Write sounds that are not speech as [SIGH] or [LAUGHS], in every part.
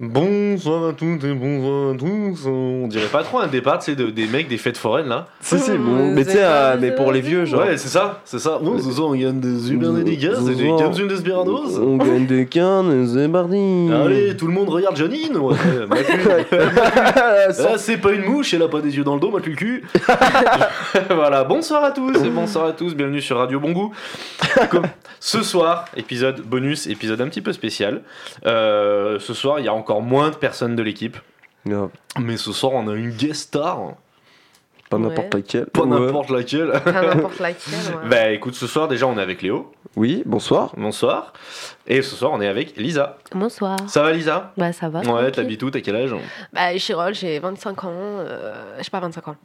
Bonsoir à toutes et bonsoir à tous. On dirait pas trop un départ, tu sais, de- des mecs des fêtes foraines là. Si, si, Mmh, bon, mais vous tu sais, êtes euh, pas mais pour les vieux, genre. Ouais, c'est ça, c'est ça. Non, ce soir on gagne des Uberneligas et des Bonsoir. Gamsun Desperados. On gagne des cannes, c'est parti. Allez, tout le monde regarde Janine. ouais, ouais, mate-lui. Sans- Ah, c'est pas une mouche, elle a pas des yeux dans le dos, mate le cul. voilà, bonsoir à tous et bonsoir à tous, bienvenue sur Radio Bon Goût. Comme ce soir, épisode bonus, épisode un petit peu spécial. Euh, ce soir, il y a encore moins de personnes de l'équipe, Non, mais ce soir, on a une guest star, hein. Pas Ouais. n'importe laquelle. pas Ouais. n'importe laquelle. Enfin, n'importe laquelle. ouais. bah écoute, ce soir, déjà, on est avec Léo, Oui, bonsoir. bonsoir. Et ce soir, on est avec Lisa. Bonsoir. Ça va, Lisa Bah ça va. Bah- Ouais, tranquille. t'habites où T'as quel âge Bah Chirol, j'ai 25 ans. Euh, j'ai pas 25 ans.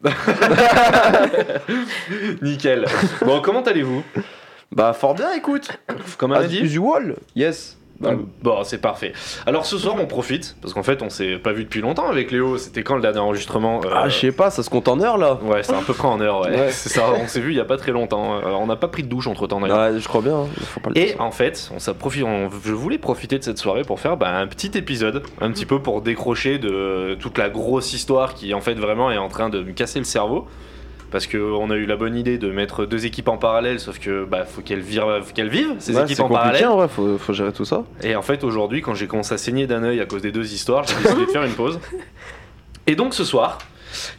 Nickel. Bon, comment allez-vous Bah, fort bien, écoute. Comme on a As dit usual, yes. Bah, Bon, c'est parfait. Alors ce soir, on profite, parce qu'en fait, on s'est pas vu depuis longtemps avec Léo. C'était quand le dernier enregistrement Euh, Ah, je sais pas, ça se compte en heure là. Ouais, c'est à peu près en heure, ouais. Ouais. [LAUGHS] C'est ça, on s'est vu il y a pas très longtemps. Euh, on n'a pas pris de douche entre temps, d'ailleurs. Ouais, je crois bien. hein, Faut pas le Et dire. en fait, on s'est profi- on- je voulais profiter de cette soirée pour faire bah, un petit épisode, un Mm. petit peu pour décrocher de euh, toute la grosse histoire qui en fait vraiment est en train de me casser le cerveau. Parce qu'on a eu la bonne idée de mettre deux équipes en parallèle, sauf que bah, faut qu'elles virent- faut qu'elles vivent, ces Ouais, équipes c'est en parallèle. compliqué, en vrai, faut, faut gérer tout ça. Et en fait, aujourd'hui, quand j'ai commencé à saigner d'un œil à cause des deux histoires, j'ai décidé de faire une pause. Et donc ce soir,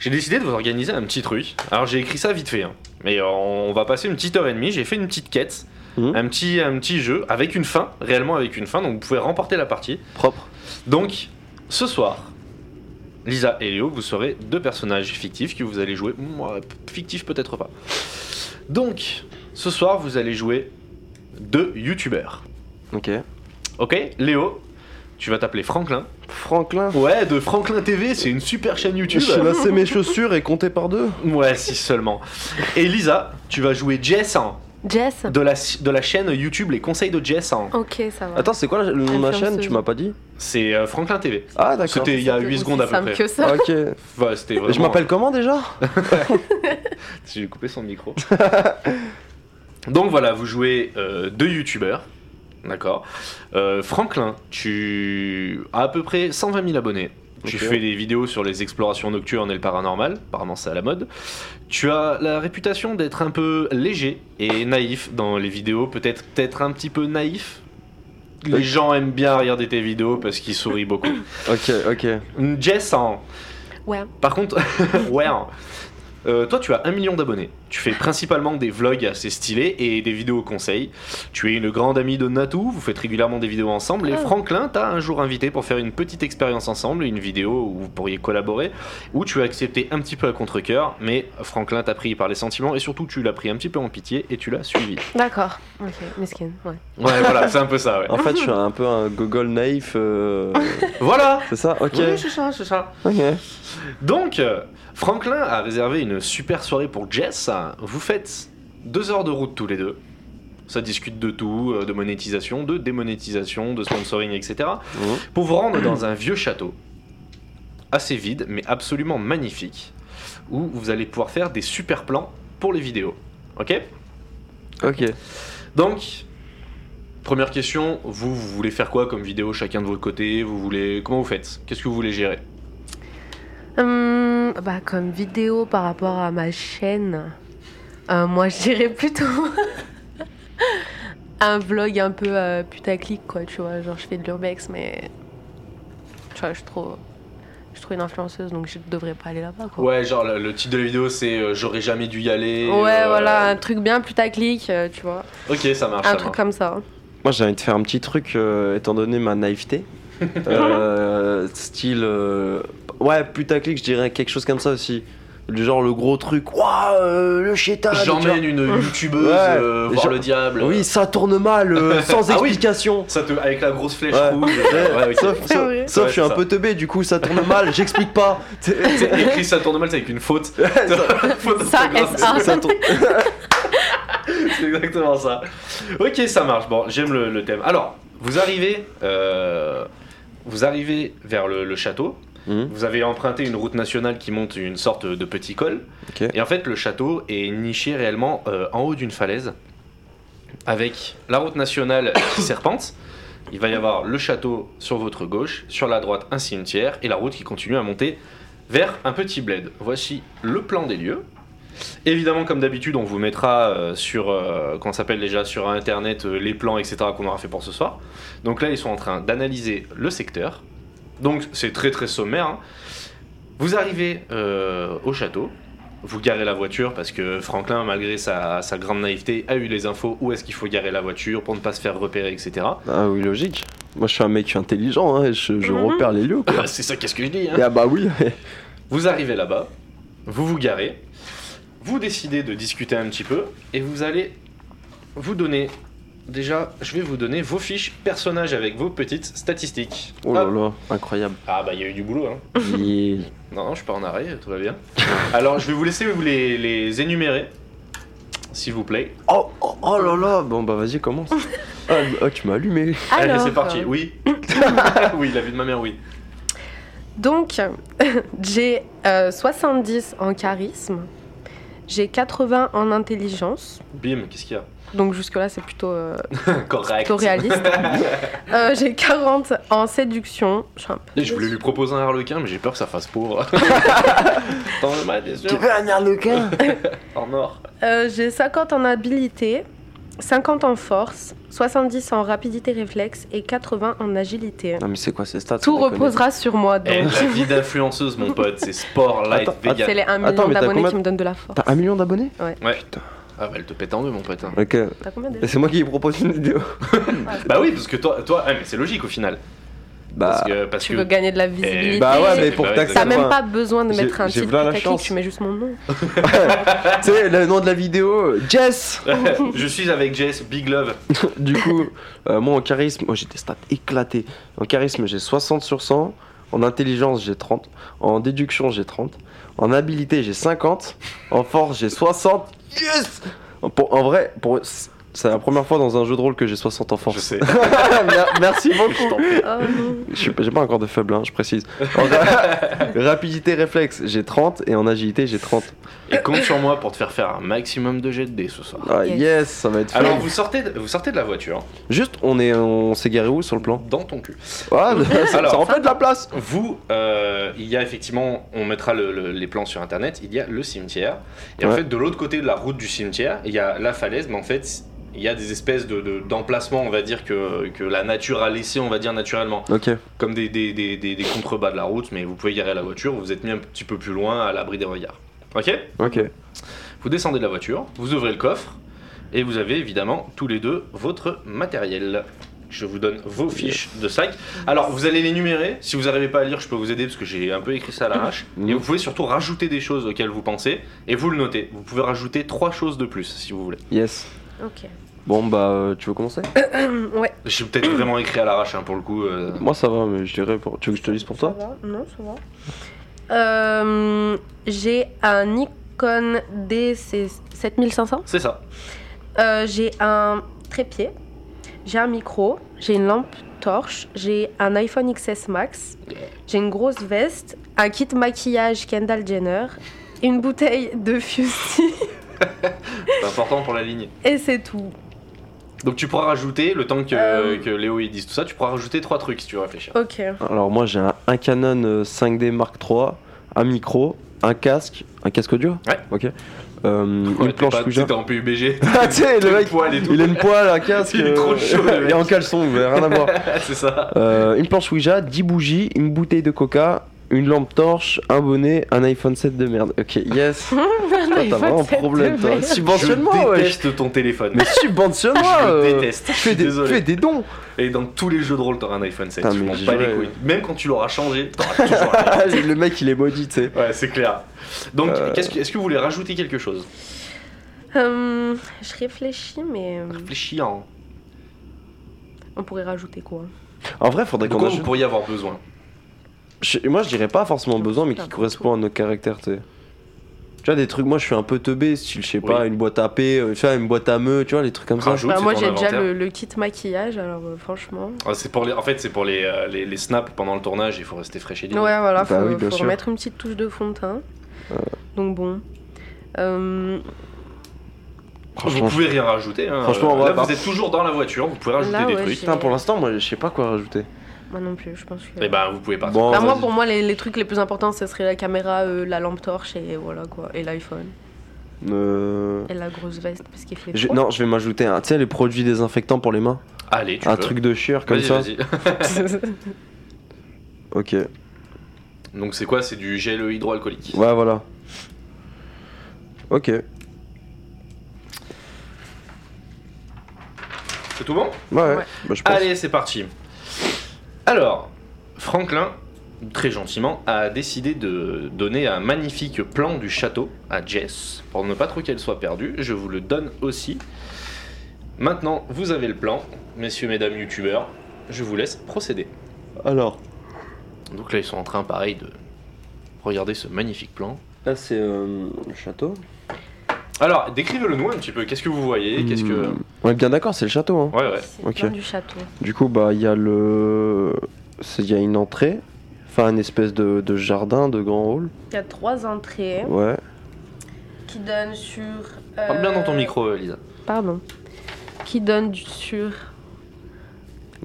j'ai décidé de vous organiser un petit truc. Alors j'ai écrit ça vite fait, hein. mais euh, on va passer une petite heure et demie. J'ai fait une petite quête, Mhm. un, petit, un petit jeu avec une fin, réellement avec une fin, donc vous pouvez remporter la partie. Propre. Donc ce soir, Lisa et Léo, vous serez deux personnages fictifs que vous allez jouer. Moi, fictifs peut-être pas. Donc ce soir, vous allez jouer deux youtubeurs. Ok. Ok, Léo, tu vas t'appeler Franklin. Franklin. Ouais, de Franklin TV, c'est une super chaîne YouTube. J'ai lassé mes chaussures et compté par deux. Ouais, si seulement. Et Lisa, tu vas jouer Jess hein, Jess. de la, de la chaîne YouTube Les Conseils de Jess. hein. Ok, ça va. Attends, c'est quoi la- le nom de la chaîne Influenceuse. Tu m'as pas dit C'est euh, Franklin TV. Ah, d'accord. C'était il y a 8 Aussi secondes à peu simple près. que ça. Ok. Ouais, c'était vraiment- euh, Je m'appelle [LAUGHS] comment déjà J'ai coupé son micro. [LAUGHS] Donc voilà, vous jouez euh, deux youtubeurs. D'accord. Euh, Franklin, tu as à peu près 120 000 abonnés. Tu Ok. fais des vidéos sur les explorations nocturnes et le paranormal. Apparemment, c'est à la mode. Tu as la réputation d'être un peu léger et naïf dans les vidéos. Peut-être peut-être un petit peu naïf. Les Oui. gens aiment bien regarder tes vidéos parce qu'ils sourient [COUGHS] beaucoup. Ok, ok. Jess, en- Ouais. par contre, [LAUGHS] ouais. hein. Euh, toi, tu as un million d'abonnés. Tu fais principalement des vlogs assez stylés et des vidéos conseils. Tu es une grande amie de Natou, vous faites régulièrement des vidéos ensemble. Et Ah. Franklin t'a un jour invité pour faire une petite expérience ensemble, une vidéo où vous pourriez collaborer, où tu as accepté un petit peu à contre-coeur, mais Franklin t'a pris par les sentiments et surtout tu l'as pris un petit peu en pitié et tu l'as suivi. D'accord. Ok, mesquine. Ouais. Ouais, voilà, c'est un peu ça, ouais. En fait, je suis un peu un gogol naïf. euh, Voilà! C'est ça Ok. Oui, c'est ça, c'est ça. Ok. Donc, euh, Franklin a réservé une super soirée pour Jess. Vous faites deux heures de route tous les deux. Ça discute de tout, euh, de monétisation, de démonétisation, de sponsoring, etc. Mhm. Pour vous rendre dans un vieux château, assez vide, mais absolument magnifique, où vous allez pouvoir faire des super plans pour les vidéos. Ok Ok. Donc, première question, vous, vous voulez faire quoi comme vidéo chacun de votre côté Vous voulez Comment vous faites Qu'est-ce que vous voulez gérer Hum, bah comme vidéo par rapport à ma chaîne, euh, moi je dirais plutôt [LAUGHS] un vlog un peu euh, putaclic quoi, tu vois, genre je fais de l'urbex mais tu vois je suis trop je suis trop une influenceuse donc je devrais pas aller là-bas quoi. Ouais, genre le, le titre de la vidéo c'est euh, J'aurais jamais dû y aller. Ouais, euh, voilà, un truc bien putaclic, euh, tu vois. Ok, ça marche. Un ça truc marche. comme hein. ça. Moi, j'ai envie de faire un petit truc, euh, étant donné ma [LAUGHS] naïveté. Euh, style. euh, Ouais, putaclic, je dirais quelque chose comme ça aussi. Le genre le gros truc. Ouah, euh, le chétan. J'emmène une youtubeuse Ouais, euh, voir genre- le diable. Oui, ça tourne mal, euh, [LAUGHS] sans Ah oui. explication. Ça te... Avec la grosse flèche Ouais. rouge. euh, ouais, ok. Sauf, C'est sauf- vrai. sauf Ouais, je suis un c'est peu teubé, du coup ça tourne mal, j'explique pas. [LAUGHS] [LAUGHS] C'est écrit ça tourne mal, c'est avec une faute. [LAUGHS] Faute Ça, d'orthographe, S.A.. Ça tourne- [LAUGHS] C'est exactement ça. Ok, ça marche. Bon, j'aime le, le thème. Alors, vous arrivez, euh, vous arrivez vers le, le château. Mhm. Vous avez emprunté une route nationale qui monte une sorte de petit col. Ok. Et en fait, le château est niché réellement euh, en haut d'une falaise, avec la route nationale [COUGHS] qui serpente. Il va y avoir le château sur votre gauche, sur la droite un cimetière et la route qui continue à monter vers un petit bled. Voici le plan des lieux. Évidemment, comme d'habitude, on vous mettra euh, sur, euh, qu'on s'appelle déjà sur internet, euh, les plans, etc. qu'on aura fait pour ce soir. Donc là, ils sont en train d'analyser le secteur. Donc c'est très très sommaire. hein. Vous arrivez euh, au château, vous garez la voiture parce que Franklin, malgré sa, sa grande naïveté, a eu les infos où est-ce qu'il faut garer la voiture pour ne pas se faire repérer, etc. Ah oui, logique. Moi, je suis un mec intelligent, hein, et je, je Mhm. repère les lieux. [COUGHS] [LAUGHS] quoi. c'est ça, qu'est-ce que je dis hein Et ah bah oui. Vous arrivez là-bas, vous vous garez, vous décidez de discuter un petit peu et vous allez vous donner. Déjà, je vais vous donner vos fiches personnages avec vos petites statistiques. Oh là Hop. [LAUGHS] là, incroyable. Ah bah il y a eu du boulot hein. Il- Non, non, je suis pas en arrêt, tout va bien. [LAUGHS] Alors je vais vous laisser vous les, les énumérer, s'il vous plaît. Oh, oh, oh là là, bon bah vas-y, commence. Ah, oh, tu m'as allumé. Allez, Alors, c'est parti. Oui. [LAUGHS] oui, la vie de ma mère, oui. Donc, [LAUGHS] j'ai euh, 70 en charisme, j'ai 80 en intelligence, Bim, qu'est-ce qu'il y a donc jusque-là c'est plutôt, euh, Correct. plutôt réaliste. [LAUGHS] Euh, j'ai 40 en séduction, je suis un peu Et Je voulais lui proposer un harlequin, mais j'ai peur que ça fasse pauvre. [LAUGHS] Dans le mal, bien sûr. veux un arlequin En or. Euh, j'ai 50 en habilité, 50 en force, 70 en rapidité réflexe et 80 en Ah, agilité. Non mais c'est quoi ces stats sans Tout déconner reposera sur moi Eh, donc. la [LAUGHS] vie d'influenceuse, mon pote, c'est sport, light, Attends, ah, vegan. C'est les 1 Attends, million mais t'as d'abonnés combien- qui me donnent de la force. T'as un million d'abonnés Ah bah elle te pète en deux, mon pote. hein. Ok, et T'as combien de... c'est moi qui propose une vidéo. Bah oui, parce que toi, toi ah, mais c'est logique au final. Bah, parce que, parce Tu que- veux gagner de la visibilité. bah ouais, mais Bah pour ouais, que t'accèdes- T'as exactement. Ouais. même pas besoin de J'ai- mettre un j'ai titre plein la technique, chance. tu mets juste [LAUGHS] mon nom. tu sais, le nom de la vidéo, euh, Jess [LAUGHS] Je suis avec Jess, Big Love. Du coup, euh, moi en charisme, moi j'ai des stats éclatées. En charisme, j'ai 60 sur 100. En intelligence, j'ai 30. En déduction, j'ai 30. En habilité, j'ai 50. En force, j'ai 60. Yes Pour- En vrai, pour... c'est la première fois dans un jeu de rôle que j'ai 60 en Je force. sais. [LAUGHS] Mer- Merci Je beaucoup. t'en prie. Oh non. Je suis pas- J'ai pas encore de faible, hein, je précise. En ra- rapidité, réflexe, j'ai 30. Et en agilité, j'ai 30. Et compte sur moi pour te faire faire un maximum de jet de dés ce soir. Ah, Yes. yes. ça va être fun. Alors vous sortez, de, vous sortez de la voiture, Juste, on est, on s'est garé où sur [LAUGHS] le plan dans ton cul. Ah, ça, Alors. ça en fait de la place. Vous, euh, il y a effectivement, on mettra le- le- les plans sur internet, il y a le cimetière. Et en Ouais. fait, de l'autre côté de la route du cimetière, il y a la falaise, mais en fait, il y a des espèces de- de- d'emplacements, on va dire, que, que la nature a laissé, on va dire, naturellement. Ok. Comme des, des- des- des- des contrebas de la route, mais vous pouvez garer la voiture, vous vous êtes mis un petit peu plus loin, à l'abri des regards. Ok Ok. Vous descendez de la voiture, vous ouvrez le coffre, et vous avez évidemment tous les deux votre matériel. Je vous donne vos fiches de sac. Alors, vous allez les numérer. Si vous n'arrivez pas à lire, je peux vous aider parce que j'ai un peu écrit ça à l'arrache. Mhm. Et vous pouvez surtout rajouter des choses auxquelles vous pensez et vous le notez. Vous pouvez rajouter trois choses de plus si vous voulez. Yes. Ok. [CLEARS THROAT] Bon bah euh, tu veux commencer ouais. J'ai peut-être [CLEARS THROAT] vraiment écrit à l'arrache hein, pour le coup. euh. Moi ça va mais je dirais pour... Tu veux que je te lise pour toi Ça va Non, ça va. Euh, j'ai un Nikon D, c'est 7500. C'est ça. Euh, j'ai un trépied, j'ai un micro, j'ai une lampe torche, j'ai un iPhone XS Max, j'ai une grosse veste, un kit maquillage Kendall Jenner, une bouteille de fusil C'est important pour la ligne. [LAUGHS] et c'est tout. Donc, tu pourras rajouter, le temps que, Euh. que Léo il dise tout ça, tu pourras rajouter trois trucs si tu veux réfléchir. Ok. Alors moi j'ai un, un Canon euh, 5D Mark III, un micro, un casque, un casque audio Ouais. Ok. Euh, Ouais, une t'es planche pas- Ouija. T'es en PUBG. [LAUGHS] Ah tu sais le Le mec poil et tout. [LAUGHS] il a une poêle, un casque euh, Il est trop chaud, le et mec. en caleçon, vous avez rien à voir. C'est ça. Euh, une planche Ouija, 10 bougies, une bouteille de coca, une lampe torche, un bonnet, un iPhone 7 de merde. Ok, [LAUGHS] yes. Toi, Ah, T'as vraiment un problème, toi. [LAUGHS] Subventionne-moi, je wesh. déteste ton téléphone. Mais subventionne-moi. je euh. le déteste. Je Tu fais suis des, tu désolé. fais des dons. Et dans tous les jeux de rôle, t'auras un iPhone 7. Putain, je mais m'en j'y bats les vais. couilles. Même quand tu l'auras changé, t'auras toujours [LAUGHS] un. [LAUGHS] Ah, le mec, il est maudit, tu sais. Ouais, c'est clair. Donc, Euh. qu'est-ce que- est-ce que vous voulez rajouter quelque chose Hum, je réfléchis, mais euh, Réfléchis en. on pourrait rajouter quoi En vrai, faudrait De qu'on quoi a... vous pourriez avoir besoin Moi, je dirais pas forcément besoin, mais Putain, qui correspond à nos caractères, tu sais. Tu vois, des trucs, moi, je suis un peu teubé, style, je sais Oui. pas, une boîte à P, euh, tu vois, une boîte à meux, tu vois, les trucs comme ça. Rajoute, Bah, c'est Moi ton j'ai déjà inventaire. le, le kit maquillage, alors euh, franchement. Ah, c'est pour les... En fait, c'est pour les, euh, les, les snaps pendant le tournage, il faut rester fraîche et Ouais, libre. voilà, faut, Bah oui, bien faut sûr. remettre une Hum, petite touche de fond de teint. Donc bon. Euh, Vous Franchement, pouvez rien rajouter. hein. Franchement, en vrai, là, par- vous êtes toujours dans la voiture, vous pouvez rajouter Là, des ouais, trucs. j'ai- putain, pour l'instant, moi, je sais pas quoi rajouter. Moi non plus, je pense que. Et ben, vous pouvez pas. Bon, Bah, moi, Oh, vas-y. pour moi, les, les trucs les plus importants, ce serait la caméra, euh, la lampe torche et voilà quoi, et l'iPhone Euh, et la grosse veste parce qu'il fait je- [LAUGHS] trop. non, je vais m'ajouter un. Tu sais, les produits désinfectants pour les mains. Allez, tu un peux. truc de chieur comme Vas-y, ça. vas-y. [LAUGHS] Ok. Ouais, Donc c'est quoi C'est du gel hydroalcoolique. voilà. Ok. C'est tout bon Ouais, ouais. Ouais. Bah, je pense. Allez, c'est parti. Alors, Franklin, très gentiment, a décidé de donner un magnifique plan du château à Jess pour ne pas trop qu'elle soit perdue. Je vous le donne aussi. Maintenant, vous avez le plan, messieurs, mesdames, youtubeurs. Je vous laisse procéder. Alors, Donc là, ils sont en train, pareil, de regarder ce magnifique plan. là, c'est euh, le château. Alors, décrivez-le nous un petit peu. Qu'est-ce que vous voyez Qu'est-ce que Hmm. On est bien d'accord, c'est le château. Hein. Mmh. Ouais, ouais. C'est Ok. plein du château. Du coup, bah, il y a le. c'est- Il y a une entrée. Enfin, une espèce de, de jardin, de grand hall. Il y a trois entrées Ouais. qui donnent sur. Parle bien dans ton euh, micro, Lisa. Pardon. Qui donnent du- sur.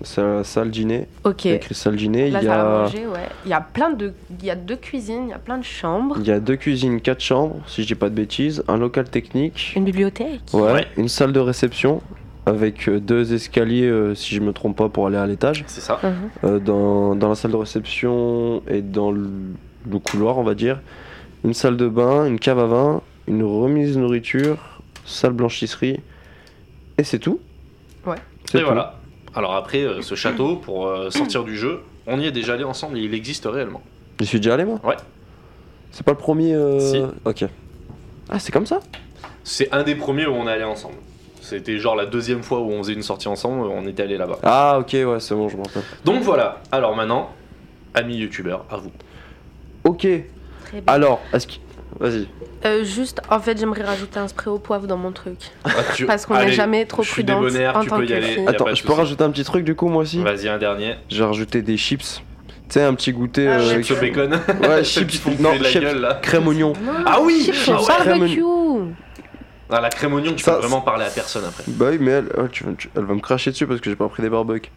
C'est la salle dîner. Ok. Il y a écrit salle dîner. Il y Là, ça va a. manger, ouais. Il y a plein de. Il y a deux cuisines, il y a plein de chambres, Il y a deux cuisines, quatre chambres, si je dis pas de bêtises, un local technique, une bibliothèque. ouais, Ouais. une salle de réception avec euh, deux escaliers, euh, si je me trompe pas, pour aller à l'étage. C'est ça. Mhm. Euh, dans, dans la salle de réception et dans le, le couloir, on va dire, une salle de bain, une cave à vin, une remise nourriture, salle blanchisserie, et c'est tout. Ouais. C'est Et tout. voilà. Alors après, euh, ce château, pour euh, sortir du jeu, on y est déjà allé ensemble, il existe réellement. J'y suis déjà allé, moi Ouais. C'est pas le premier. euh, Si. Ok. Ah, c'est comme ça C'est un des premiers où on est allé ensemble. C'était genre la deuxième fois où on faisait une sortie ensemble, euh, on était allé là-bas. Ah, ok, ouais, c'est bon, je m'en rappelle. Donc voilà. Alors maintenant, amis youtubeurs, à vous. Ok, Très bien. alors, est-ce que. Vas-y. Euh, juste, en fait, j'aimerais rajouter un spray au poivre dans mon truc. Ah, tu- Parce qu'on Allez, n'est jamais trop je suis prudente débonnaire, en tu tant peux y que aller. fille. Y a pas Attends, de je peux souci. rajouter un petit truc du coup, moi aussi Vas-y, un dernier. J'ai rajouté des chips. Tu sais, un petit goûter. Ah ouais, euh, Ce [LAUGHS] bacon. [LAUGHS] Ouais, Ceux qui chips, font non, couler de la chips. gueule là. crème oignon. Non, Ah oui, chips ah au ouais. barbecue. Ah, la crème oignon, tu Ça, peux vraiment parler à personne après. Bah oui, mais elle, elle, tu- tu- elle va me cracher dessus parce que j'ai pas pris des [LAUGHS] barbecues.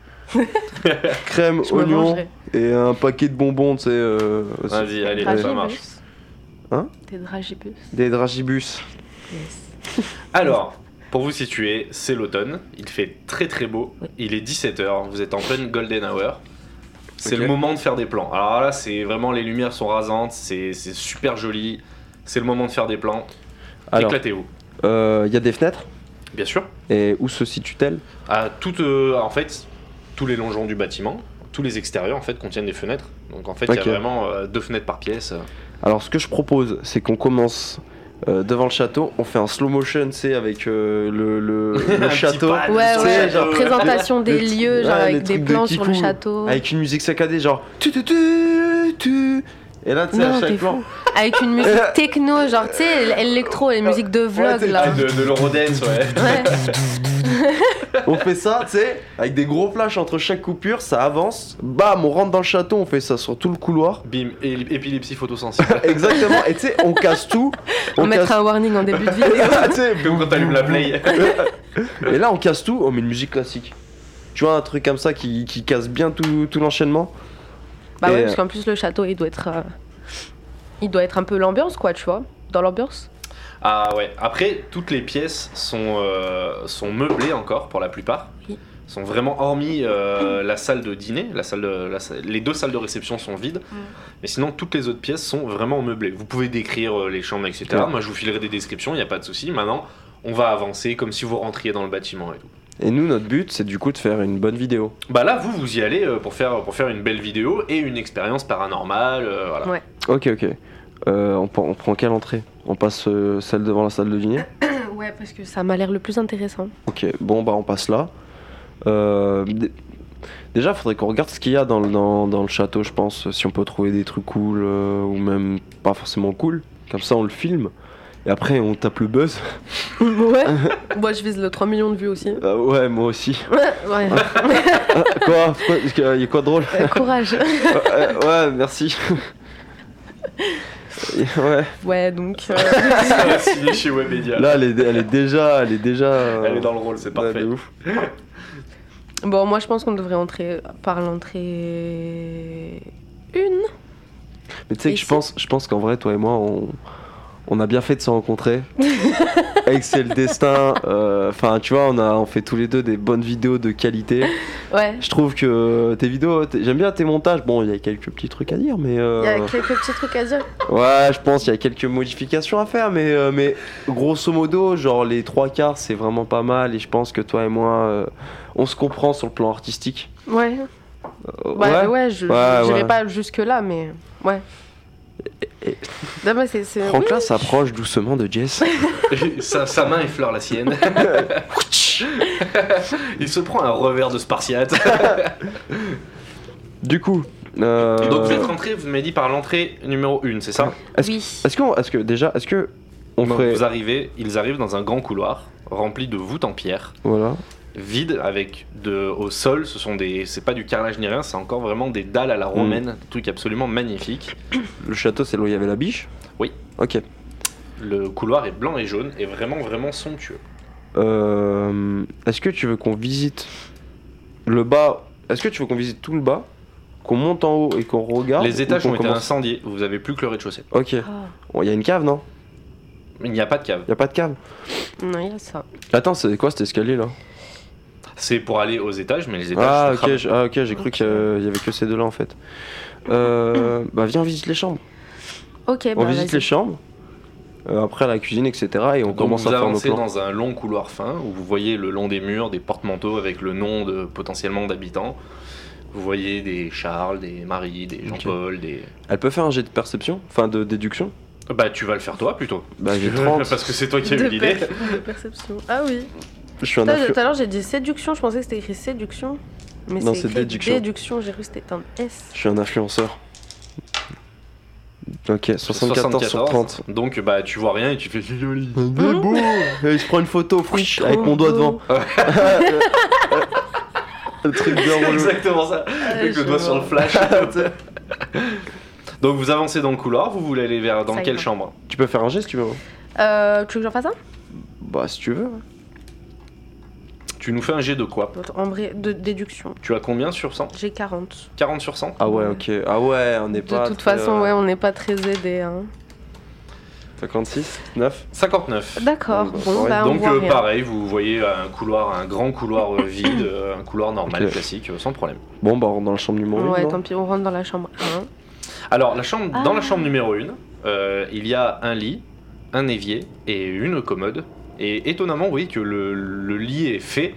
crème, Je me oignon mangerai. et un paquet de bonbons, tu sais. euh, aussi. Vas-y, allez, Ouais. ça marche. Dragibus. Hein Des dragibus. Des dragibus. Yes. Alors, pour vous situer, c'est l'automne, il fait très très beau, il est 17h, vous êtes en pleine golden hour. C'est Ok. le moment de faire des plans. Alors là, c'est vraiment les lumières sont rasantes, c'est c'est super joli, c'est le moment de faire des plans. Alors, Éclatez-vous. il y a des fenêtres. Bien sûr. Et où se situe-t-elle À tout, euh, en fait, tous les longeons du bâtiment, tous les extérieurs en fait contiennent des fenêtres. Donc en fait, il Ok. y a vraiment euh, deux fenêtres par pièce. Alors, ce que je propose, c'est qu'on commence. euh, devant le château, on fait un slow motion, tu sais, avec euh, [LAUGHS] le, le, le Un petit château, pas, Ouais, tu sais, ouais, genre- euh, présentation des Le truc- lieux, genre ouais, les avec des trucs de plans sur le Kikou. château. avec une musique saccadée, genre tu tu tu tu. Et là, tu sais, à Non, chaque t'es plan, fou. Avec une [LAUGHS] musique techno, genre, tu sais, l- l'électro, les musiques de vlog, t'es- là. Ah, De, de l'eurodance, ouais. Ouais. On fait ça, tu sais, avec des gros flashs entre chaque coupure, ça avance, bam, on rentre dans le château, on fait ça sur tout le couloir. [LAUGHS] Bim, é- épilepsie photosensible. Exactement, et tu sais, on casse [LAUGHS] tout. On casse... mettra un warning en [LAUGHS] début de vidéo. Ah, tu sais, [LAUGHS] Comme quand t'allumes la play. Et là, on casse tout, on met une musique classique. Tu vois, un truc comme ça qui, qui casse bien tout, tout l'enchaînement. Bah Et, ouais, euh, parce qu'en plus, le château, il doit être. euh, Il doit être un peu l'ambiance, quoi, tu vois. Dans l'ambiance. Ah ouais, après, toutes les pièces sont, euh, sont meublées encore pour la plupart. Oui. Sont vraiment hormis euh, la salle de dîner, la salle de- la salle- les deux salles de réception sont vides, Mm. mais sinon toutes les autres pièces sont vraiment meublées. Vous pouvez décrire euh, les chambres, etc. Ouais. Moi je vous filerai des descriptions, il n'y a pas de souci. Maintenant, on va avancer comme si vous rentriez dans le bâtiment et tout. Et nous, notre but, c'est du coup de faire une bonne vidéo. Bah là, vous, vous y allez euh, pour faire, pour faire une belle vidéo et une expérience paranormale. euh, voilà. Ouais. Ok, ok. Euh, on, prend- on prend quelle entrée On passe euh, celle devant la salle de dîner Euh, Ouais, parce que ça m'a l'air le plus intéressant. Ok, bon bah on passe là. Euh, dé- déjà, faudrait qu'on regarde ce qu'il y a dans le, dans, dans le château, je pense, si on peut trouver des trucs cool euh, ou même pas forcément cool. Comme ça, on le filme. Et après, on tape le buzz. [LAUGHS] [LAUGHS] [LAUGHS] ouais. Moi, je vise le 3 millions de vues aussi. Euh, ouais, moi [LAUGHS] aussi. ouais. Ah, quoi Pourquoi [LAUGHS] Parce que, euh, y a quoi de drôle Euh, courage. Euh, euh, Ouais, merci. ouais. [LAUGHS] Ouais, donc. euh, [LAUGHS] Ça [LAUGHS] va signer chez Webedia. Là, elle est, elle est déjà. Elle est déjà. euh, Elle est dans le rôle, c'est ouais, parfait. de ouf. bon, moi, je pense qu'on devrait entrer par l'entrée. Une. Mais tu sais Et que je si- pense, je pense qu'en vrai, toi et moi, on, on a bien fait de se [LAUGHS] rencontrer. et que c'est le destin. euh, Enfin, tu vois, on, a, on fait tous les deux des bonnes vidéos de qualité. Ouais. Je trouve que tes vidéos, t'es- j'aime bien tes montages. Bon, il y a quelques petits trucs à dire, mais. euh, Il y a quelques petits trucs à dire. Ouais, je pense qu'il y a quelques modifications à faire, mais, euh, mais grosso modo, genre les trois quarts, c'est vraiment pas mal. Et je pense que toi et moi, euh, on se comprend sur le plan artistique. Ouais. Euh, Bah, ouais, je Ouais, j'irai ouais. pas jusque-là, mais. Ouais. et- Non, mais c'est. c'est- oui. Franklin s'approche doucement de Jess. [LAUGHS] sa, sa main effleure la sienne. [LAUGHS] Il se prend un revers de Spartiate. du coup, euh, Donc vous êtes rentré, vous m'avez dit par l'entrée numéro 1, c'est ça Oui. est-ce qu'on, est-ce que déjà, est-ce que on Donc ferait, Bah, vous arrivez, ils arrivent dans un grand couloir rempli de voûtes en pierre, voilà, vide avec de au sol, ce sont des c'est pas du carrelage ni rien, c'est encore vraiment des dalles à Mm. la romaine, des trucs absolument magnifiques. le château, c'est là où il y avait la biche. Oui. Ok. Le couloir est blanc et jaune et vraiment vraiment somptueux. Euh, est-ce que tu veux qu'on visite le bas Est-ce que tu veux qu'on visite tout le bas, qu'on monte en haut et qu'on regarde Les ou étages qu'on ont été Ah, commence incendiés, vous avez plus que le rez-de-chaussée. Ok. Ah. Bon, Il y a une cave, non Il n'y a pas de cave. Il y a pas de cave. Non, il y a ça. Attends, c'est quoi cet escalier là C'est pour aller aux étages mais les étages Ah sont ok, cramés. j'ai- ah, ok, j'ai cru qu'il y avait que ces deux là en fait. Euh, bah viens, on visite les chambres. Ok, Eh bah, on ben, visite vas-y. les chambres. euh, après la cuisine, etc. Et on Donc commence vous à faire nos avancez plans. dans un long couloir fin où vous voyez le long des murs des porte-manteaux avec le nom de potentiellement d'habitants. Vous voyez des Charles, des Marie, des Jean-Paul, des. Elle peut faire un jet de perception, enfin de déduction. Bah tu vas le faire toi plutôt. Bah j'ai 30. Parce que c'est toi qui as eu De l'idée. per- de perception. Ah oui. Je suis un Putain, affio- Tout à l'heure, j'ai dit séduction, je pensais que c'était écrit séduction. Mais Non, c'est c'est écrit déduction. déduction, j'ai cru que c'était un S. Je suis un influenceur. Ok, 74, sur 30. Donc bah tu vois rien et tu fais c'est joli. Il est beau Et je prends une photo fouiche, avec mon doigt [LAUGHS] devant. Le truc bien relou. [LAUGHS] Exactement ça. Euh, Avec le doigt sur le flash. [LAUGHS] Donc vous avancez dans le couloir, vous voulez aller vers dans Ça y quelle va. chambre Tu peux faire un geste, tu veux hein. Euh, tu veux que j'en fasse un Bah si tu veux. Tu nous fais un jet de quoi Attends, En vrai, de déduction. Tu as combien sur 100 J'ai 40. 40 sur 100 Ah ouais, ok. Ah ouais, on n'est De pas. toute très, façon, euh, ouais, on n'est pas très aidés. Hein. 56, 9. 59. D'accord, Bon, bah, bon, bah, pareil. on Donc voit euh, rien. pareil, vous voyez euh, un couloir, un grand couloir [LAUGHS] euh, vide, euh, un couloir normal, Ok. classique, euh, sans problème. Bon, bah, on rentre dans la chambre numéro 1. Ouais, tant pis, on rentre dans la chambre 1. Alors la chambre, dans la Ah. chambre numéro 1, il y a un lit, un évier et une commode. Et étonnamment, vous voyez que le, le lit est fait,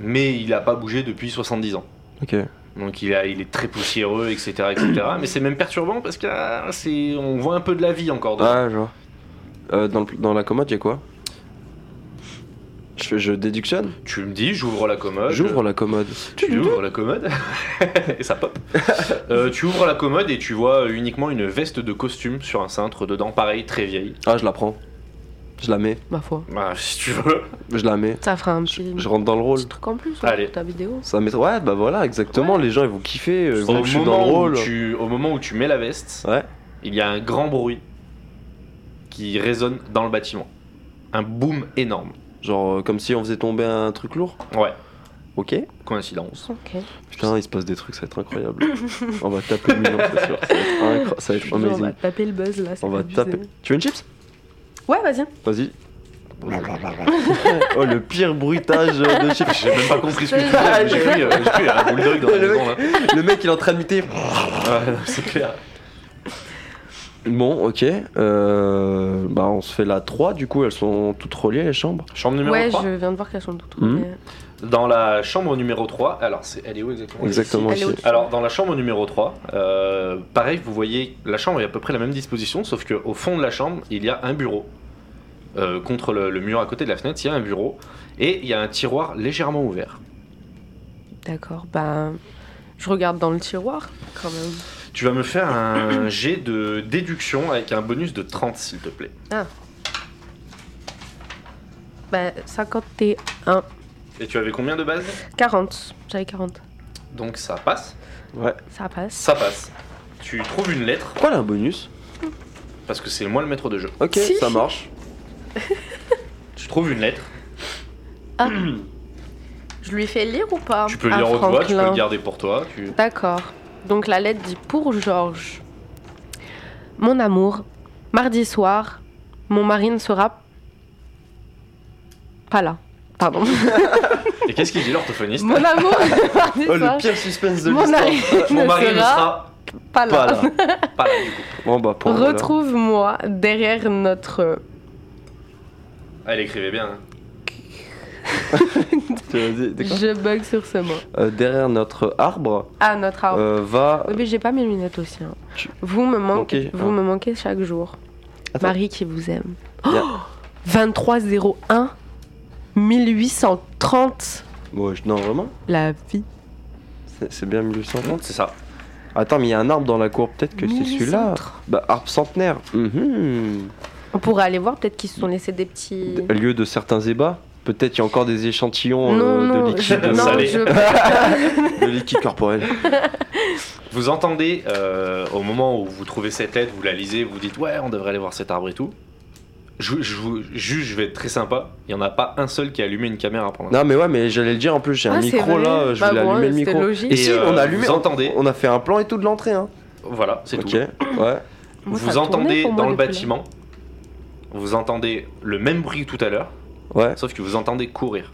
mais il n'a pas bougé depuis 70 ans. Ok. Donc il, a, il est très poussiéreux, etc. etc. mais c'est même perturbant parce que ah, c'est- on voit un peu de la vie encore. dedans. Ah, je vois. Euh, dans, le- dans la commode, y'a quoi je, fais- je déductionne Tu me dis, j'ouvre la commode. J'ouvre la commode. Tu ouvres la commode [LAUGHS] et ça [LAUGHS] pop. Euh, tu ouvres la commode et tu vois uniquement une veste de costume sur un cintre dedans, pareil, très vieille. Ah, je la prends. Je la mets. Ma foi. Bah, Ah, si tu veux. Je la mets. Ça fera un petit, Je, je rentre dans le rôle. petit truc en plus hein, Allez. pour ta vidéo. Ça met... Ouais, bah voilà, exactement. Les gens, ils vont kiffer. euh, Ils vont Au que je suis dans le moment, où rôle. tu, au moment où tu mets la veste, Ouais. il y a un grand bruit qui résonne dans le bâtiment. Un boom énorme. Genre, euh, comme si on faisait tomber un truc lourd. Ouais, Ok. coïncidence. Ok. Putain, il se passe des trucs, ça va être [LAUGHS] incroyable. on va taper le million, c'est sûr. Ça va être, incro- ça va être Je dis, on va amazing. taper le buzz là. c'est On va abusé. taper. Tu veux une chips Ouais, vas-y. Vas-y. [LAUGHS] oh le pire bruitage de [LAUGHS] chips. J'ai même pas compris [LAUGHS] ce que tu disais, mais j'ai cru, euh, j'ai cru un bulldog dans la Le maison là. Le mec il est en train de muter. Ouais, non, c'est clair. Bon ok. Euh, bah on se fait la 3 du coup elles sont toutes reliées les chambres. Chambre numéro Hmm. Ouais, 3. je viens de voir qu'elles sont toutes. Mhm. mais- Dans la chambre numéro 3, alors c'est, elle est où exactement Exactement elle est ici. au-dessus. Alors dans la chambre numéro 3, euh, pareil, vous voyez, la chambre est à peu près la même disposition, sauf qu'au fond de la chambre, il y a un bureau. Euh, contre le, le mur à côté de la fenêtre, il y a un bureau et il y a un tiroir légèrement ouvert. D'accord, bah. Je regarde dans le tiroir quand même. Tu vas me faire [COUGHS] un jet de déduction avec un bonus de 30 s'il te plaît. Bah, 51. Et tu avais combien de bases 40. J'avais 40. Donc ça passe. Ouais. Ça passe. Ça passe. Tu trouves une lettre Pourquoi elle a un bonus parce que c'est moi le maître de jeu. Ok, Si. ça marche. Tu trouves une lettre, Je lui fais lire ou pas tu peux le à lire haute voix, tu peux Franklin le garder pour toi. Tu... D'accord. Donc la lettre dit pour Georges. Mon amour, mardi soir, mon mari ne sera pas là. Pardon. Et qu'est-ce qu'il dit l'orthophoniste [LAUGHS] Mon amour, mardi Oh, soir, le pire suspense de mon l'histoire. mari, Mon ne, mari ne sera sera pas là. Pas là. pas là du coup. Bon bah pour Retrouve-moi derrière notre. Elle écrivait bien. hein. Je bug sur ce mot. Euh, derrière notre arbre Ah, notre arbre. euh, va. Oui, mais j'ai pas mes lunettes aussi. hein. Tu- Vous, me manquez, Manquer, vous hein. me manquez chaque jour. Attends. Marie qui vous aime. Il y a- 2301 1830. Ouais, je- non vraiment, La vie. c'est c'est bien 1830. Mmh, C'est ça. Attends, mais il y a un arbre dans la cour, peut-être que c'est celui-là. 1830. Bah arbre centenaire. Mhm. On pourrait aller voir, peut-être qu'ils se sont laissés des petits. D- Lieu de certains ébats. Peut-être il y a encore des échantillons non, euh, non, de liquide, je- non, salé. [LAUGHS] je- de liquide corporel. Vous entendez, euh, au moment où vous trouvez cette lettre, vous la lisez, vous dites ouais, on devrait aller voir cet arbre et tout. Je, je vous juge, je vais être très sympa. Il n'y en a pas un seul qui a allumé une caméra pendant. Non mais ouais, mais j'allais le dire en plus, j'ai Ah, un c'est micro vrai. là, euh, je Bah voulais bon, allumer le c'était micro. logique. Et si, euh, on a allumé, Vous entendez on a fait un plan et tout de l'entrée hein. Voilà, c'est Ok, tout. ouais. Moi, ça vous tournait entendez pour moi dans le depuis là. bâtiment, vous entendez le même bruit que tout à l'heure, Ouais, sauf que vous entendez courir.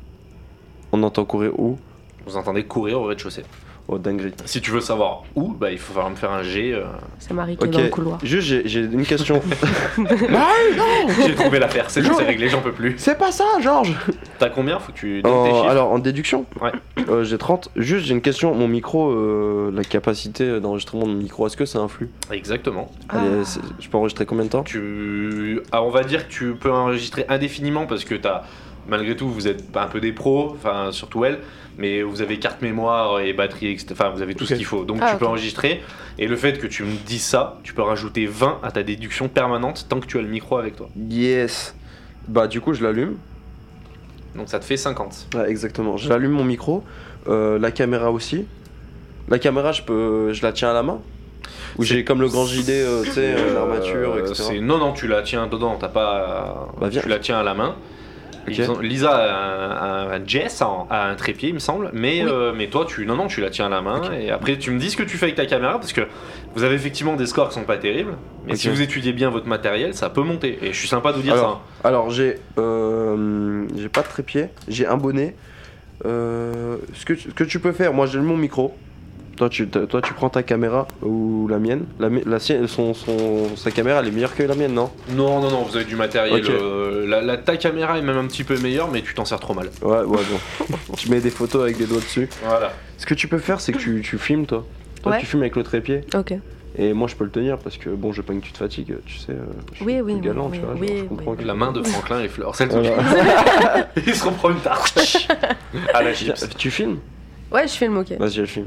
on entend courir où Vous entendez courir au rez-de-chaussée. Oh dinguerie. Si tu veux savoir où, bah, il faut falloir me faire un G. euh, C'est Marie qui Ok. est dans le couloir. Juste, j'ai- j'ai une question. [LAUGHS] Bah J'ai trouvé l'affaire, c'est bon, c'est réglé, j'en peux plus. C'est pas ça, Georges T'as combien Faut que tu donnes tes En- chiffres. Alors, en déduction Ouais. Euh, j'ai 30. Juste, j'ai une question. Mon micro, euh, la capacité d'enregistrement de mon micro, est-ce que ça influe Exactement. Ah. Elle est- c'est- Je peux enregistrer combien de temps Tu... ah, on va dire que tu peux enregistrer indéfiniment parce que t'as... Malgré tout, vous êtes un peu des pros, enfin surtout elle, mais vous avez carte mémoire et batterie, ext- enfin vous avez tout Ok. ce qu'il faut. Donc Ah, tu peux ok. enregistrer. Et le fait que tu me dis ça, tu peux rajouter 20 à ta déduction permanente tant que tu as le micro avec toi. Yes Bah, du coup, je l'allume. Donc ça te fait 50. Ouais, exactement. J'allume mon micro, euh, la caméra aussi. La caméra, je peux, je la tiens à la main. Ou C'est- j'ai comme le grand JD, euh, tu sais, euh, l'armature, Euh, etc. c'est- Non, non, tu la tiens dedans, t'as pas. Bah, viens. tu la tiens à la main. Ok. Ils ont- Lisa a un, un- un Jess a un, a un trépied, il me semble, mais, Oui. euh, mais toi, tu, non, non, tu la tiens à la main et après tu me dis ce que tu fais avec ta caméra parce que vous avez effectivement des scores qui sont pas terribles, mais Ok. si vous étudiez bien votre matériel, ça peut monter. Et je suis sympa de vous dire Alors, alors j'ai, euh, j'ai pas de trépied, j'ai un bonnet. Euh, ce, que, tu- ce que tu peux faire, moi j'ai mon micro. Toi tu, t- toi, tu prends ta caméra ou la mienne. La, mi- la sienne, son, son- sa caméra, elle est meilleure que la mienne, non ça. hein. Non, non, non, vous avez du matériel. Ok. euh, la, la- ta caméra est même un petit peu meilleure, mais tu t'en sers trop mal. Ouais, ouais, bon. [LAUGHS] tu mets des photos avec des doigts dessus. Voilà. Ce que tu peux faire, c'est que tu, tu filmes, toi. Toi, Ouais. tu filmes avec le trépied. Ok. Et moi, je peux le tenir parce que, bon, je veux pas que tu te fatigues, tu sais. euh, je suis Oui, plus oui, oui, galant, oui, tu vois, oui, genre, je oui. comprends que- La main de Franklin effleure celle de Voilà. [LAUGHS] Il se reprend une tarte à la chips. tu filmes Ouais, je filme, ok. Vas-y, elle filme.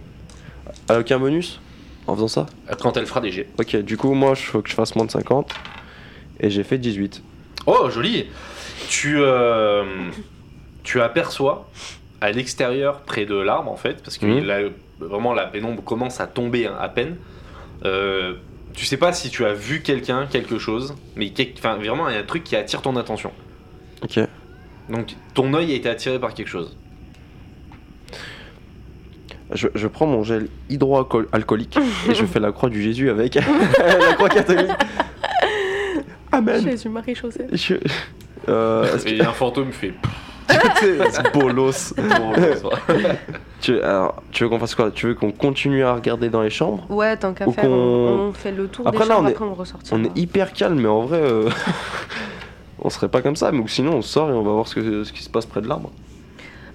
Ah, aucun bonus En faisant ça Quand elle fera des jets. Ok, du coup, moi, il faut que je fasse moins de 50. Et j'ai fait 18. Oh, joli Tu, euh, tu aperçois à l'extérieur, près de l'arbre en fait, parce que Mhm. là, vraiment la pénombre commence à tomber hein, à peine. Euh, tu sais pas si tu as vu quelqu'un, quelque chose, mais quel- enfin, vraiment, il y a un truc qui attire ton attention. Ok. Donc ton œil a été attiré par quelque chose. Je, je prends mon gel [LAUGHS] hydroalcoolique et je fais la croix du Jésus avec [LAUGHS] la croix catholique. Amen. Jésus, Marie chaussée. Je... [LAUGHS] Euh, est-ce Et un fantôme fait. que- C'est bolos. [LAUGHS] Bon, Tu, alors, tu veux qu'on fasse quoi Tu veux qu'on continue à regarder dans les chambres Ouais, tant qu'à Ou faire, on, qu'on- on fait le tour Après, des là, on chambres, est- après on ressortira. On est hyper calme, mais en vrai, euh, [LAUGHS] on serait pas comme ça. Mais sinon, on sort et on va voir ce, que- ce qui se passe près de l'arbre.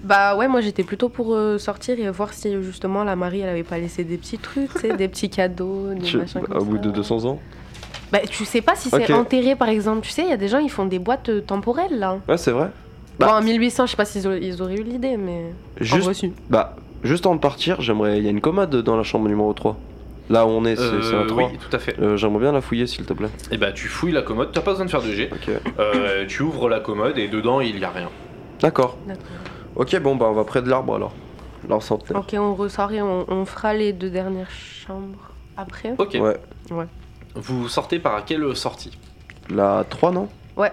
Bah ouais, moi j'étais plutôt pour euh, sortir et voir si justement la Marie elle avait pas laissé des petits trucs, tu sais, des petits cadeaux, des Tu- bah, machins comme au bout ça. de 200 ans Bah tu sais pas si c'est Ok. enterré par exemple, tu sais, il y a des gens ils font des boîtes euh, temporelles là. Ouais, c'est vrai. Bah. Bon, en 1800, je sais pas s'ils au- ils auraient eu l'idée, mais. En Juste, reçu. bah, juste avant de partir, j'aimerais. Il y a une commode dans la chambre numéro 3. Là où on est, c'est c'est la euh, 3. oui, tout à fait. Euh, J'aimerais bien la fouiller s'il te plaît. Et bah tu fouilles la commode, t'as pas besoin de faire de jet. Ok. Euh, tu ouvres la commode et dedans il y a rien. D'accord. D'accord. Ok, bon bah on va près de l'arbre alors. L'arbre centenaire. Ok, on ressort et on, on fera les deux dernières chambres après. Ok. Ouais. Ouais. Vous sortez par quelle sortie La 3, non Ouais.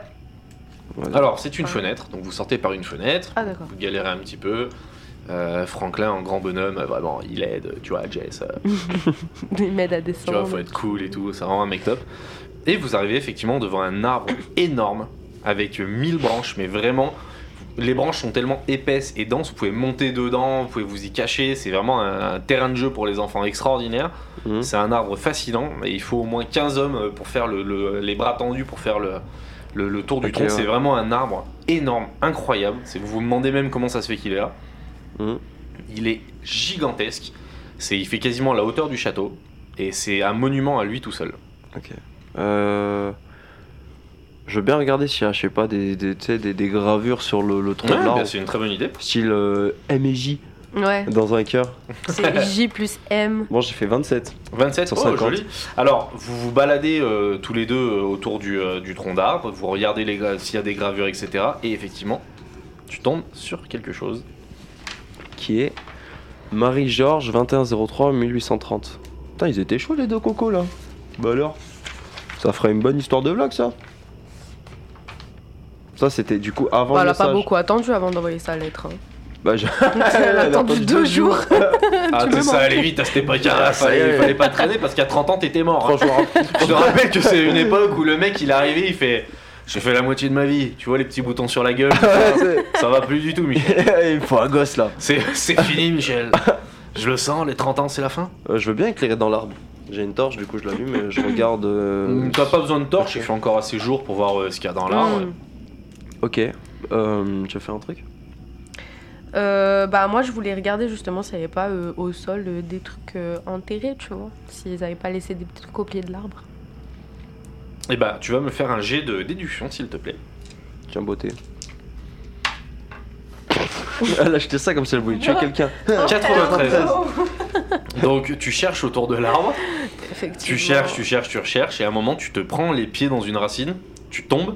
Vas-y. Alors, c'est une Pardon. fenêtre, donc vous sortez par une fenêtre. [LAUGHS] Ah, d'accord. Vous galérez un petit peu. Euh, Franklin, en grand bonhomme, euh, vraiment, il aide, tu vois, Jess. euh, Il m'aide à tu vois, descendre. faut être cool et tout, ça rend un mec top. Et vous arrivez effectivement devant un arbre énorme avec 1000 branches, mais vraiment, les branches sont tellement épaisses et denses, vous pouvez monter dedans, vous pouvez vous y cacher, c'est vraiment un, un terrain de jeu pour les enfants extraordinaire. Mhm. C'est un arbre fascinant et il faut au moins 15 hommes euh, pour faire le, le- les bras tendus pour faire le, le, le tour du Ok, tronc. ouais. C'est vraiment un arbre énorme, incroyable. C'est- Vous vous demandez même comment ça se fait qu'il est là. Mhm. Il est gigantesque. C'est, il fait quasiment la hauteur du château. Et c'est un monument à lui tout seul. Euh, Je veux bien regarder s'il y a, je sais pas, des, des, tu sais, des, des gravures sur le, le tronc Ouais, de l'arbre. bah, c'est une très bonne idée. Style euh, M et J Ouais, dans un cœur. c'est J plus M. Bon, j'ai fait 27. 27, Sur oh, 50. joli. Alors, vous vous baladez euh, tous les deux euh, autour du, euh, du tronc d'arbre, vous regardez les gra- s'il y a des gravures, etc. Et effectivement, tu tombes sur quelque chose. qui est Marie-Georges 2103 1830. Putain, ils étaient chauds les deux cocos là. Bah alors Ça ferait une bonne histoire de vlog ça. Ça c'était du coup avant Bon, Bah, elle le a pas message. beaucoup attendu avant d'envoyer sa lettre. hein. Bah, je- Elle a Elle a attendu deux jours. [LAUGHS] Ah, me t'es- ça manques. allait vite à cette [LAUGHS] époque-là, Ah, ça y fallait, est. fallait pas traîner parce qu'à 30 ans t'étais mort. hein. Franchement, Je te rappelle que c'est [LAUGHS] une époque où le mec il est arrivé, il fait J'ai fait la moitié de ma vie, tu vois les petits boutons sur la [LAUGHS] gueule, ça va plus du tout, Michel. [LAUGHS] il me faut un gosse là. C'est [LAUGHS] c'est fini, Michel. Je le sens, les 30 ans c'est la fin. Euh, je veux bien éclairer dans l'arbre. J'ai une torche, du coup je l'allume et je regarde. euh, T'as pas besoin de torche, ok. il fait encore assez jour pour voir euh, ce qu'il y a dans l'arbre. Hmm. Ok. Euh, tu as fait un truc Euh, bah moi je voulais regarder justement s'il n'y avait pas euh, au sol euh, des trucs euh, enterrés, tu vois. S'ils n'avaient pas laissé des petits trucs au pied de l'arbre. Et bah, tu vas me faire un jet de déduction, s'il te plaît. Tiens, beauté. Elle a acheté ça comme si elle voulait tuer quelqu'un. 93. Donc, tu cherches autour de l'arbre, [LAUGHS] Effectivement. tu cherches, tu cherches, tu recherches, et à un moment, tu te prends les pieds dans une racine, tu tombes,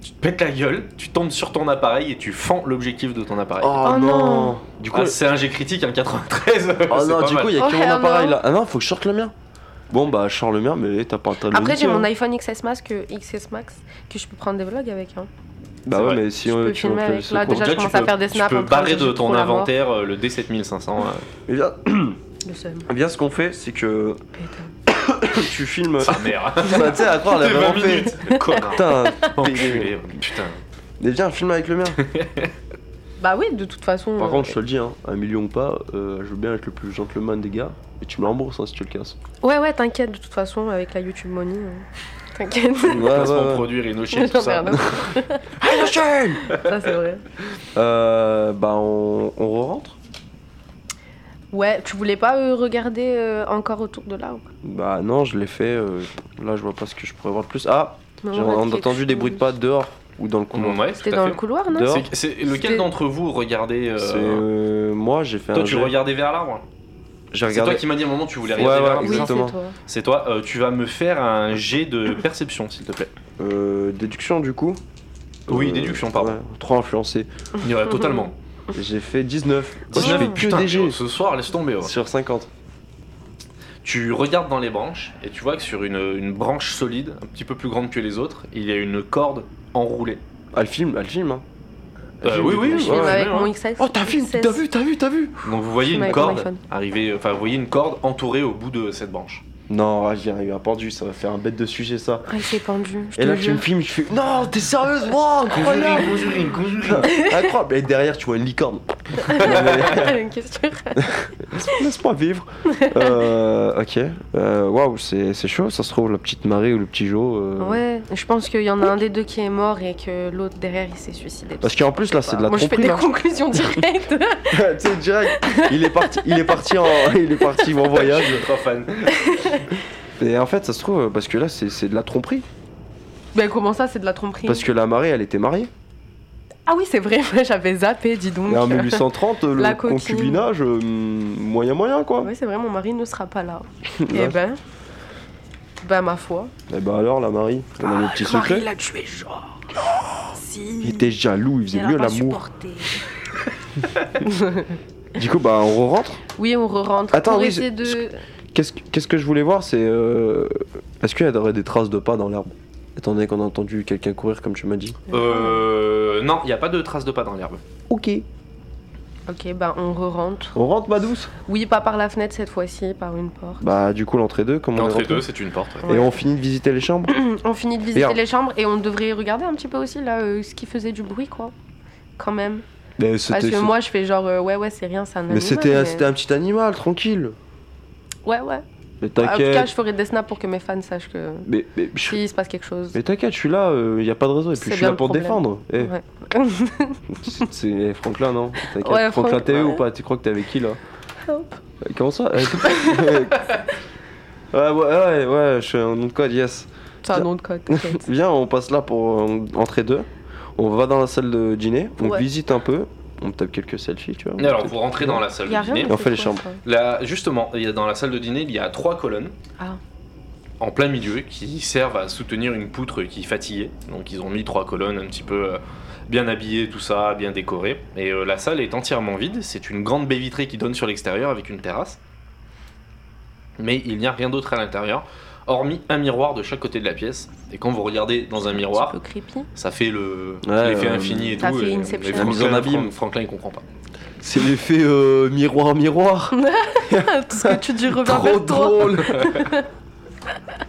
tu te pètes la gueule, tu tombes sur ton appareil et tu fends l'objectif de ton appareil. Oh, Oh, non. non Du coup, Ah, c'est un jet critique, un 93. Oh [LAUGHS] c'est non, pas du mal. coup, il y a Oh que hell mon appareil no. là. Ah non, faut que je sorte le mien. Bon, bah, je sors le mien, mais t'as pas le temps de le Après j'ai niquer, mon hein. iPhone XS Max que, XS Max que je peux prendre des vlogs avec. hein. Bah, C'est vrai. ouais, mais si Je on peux filmer avec. Là, déjà, je tu commence à peux- faire des snaps Tu peux en train de barrer de chercher ton pour la mort. inventaire euh, le D7500. euh, [LAUGHS] Eh bien, Le seum. eh bien, ce qu'on fait, c'est que [LAUGHS] Putain. tu filmes. Sa mère. [LAUGHS] bah, tu sais, à croire, elle a T'es 20 vraiment fait. minutes. [LAUGHS] Connard. Putain, pédé. [LAUGHS] Enculé. Putain. Mais viens, filme avec le mien. Bah oui, de toute façon. Par euh, contre, je te le dis, hein, un million ou pas, euh, je veux bien être le plus gentleman des gars. Et tu me rembourses hein, si tu le casses. Ouais, ouais, t'inquiète, de toute façon, avec la YouTube Money. hein. [LAUGHS] T'inquiète. Ouais, Placement ouais, ouais. produit, Rhinochet, tout J'en ai ça. rien à foutre, Ah, Allez, on chaîne ça c'est vrai. Euh, bah, on, on rentre Ouais, tu voulais pas euh, regarder euh, encore autour de l'arbre Bah, non, je l'ai fait. euh, là, je vois pas ce que je pourrais voir de plus. Ah, Non, j'ai on a quelque entendu des bruits de pas chose. dehors ou dans le couloir. Ouais, tout C'était à dans fait. le couloir, non Dehors. C'est- c'est- lequel C'était- d'entre vous regardait euh, C'est euh, moi j'ai fait Toi, un tu jet. regardais vers l'arbre J'ai C'est toi regardé. qui m'as dit à un moment tu voulais Ouais, regarder ouais, vers l'arbre. Oui, c'est ça c'est Exactement. toi. C'est toi. Euh, tu vas me faire un jet de perception, s'il te plaît. Euh, déduction du coup. Euh, Oui, déduction, pardon. trop influencé. Ouais, [LAUGHS] totalement. J'ai fait 19. Oh, je 19 fais et putain, que des jets ce soir, laisse tomber. ouais. sur 50. Tu regardes dans les branches et tu vois que sur une, une branche solide, un petit peu plus grande que les autres, il y a une corde enroulée. Ah, le film, ah, le film. Hein. Euh, Le film, oui, du oui, coup. Je oui. filme ouais, avec ouais, mon ouais. XS. Oh, t'as vu, t'as vu, t'as vu, t'as vu. Donc vous voyez Je mets une avec mon corde iPhone. arriver, enfin vous voyez une corde entourée au bout de cette branche. Non, ah, j'ai eu un pendu, ça va faire un bête de sujet ça. Ah, il s'est pendu. Je Et te là, tu me jure. filmes, je fais Non, t'es sérieuse Wow, incroyable [LAUGHS] Incroyable Et derrière, tu vois une licorne. [LAUGHS] Non, mais- [LAUGHS] Une question. Laisse-moi vivre. [LAUGHS] Euh, ok. Euh, Waouh, c'est c'est chaud. Ça se trouve, la petite Marie ou le petit Joe. euh, Ouais, je pense qu'il y en a un des deux qui est mort et que l'autre derrière il s'est suicidé. Parce qu'en plus, là, c'est de la Moi je fais tromperie. hein. des là. conclusions directes. [LAUGHS] tu sais, direct. Il est parti, il est parti en, [LAUGHS] il est parti en voyage. Trop [LAUGHS] fan. Et en fait, ça se trouve, parce que là, c'est c'est de la tromperie. Mais Ben, comment ça, c'est de la tromperie Parce que la marée, elle était mariée. Ah oui, c'est vrai, moi, j'avais zappé, dis donc. euh, Et en [LAUGHS] 1830, le La coquine. concubinage, euh, moyen moyen quoi. Oui, c'est vrai, mon mari ne sera [LAUGHS] pas là. Eh Ouais. ben. Ben, ma foi. Et bah alors, la Marie, on Ah, a nos petits secrets. l'a tué, genre. Si. Oh. Il était jaloux, il faisait mieux l'amour. [LAUGHS] [LAUGHS] Du coup, bah, on re rentre. Oui, on re-rentre. Attends, pour oui, essayer c'est- de. Qu'est-ce que- qu'est-ce que je voulais voir, c'est euh, Est-ce qu'il y aurait des traces de pas dans l'herbe Étant donné qu'on a entendu quelqu'un courir, comme tu m'as dit. Euh. Non, il n'y a pas de traces de pas dans l'herbe. Ok. Ok, bah on re-rentre. On rentre, ma douce Oui, pas par la fenêtre cette fois-ci, par une porte. Bah, du coup, l'entrée 2, comment on est L'entrée rentré 2, c'est une porte. ouais. Et on finit de visiter les chambres [CLEARS THROAT] On finit de visiter Regarde. les chambres et on devrait regarder un petit peu aussi là euh, ce qui faisait du bruit, quoi. Quand même. Mais Parce c'était que moi, je fais genre, euh, ouais, ouais, c'est rien, c'est un mais animal, c'était un, mais- c'était un petit animal, tranquille. Ouais, ouais. Mais Bah, En tout cas, t'inquiète. je ferai des snaps pour que mes fans sachent que Mais, mais, je- s'il se passe quelque chose. mais t'inquiète, je suis là, il y a pas de raison. Et C'est puis je suis bien là le pour te problème. défendre. Eh, Ouais. c'est- [LAUGHS] C'est eh, Franklin, non T'inquiète. Ouais, Franklin, Franck, t'es ouais. où ou pas Tu crois que t'es avec qui là Help. Euh, Comment ça [LAUGHS] Euh, Ouais, ouais, ouais, ouais, je suis un nom de code, yes. [LAUGHS] C'est un nom [LAUGHS] de code, t'inquiète. Viens, on passe là pour euh, entrer deux. On va dans la salle de dîner, on Ouais. visite un peu, on tape quelques selfies, tu vois. Et alors, vous rentrez dans la salle Il y a de rien. dîner. mais On c'est fait les quoi, chambres. ça Là, justement, il y a- dans la salle de dîner, il y a trois colonnes. Ah. En plein milieu, qui servent à soutenir une poutre qui fatiguait. Donc, ils ont mis trois colonnes un petit peu euh, bien habillées, tout ça, bien décorées. Et euh, la salle est entièrement vide. C'est une grande baie vitrée qui donne sur l'extérieur avec une terrasse. Mais il n'y a rien d'autre à l'intérieur, hormis un miroir de chaque côté de la pièce. Et quand vous regardez dans un miroir, Un petit peu [LAUGHS] creepy. ça fait le Ouais, l'effet euh, infini et ça tout. fait et- Inception. et La mise en Franklin- abîme. Franklin, il comprend pas. [LAUGHS] [LAUGHS] C'est l'effet euh, miroir [LAUGHS] miroir. Tout ce que tu dis revient trop vers toi. [LAUGHS] drôle.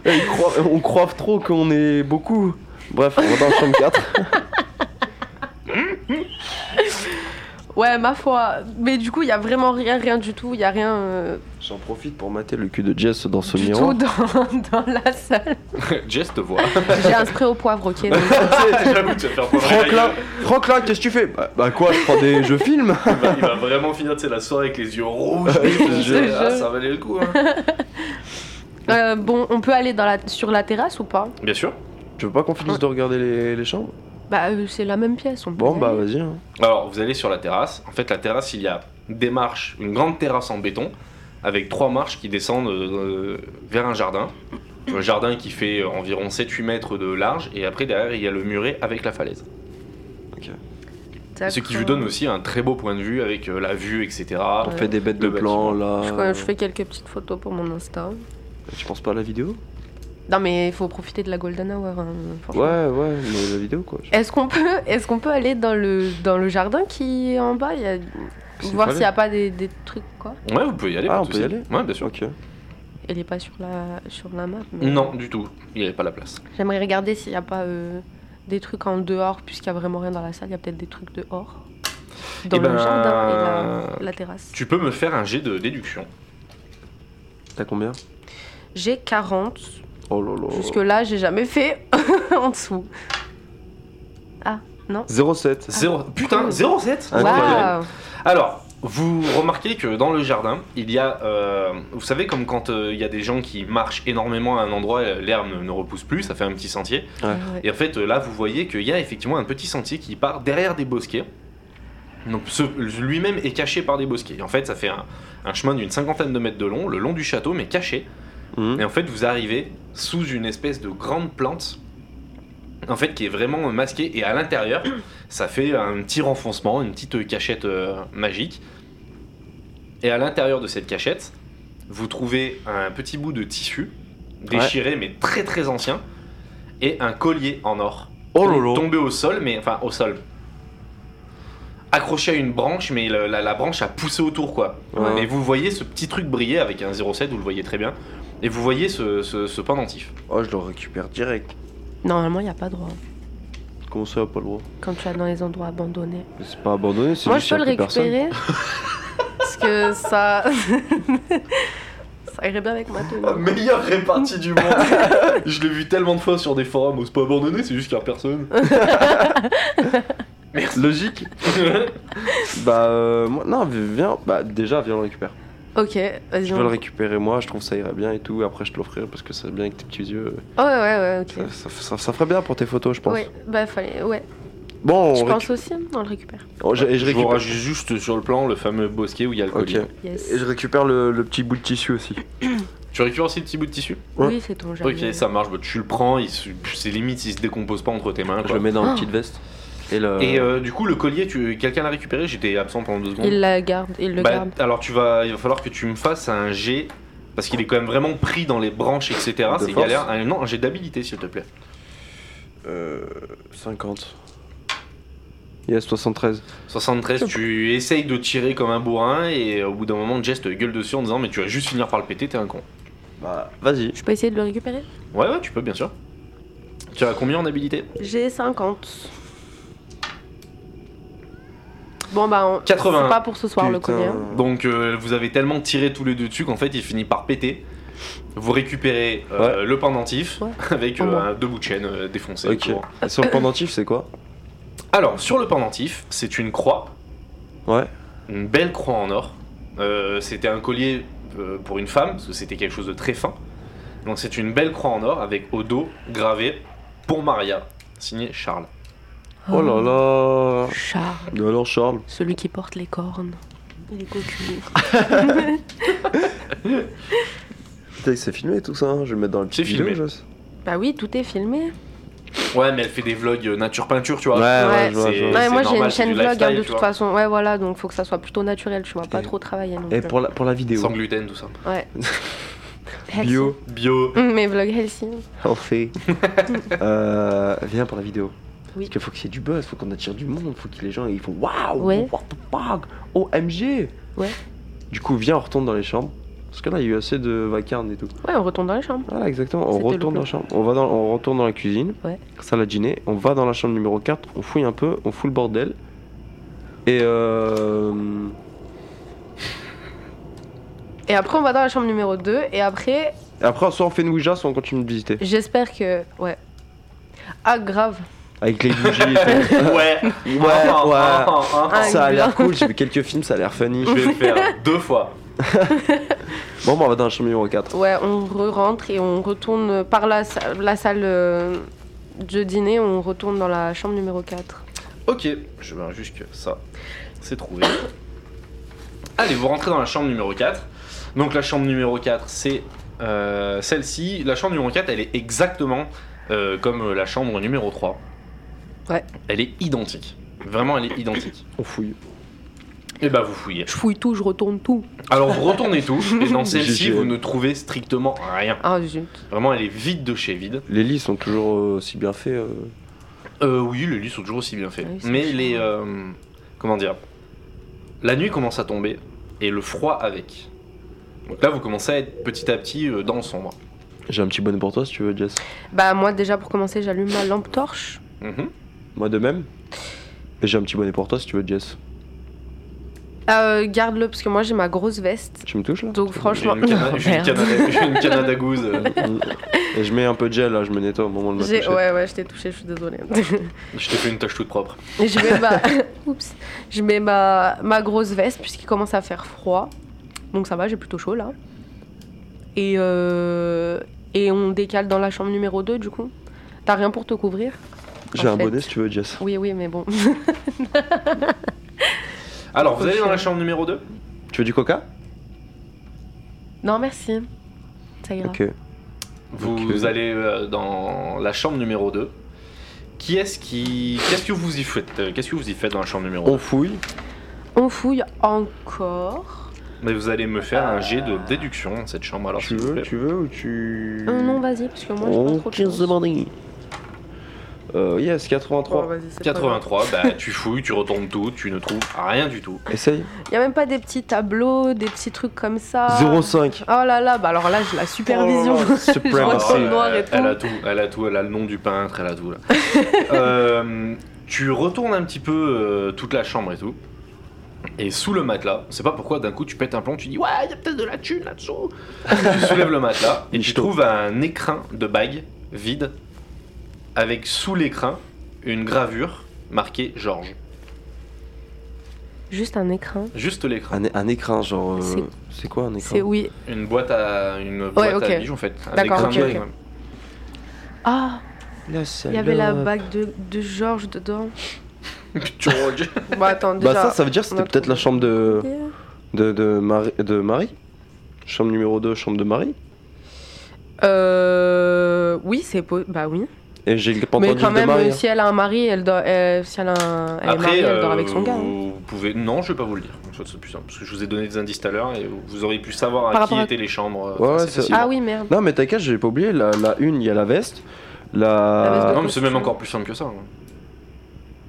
Eh, ils croient- on croit trop qu'on est beaucoup. Bref, on va dans la chambre 4. Ouais, ma foi. Mais du coup, il y a vraiment rien, rien du tout. Il y a rien euh, J'en profite pour mater le cul de Jess dans ce du miroir. tout [LAUGHS] dans, [LAUGHS] dans la salle. Jess te voit. J'ai un spray au poivre, ok. donc- J'avoue, tu vas faire prendre euh, la Franklin, gueule. Franklin, qu'est-ce que tu fais bah, bah quoi, je prends [LAUGHS] des jeux films Il va, il va vraiment finir tu sais, la soirée avec les yeux rouges. Ouais, Ah, je- ça valait le coup. hein. Euh, bon, on peut aller dans la, sur la terrasse ou pas Bien sûr. Tu veux pas qu'on finisse de regarder les, les chambres Bah, euh, c'est la même pièce. On peut Bon y bah aller. vas-y. hein. Alors, vous allez sur la terrasse. En fait, la terrasse, il y a des marches, une grande terrasse en béton, avec trois marches qui descendent euh, vers un jardin. Un jardin qui fait euh, environ 7-8 mètres de large, et après, derrière, il y a le muret avec la falaise. Ce qui vous donne aussi un très beau point de vue avec euh, la vue, etc. On Ouais. fait des bêtes de Le plans là. Je, je fais quelques petites photos pour mon Insta. Tu penses pas à la vidéo Non, mais il faut profiter de la Golden Hour. hein, franchement. Ouais ouais, mais la vidéo quoi. Est-ce qu'on peut, est qu'on peut aller dans le, dans le jardin qui est en bas Il y a- C'est Voir pas s'il n'y a pas des, des trucs, quoi. Ouais, vous pouvez y aller. Ah, pas on de peut y souci. aller Ouais, bien sûr. Ok. Elle est pas sur la, sur la map. mais- Non, du tout. Il n'y avait pas la place. J'aimerais regarder s'il n'y a pas euh, des trucs en dehors, puisqu'il n'y a vraiment rien dans la salle. Il y a peut-être des trucs dehors. Dans Eh le ben, jardin et la, la terrasse. Tu peux me faire un jet de déduction. Ah. T'as combien J'ai 40. Oh là là. Jusque-là, j'ai jamais fait [LAUGHS] en dessous. Ah, non. 07. Zéro... Putain, 0,7 Incroyable. Waouh. Alors, vous remarquez que dans le jardin, il y a. euh, vous savez, comme quand euh, il y a des gens qui marchent énormément à un endroit, euh, l'herbe ne, ne repousse plus, ça fait un petit sentier. Ouais. Et en fait, euh, là, vous voyez qu'il y a effectivement un petit sentier qui part derrière des bosquets. Donc, ce- lui-même est caché par des bosquets. Et en fait, ça fait un, un chemin d'une cinquantaine de mètres de long, le long du château, mais caché. Mhm. Et en fait, vous arrivez sous une espèce de grande plante, en fait, qui est vraiment masquée. Et à l'intérieur, [CLEARS THROAT] ça fait un petit renfoncement, une petite cachette euh, magique. Et à l'intérieur de cette cachette, vous trouvez un petit bout de tissu déchiré, mais très très ancien, et un collier en or Oh là là. tombé au sol, mais enfin au sol. Accroché à une branche, mais le- la, la branche a poussé autour quoi. Ouais. Et vous voyez ce petit truc briller avec un 07, vous le voyez très bien. Et vous voyez ce, ce- ce pendentif. Oh je le récupère direct. Normalement, il n'y a pas droit Comment ça pas le droit quand tu vas dans les endroits abandonnés. Mais C'est pas abandonné, c'est Moi, juste je peux le qu'il y a plus personne. récupérer [LAUGHS] parce que ça. [LAUGHS] ça irait bien avec ma tenue. meilleure répartie du monde [LAUGHS] Je l'ai vu tellement de fois sur des forums, oh, c'est pas abandonné, c'est juste qu'il y a personne. Merci. Logique. [LAUGHS] bah euh, moi, non, viens. Bah déjà viens on le récupère. Ok, vas-y. Je on- veux le récupérer moi, je trouve ça irait bien et tout. Après, je te l'offrirai parce que c'est bien avec tes petits yeux. Oh, ouais, ouais, ouais, ok. Ça, ça- ça- ça ferait bien pour tes photos, je pense. Ouais, bah fallait. Ouais, Bon, on je récu- pense aussi, on le récupère. oh, je- et je Je vous récupère. rajoute juste sur le plan le fameux bosquet où il y a le Ok. collier. Yes. Et je récupère le, le petit bout de tissu aussi. Tu récupères aussi le petit bout de tissu Oui, c'est ton jardin. Ok, ça marche, bah, tu le prends, il se- c'est limite, il se décompose pas entre tes mains. Je quoi. le mets dans Ah. une petite veste. Et le. Et euh, du coup, le collier, tu... quelqu'un l'a récupéré J'étais absent pendant deux secondes. Il la garde, il le Bah, garde. alors tu vas, il va falloir que tu me fasses un jet Parce qu'il est quand même vraiment pris dans les branches, etc. De C'est force. galère. Ah, non, un jet d'habilité, s'il te plaît. Euh, 50. Yes, 73. 73, tu essayes de tirer comme un bourrin et au bout d'un moment, Jess te gueule dessus en disant Mais tu vas juste finir par le péter, t'es un con. Bah, vas-y. Je peux essayer de le récupérer Ouais, ouais, tu peux, bien sûr. Tu as combien en habilité J'ai 50. Bon, bah, on... 80. c'est pas pour ce soir le Putain. collier. hein. Donc euh, vous avez tellement tiré tous les deux dessus qu'en fait il finit par péter. Vous récupérez euh, le pendentif Ouais. [LAUGHS] avec En euh, bas. un- deux bouts de chaîne euh, défoncés. Ok. autour. Euh, Sur le pendentif, c'est quoi Alors sur le pendentif, c'est une croix, Ouais. une belle croix en or. Euh, c'était un collier euh, pour une femme parce que c'était quelque chose de très fin. Donc c'est une belle croix en or avec au dos gravé pour Maria, signé Charles. Oh là là Charles, Et alors, Charles Oh, celui qui porte les cornes. Il est cocu. Putain, c'est filmé tout ça, hein je vais le mettre dans le C'est petit vidéo, filmé. Joss. Bah oui, tout est filmé. Ouais, mais elle fait des vlogs euh, nature peinture, tu vois. Ouais, ouais, Ouais, je vois, je c'est- vois. Ouais, moi j'ai normal, une c'est chaîne du vlog hein, lifestyle, de tu toute vois. façon. Ouais, voilà, donc faut que ça soit plutôt naturel, tu vois, pas Et- trop travailler. non Et plus. pour la, pour la vidéo, Sans gluten, tout ça. Ouais. Healthy. [LAUGHS] bio, Bio. Mm, Mes vlogs healthy. on [LAUGHS] fait. euh, viens pour la vidéo. Oui. Parce qu'il faut qu'il y ait du buzz, faut qu'on attire du monde, faut que les gens ils font waouh, Ouais. what the fuck, OMG. Ouais. Du coup, viens, on retourne dans les chambres. Parce que là, il y a eu assez de vacarnes et tout. Ouais, on retourne dans les chambres. Voilà, exactement. On C'était le retourne dans plan. la chambre. On, va dans, on retourne dans la cuisine, Ouais. salle à dîner. On va dans la chambre numéro 4, on fouille un peu, on fout le bordel. Et euh. Et après, on va dans la chambre numéro 2. Et après, Après, soit on fait une Ouija, soit on continue de visiter. j'espère que. Ouais. Ah, grave. Avec les bougies [LAUGHS] et tout. [LAUGHS] Ouais. [LAUGHS] Ouais, Ah, ouais. ah, ah, ah, ah. Ah, Ça a il l'air vient. cool, j'ai vu quelques films, ça a l'air funny. Je vais le faire deux fois. Bon, bah, on va dans la chambre numéro 4. Ouais, on re-rentre et on retourne par la, sa- la salle euh, de dîner. On retourne dans la chambre numéro 4. Ok, je vais juste que ça, c'est trouvé. Allez, vous rentrez dans la chambre numéro 4. Donc la chambre numéro 4, c'est euh, celle-ci. La chambre numéro 4, elle est exactement euh, comme la chambre numéro 3. Ouais. Elle est identique. Vraiment, elle est identique. On fouille. Et bah vous fouillez. Je fouille tout, je retourne tout. Alors vous retournez tout, et dans celle-ci, GG. vous ne trouvez strictement rien. Ah, zut. Vraiment, elle est vide de chez vide. Les lits sont toujours euh, aussi bien faits. euh. Euh, oui, les lits sont toujours aussi bien faits. Ah oui, c'est Mais chiant. les. euh, comment dire La nuit commence à tomber et le froid avec. Donc là, vous commencez à être petit à petit euh, dans le sombre. J'ai un petit bonnet pour toi si tu veux, Jess. Bah, moi, déjà, pour commencer, j'allume ma lampe torche. Mhm. Moi de même. Et j'ai un petit bonnet pour toi si tu veux, Jess. Euh, Garde-le, parce que moi, j'ai ma grosse veste. Tu me touches [LAUGHS] là Donc, franchement. J'ai une, [LAUGHS] cana- j'ai une merde. cana- j'ai une Canada Goose. [LAUGHS] euh, Et je mets un peu de gel là, je me nettoie au moment de ma J'ai- touchette. Ouais, ouais, je t'ai touché, je suis désolée. Je t'ai fait une tâche toute propre. Et je mets ma, [LAUGHS] Oups. Je mets ma... ma grosse veste puisqu'il commence à faire froid. Donc ça va, j'ai plutôt chaud là. Et, euh, Et on décale dans la chambre numéro 2 du coup. T'as rien pour te couvrir J'ai en un fait. bonnet si tu veux, Jess. Oui, oui, mais bon. [LAUGHS] Alors, vous Oh, allez dans la chien. chambre numéro 2 Tu veux du coca non, merci. Ça ira. Ok. Vous Ok. allez euh, dans la chambre numéro 2. Qui est-ce qui. Qu'est-ce que vous y faites euh, Qu'est-ce que vous y faites dans la chambre numéro 2 On fouille. On fouille encore. Mais vous allez me faire un jet de déduction dans cette chambre. Alors, tu s'il vous veux, plaît. tu veux ou tu. Euh, non, vas-y, parce que moi j'ai pas On trop de quinze de chance. bonnet. Euh, yes, Oh, 83. vas-y, c'est pas grave. 83, bah tu fouilles, tu retournes tout, tu ne trouves rien du tout. Essaye. Y a même pas des petits tableaux, des petits trucs comme ça. 05. Oh là là, bah alors là j'ai la supervision. Oh, [LAUGHS] Alors, Retourne elle, Supremacy. noir et Ah, elle- tout. elle a tout, elle a tout, elle a le nom du peintre, elle a [LAUGHS] tout là. Euh, tu retournes un petit peu euh, toute la chambre et tout. Et sous le matelas, c'est pas pourquoi d'un coup tu pètes un plomb, tu dis ouais, il y a peut-être de la thune là-dessous. tu soulèves le matelas et tu Michto. trouves un écrin de bague vide avec sous l'écrin une gravure marquée Georges. Juste un écran. Juste l'écrin. Un, un écran, genre. euh, C'est- C'est quoi un écran C'est oui. Une boîte à une boîte ok. à bijoux en fait. Un D'accord, écrin ok, de ok. bague. Ah, La Il y avait la salope. bague de, de Georges dedans. Georges. Bon, attends, Bah déjà. ça, ça veut dire que on c'était a peut-être la trouvé. chambre de de, de, Marie, de Marie. Chambre numéro 2, chambre de Marie. Euh. Oui, c'est. po- Bah oui. Et j'ai le Mais pantalon quand de même, Marie. euh, si elle a un mari, elle dort. euh, si elle, a un- elle est mariée, elle dort avec son euh, gars. hein. Vous pouvez. Non, je vais pas vous le dire. Comme ça, c'est plus simple. Parce que je vous ai donné des indices tout à l'heure et vous auriez pu savoir Par à qui rapport à- étaient les chambres. Ouais, Enfin, ouais, c'est c'est- facile. Ah oui, merde. Non, mais t'inquiète, j'ai pas oublié. La, la une, il y a la veste. La veste La. de- Non, mais c'est même encore plus simple que ça. hein.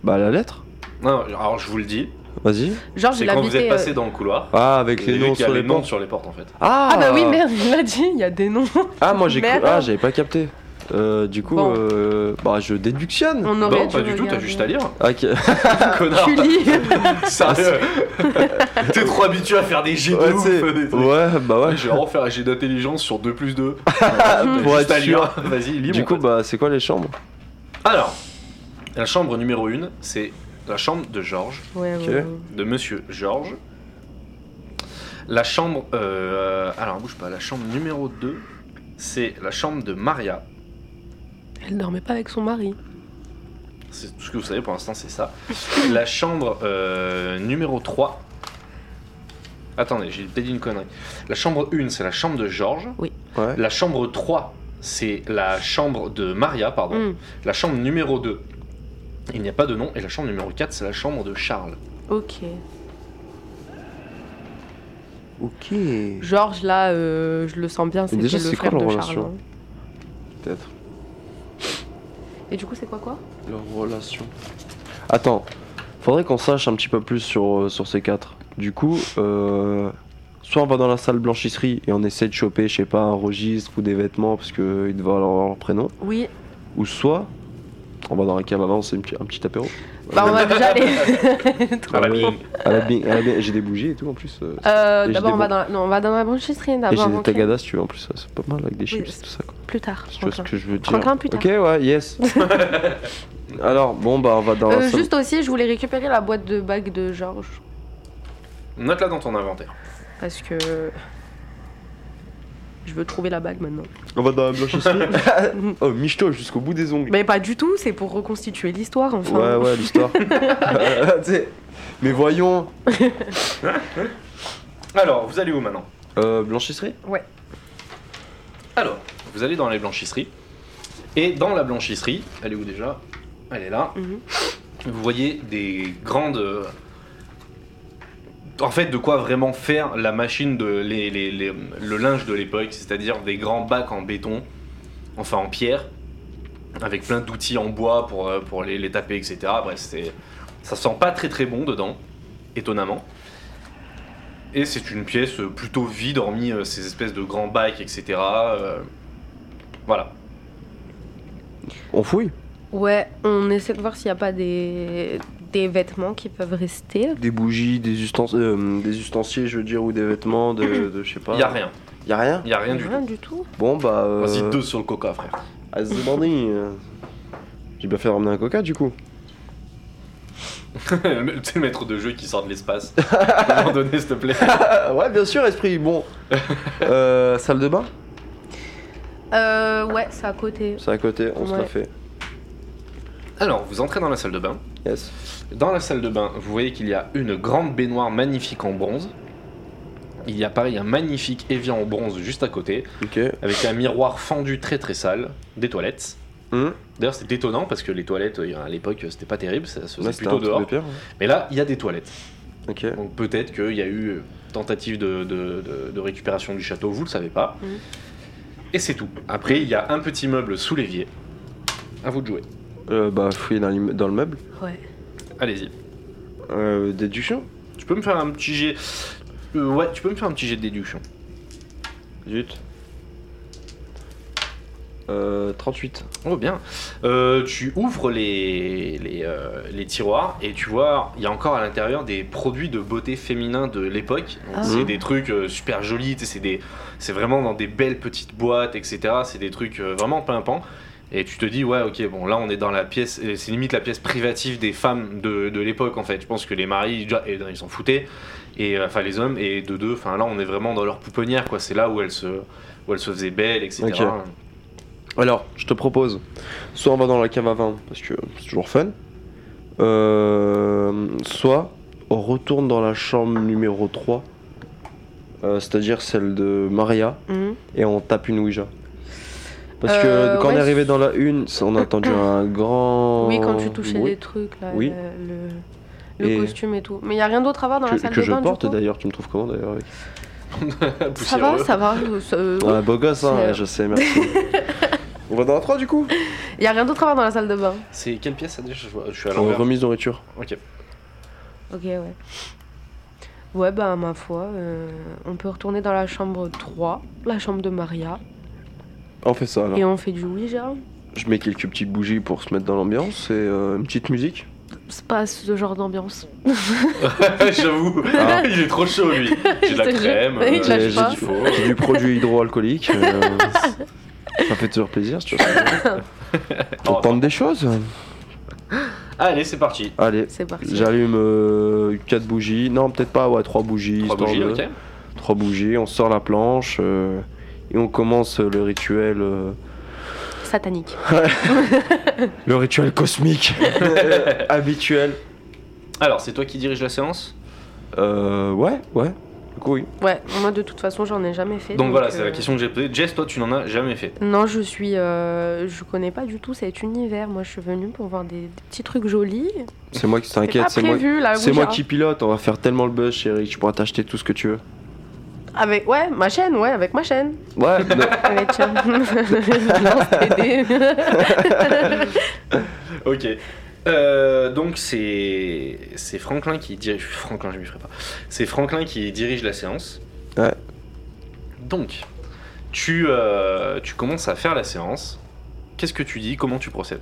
Bah, la lettre. Non, alors je vous le dis, Vas-y. Genre, c'est j'ai quand vous êtes l'habité. passé dans le couloir. Ah, avec vous avez les vu noms qu'il y a sur les les noms portes. sur les portes en fait. Ah bah oui, merde, il l'a dit, il y a des noms. Ah, moi j'ai cru. Merde. Ah, j'avais pas capté. Euh, du coup, Bon. Mm. euh, bah, je déductionne. On aurait Non, dû pas du tout, t'as regarder. juste [LAUGHS] à lire. [LAUGHS] Ah, ok. Connard, Tu lis [LAUGHS] [LAUGHS] sérieux. T'es trop habitué à faire des jets de Ouais, ouf. t'sais, des trucs. ouais, bah ouais. Ouais, je vais vraiment faire un jet d'intelligence sur 2 plus [LAUGHS] 2. Pour être sûr. Vas-y, lis Du mon coup, pote. bah, c'est quoi les chambres Alors, la chambre numéro 1, c'est la chambre de Georges, Ouais, ouais, Ok. ouais. de monsieur Georges. La chambre. euh, alors, bouge pas. La chambre numéro 2, c'est la chambre de Maria. Elle dormait pas avec son mari. C'est tout ce que vous savez pour l'instant, c'est ça. La chambre euh, numéro 3. Attendez, j'ai peut-être dit une connerie. La chambre 1, c'est la chambre de Georges. Ouais. La chambre 3, c'est la chambre de Maria, pardon. Hmm. La chambre numéro 2, il n'y a pas de nom. Et la chambre numéro 4, c'est la chambre de Charles. Ok. Ok. Georges, là, euh, je le sens bien, c'était déjà, le c'est quoi frère de leur Charles. relation hein. Peut-être. Et du coup, c'est quoi quoi Leur relation. Attends, faudrait qu'on sache un petit peu plus sur, euh, sur ces quatre. Du coup, euh, soit on va dans la salle blanchisserie et on essaie de choper, je sais pas, un registre ou des vêtements parce qu'ils doivent avoir leur prénom. Oui, Ou soit on va dans la cave avant, c'est une petit- un petit apéro. bah on va déjà [LAUGHS] aller. Ah, la Ouais. bing. À la bing- à la bing- J'ai des bougies et tout en plus. euh, Euh, Et j'ai d'abord, des on va bons. dans la... non, on va dans la blanchisserie et d'abord. j'ai des avant que- tagadas si tu veux en plus, ça, c'est pas mal avec des chips Oui. et tout ça. quoi. Plus tard. Tu vois ce Franklin. que je veux dire. Franklin, plus tard. ok, [LAUGHS] ouais, yes. Alors, bon, bah on va dans Euh, la salle. juste aussi, je voulais récupérer la boîte de bagues de Georges Note-la dans ton inventaire. parce que je veux trouver la bague maintenant. On va dans la blanchisserie. [LAUGHS] oh, michto jusqu'au bout des ongles. Mais pas du tout, c'est pour reconstituer l'histoire enfin. Ouais, ouais, [LAUGHS] l'histoire. Euh, Tu sais, Mais voyons. Alors, vous allez où maintenant Euh, blanchisserie Alors, vous allez dans les blanchisseries. Et dans la blanchisserie, elle est où déjà Elle est là. Mhm. Vous voyez des grandes. euh, En fait, de quoi vraiment faire la machine de les- les- les- le linge de l'époque, c'est-à-dire des grands bacs en béton, enfin en pierre, avec plein d'outils en bois pour, euh, pour les, les taper, etc. Bref, c'est- ça sent pas très très bon dedans, étonnamment. Et c'est une pièce euh, plutôt vide, hormis euh, ces espèces de grands bacs, etc. euh, voilà. On fouille. Ouais, on essaie de voir s'il n'y a pas des... des vêtements qui peuvent rester. Des bougies, des, ustens- euh, des ustensiles, je veux dire, ou des vêtements, de, de- je sais pas. Il y a rien. Y a rien Il y a rien du tout. Rien du tout. Bon, bah. Euh... Vas-y, deux sur le coca, frère. à se demander, euh, J'ai bien fait de ramener un coca du coup. [LAUGHS] Le tu sais, maître de jeu qui sort de l'espace. [LAUGHS] Abandonné, s'il te plaît. Ah, [LAUGHS] ouais, bien sûr, [LAUGHS] esprit. Bon. Euh, salle de bain Euh, ouais, c'est à côté. C'est à côté, on se la Ouais. fait. Alors, vous entrez dans la salle de bain. Yes. Dans la salle de bain, vous voyez qu'il y a une grande baignoire magnifique en bronze. Il y a pareil un magnifique évier en bronze juste à côté, Ok. avec un miroir fendu très très sale, des toilettes. Hum, D'ailleurs, c'est étonnant parce que les toilettes euh, à l'époque c'était pas terrible, ça se faisait là, c'était plutôt un truc de dehors. pire. Mais là, il y a des toilettes. Ok. Donc peut-être qu'il y a eu euh, tentative de, de- de- de récupération du château, vous le savez pas. Mhm. Et c'est tout. Après, il y a un petit meuble sous l'évier. À vous de jouer. Euh, bah, fouiller dans, l'imme- dans le meuble. Ouais. Allez-y. Euh, déduction Tu peux me faire un petit jet. euh, ouais, tu peux me faire un petit jet de déduction. Zut. Euh, 38. Oh bien. Euh, tu ouvres les, les, euh, les tiroirs et tu vois, il y a encore à l'intérieur des produits de beauté féminin de l'époque. Donc, Ah. C'est Mhm. des trucs euh, super jolis, tu sais, c'est des- c'est vraiment dans des belles petites boîtes, etc. C'est des trucs euh, vraiment pimpants. Et tu te dis, ouais, ok, bon, là on est dans la pièce, et c'est limite la pièce privative des femmes de, de l'époque en fait. Je pense que les maris, déjà, eh, ils s'en foutaient, et, euh, enfin les hommes, et de deux, enfin là on est vraiment dans leur pouponnière, quoi. C'est là où elles se, où elles se faisaient belles, etc. Ok. [LAUGHS] Alors, je te propose, soit on va dans la cave à vin, parce que c'est toujours fun, euh, soit on retourne dans la chambre numéro 3, euh, c'est-à-dire celle de Maria, Mhm. et on tape une Ouija. Parce Euh, que quand on ouais. est arrivé dans la une, on a [COUGHS] entendu un grand. Oui, quand tu touchais bruit des trucs, là, Euh, Oui. euh, le, le Et- costume et tout. Mais il n'y a rien d'autre à voir dans que, la salle que de je bain, porte du coup d'ailleurs. Tu me trouves comment d'ailleurs avec Ça va, ça va. euh, Ouais, beau gosse, hein, C'est- ouais, je sais, [LAUGHS] merci. on va dans la 3 du coup Il n'y a rien d'autre à voir dans la salle de bain. C'est quelle pièce ça déjà Je vois- je suis à Euh, l'envers. Remise de nourriture. [LAUGHS] Ok. [LAUGHS] Ok, ouais. Ouais, bah, ma foi, euh, on peut retourner dans la chambre 3, la chambre de Maria, On fait ça alors. et on fait du Ouija. Je mets quelques petites bougies pour se mettre dans l'ambiance et euh, une petite [LAUGHS] musique. C'est pas ce genre d'ambiance. J'avoue, Ah. il est trop chaud lui. J'ai de la Je te jure. crème, Oui, euh, il j'ai lâche du pas. faux. J'ai du produit hydroalcoolique. [LAUGHS] euh, ça fait toujours plaisir, tu vois. On tente des choses. Allez, c'est parti. Allez, C'est parti. j'allume 4 bougies. Non, peut-être pas, ouais, 3 bougies. Trois histoire bougies, de- ok. trois bougies, on sort la planche euh, et on commence le rituel. euh, Satanique. le rituel cosmique euh, [LAUGHS] habituel. Alors, c'est toi qui dirige la séance Euh, ouais, ouais. Du coup, oui. Ouais, moi, de toute façon, j'en ai jamais fait. Donc, voilà, c'est euh, la question que j'ai posée. Jess, toi, tu n'en as jamais [LAUGHS] fait. Non, je suis. euh, je connais pas du tout cet univers. Moi, je suis venue pour voir des, des petits trucs jolis. C'est moi qui C'est pas t'inquiète, c'est moi. prévu, hein. là, C'est moi Ouija. qui pilote, on va faire tellement le buzz, chérie, que tu pourras t'acheter tout ce que tu veux. Avec, ouais, ma chaîne, ouais, avec ma chaîne. Ouais, [LAUGHS] non, Avec, [LAUGHS] tiens. Lance tes dés. Ok. Euh, donc c'est c'est Franklin qui dirige Franklin je m'y ferai pas c'est Franklin qui dirige la séance Ouais. donc tu euh, tu commences à faire la séance qu'est-ce que tu dis comment tu procèdes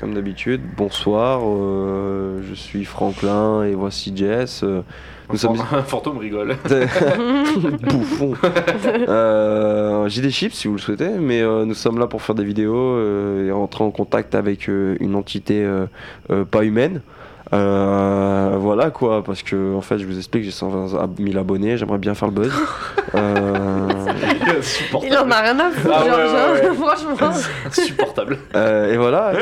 comme d'habitude, bonsoir, euh, je suis Franklin et voici Jess. euh, un, nous sommes fan- [LAUGHS] un fantôme [LAUGHS] rigole bouffon. Euh, J'ai des chips si vous le souhaitez, mais euh, nous sommes là pour faire des vidéos euh, et rentrer en contact avec euh, une entité euh, euh, pas humaine. Euh, voilà quoi, parce que en fait, je vous explique, j'ai 120 ab- 1000 abonnés, j'aimerais bien faire le buzz. Euh, Il en insupportable a rien à foutre, Ah ouais, genre, ouais, genre, ouais. [LAUGHS] franchement. insupportable euh, et voilà.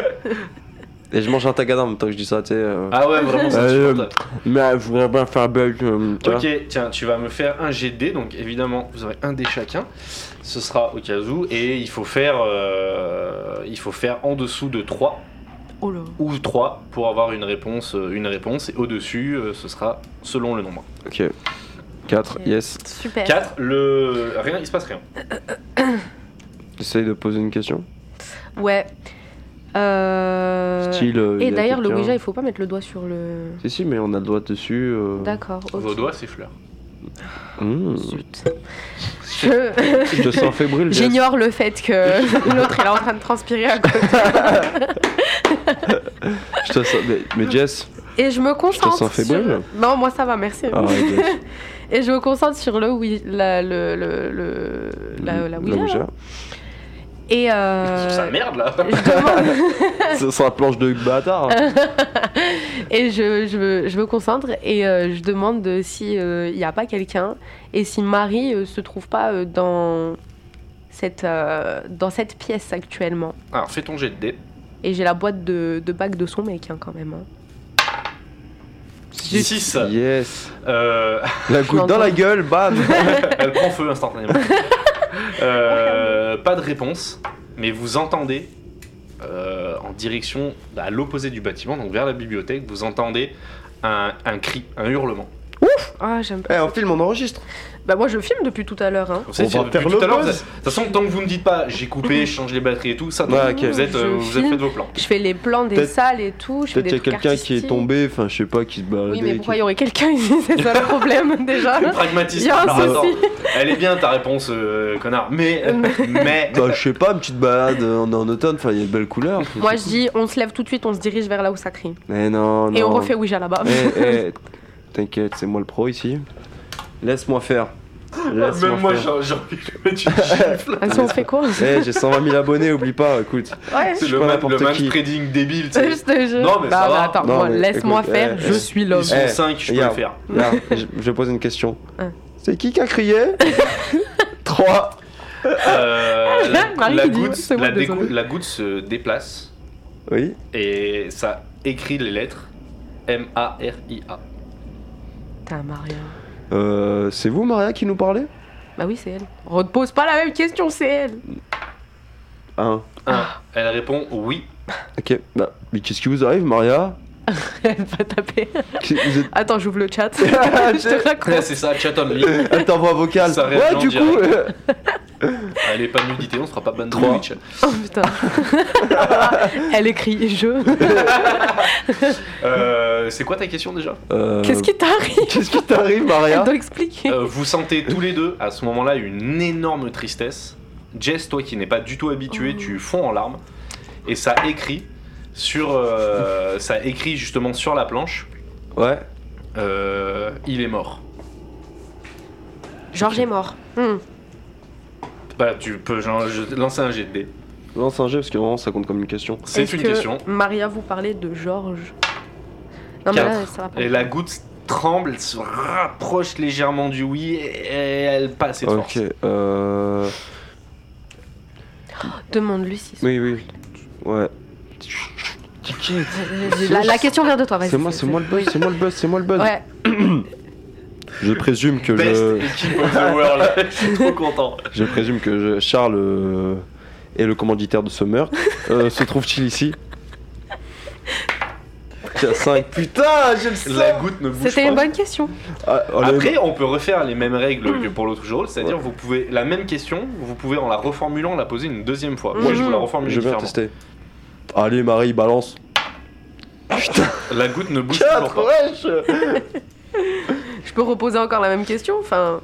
Et je mange un tagada en même temps que je dis ça, tu sais. euh, ah ouais vraiment c'est Euh, insupportable Mais euh, je voudrais bien faire le buzz. euh, tu vois. ok tiens tu vas me faire un jet de dés, donc évidemment vous aurez un dé chacun ce sera au cas où et il faut faire euh, il faut faire en dessous de 3 Oh là. ou 3 pour avoir une réponse, euh, une réponse et au-dessus, euh, ce sera selon le nombre. Ok. 4, Ok. yes. Super. 4, le... rien, il se passe rien. J'essaye de poser une question. Ouais. Euh, Style. euh, Et y a d'ailleurs, le quelqu'un- Ouija, il faut pas mettre le doigt sur le. Si, si, mais on a le doigt dessus. euh, D'accord. ok. Vos doigts s'effleurent. hmm. Zut. Je- Je te [LAUGHS] sens fébrile. Jess. J'ignore le fait que l'autre il est en train de transpirer à côté. Je te sens- Mais, mais Jess. Et je me concentre. sens sur- fébrile. Non, moi ça va, merci. Ah ouais, Jess. Et je me concentre sur le oui, la, le, le, le- [LAUGHS] la, la Ouija. là. Et euh, Ça merde là je demande- [LAUGHS] Ça sent la planche de bâtard. Ah, et je, je, me- je me concentre et euh, je demande de si il n'y a pas quelqu'un et si Marie euh, se trouve pas euh, dans cette euh, dans cette pièce actuellement. Alors fais ton jet de dés. Et j'ai la boîte de, de bague de son mec hein, quand même. hein. 6 Yes. euh, La goutte dans la gueule, [LAUGHS] bam. Elle prend feu [LAUGHS] instantanément. Euh, pas de réponse, mais vous entendez euh, en direction bah, à l'opposé du bâtiment, donc vers la bibliothèque, vous entendez un, un cri, un hurlement. Ah j'aime. Eh, on filme, on enregistre. Bah moi je filme depuis tout à l'heure. Hein. Vous savez, On c'est va depuis faire tout le à l'heure, vous buzz. êtes- De toute façon, tant que vous ne dites pas j'ai coupé, je change les batteries et tout, ça, Ouais, ok. vous, êtes, euh, Je vous êtes fait filme. vos plans. Je fais les plans des Peut-être- salles et tout. Je fais Peut-être des qu'il y a trucs quelqu'un qui est artistiques. tombé, euh, enfin, je sais pas, qui se baladait. Oui, mais qui- pourquoi il y aurait quelqu'un ici [LAUGHS] C'est ça le [LAUGHS] problème déjà. Il Pragmatisme. y a un Ah, Alors, attends, souci. elle est bien ta réponse, euh, connard. [LAUGHS] Mais, mais. Bah, je sais pas, une petite balade euh, en, en automne, enfin, il y a de belles couleurs. [LAUGHS] Moi je dis, on se lève tout de suite, on se dirige vers là où ça crie. Mais non, non. Et on refait Ouija là-bas. [LAUGHS] Eh, eh, T'inquiète, c'est moi le pro ici. Laisse-moi faire. Laisse-moi Même moi, faire. j'ai j'ai envie de lui mettre une [LAUGHS] gifle. Ah, si on fait quoi Eh, j'ai 120 000 abonnés, oublie pas, écoute. Ouais. C'est suis le, pas man- n'importe le man qui. trading débile, tu sais. [LAUGHS] Je te jure. Non, mais ça Bah, va. attends, Non, moi, mais laisse-moi écoute, faire, eh, je eh, suis Ils l'homme. sont Eh, 5, je peux le regarde. faire. [LAUGHS] Là, je, je pose une question. Hein. C'est qui qui a [LAUGHS] crié 3 Euh, la, [LAUGHS] Marie la qui dit, goutte, c'est moi, la, décou- désolée. la goutte se déplace Oui. et ça écrit les lettres M-A-R-I-A. Putain, Maria. Euh, c'est Ah vous, Maria, qui nous parlez Bah oui, c'est elle. Repose pas la même question, c'est elle. Un. Un. Elle répond oui. Ok. Bah, mais qu'est-ce qui vous arrive, Maria [LAUGHS] Elle va taper. Qu'est- vous [LAUGHS] êtes- Attends, j'ouvre le chat. [LAUGHS] Ah, [LAUGHS] je te Ouais, raconte. c'est ça, chat only. Elle t'envoie vocale. Ça Ouais, répond du coup. euh, Elle est pas nudité, on se fera pas ban de Trois. Twitch. Oh putain. Elle écrit je. Euh, c'est quoi ta question [LAUGHS] déjà euh, Qu'est-ce qui t'arrive [LAUGHS] qu'est-ce qui t'arrive, Elle Maria doit expliquer. Euh, Vous sentez tous les deux à ce moment-là une énorme tristesse. Jess, toi qui n'es pas du tout habitué, Oh. tu fonds en larmes. Et ça écrit sur, euh, ça écrit justement sur la planche. Ouais. euh, il est mort. Georges est mort. Hmm. Bah tu peux genre, je- lancer un jet de dés. Lance un jeu parce que vraiment ça compte comme une question. C'est Est-ce une que question. Maria, vous parlait de Georges. Non, mais là, Quatre. ça va pas. Et la goutte tremble, elle se rapproche légèrement du oui et elle passe et de Ok. force. Euh... Demande-lui si. Oui, oui. Ouais. La, la question vient de toi, vas-y. C'est moi, c'est moi le buzz, c'est moi le buzz, c'est moi le buzz. Ouais, Je présume que Best le- équipe of the world. je [LAUGHS] suis trop content. je présume que je- Charles euh, est le commanditaire de ce meurtre. [LAUGHS] Euh, se trouve-t-il ici Tiens, 5. Putain, j'ai le La seum. goutte ne bouge c'était pas. une bonne question. Ah, oh, le- Après, on peut refaire les mêmes règles Mm. que pour l'autre jour, c'est-à-dire vous pouvez la même question, vous pouvez en la reformulant la poser une deuxième fois. Moi, Mm. je vous la reformule je vais bien différemment. tester. Allez, Marie, balance. La goutte ne bouge toujours Quatre, pas. wesh Je peux reposer encore la même question Enfin,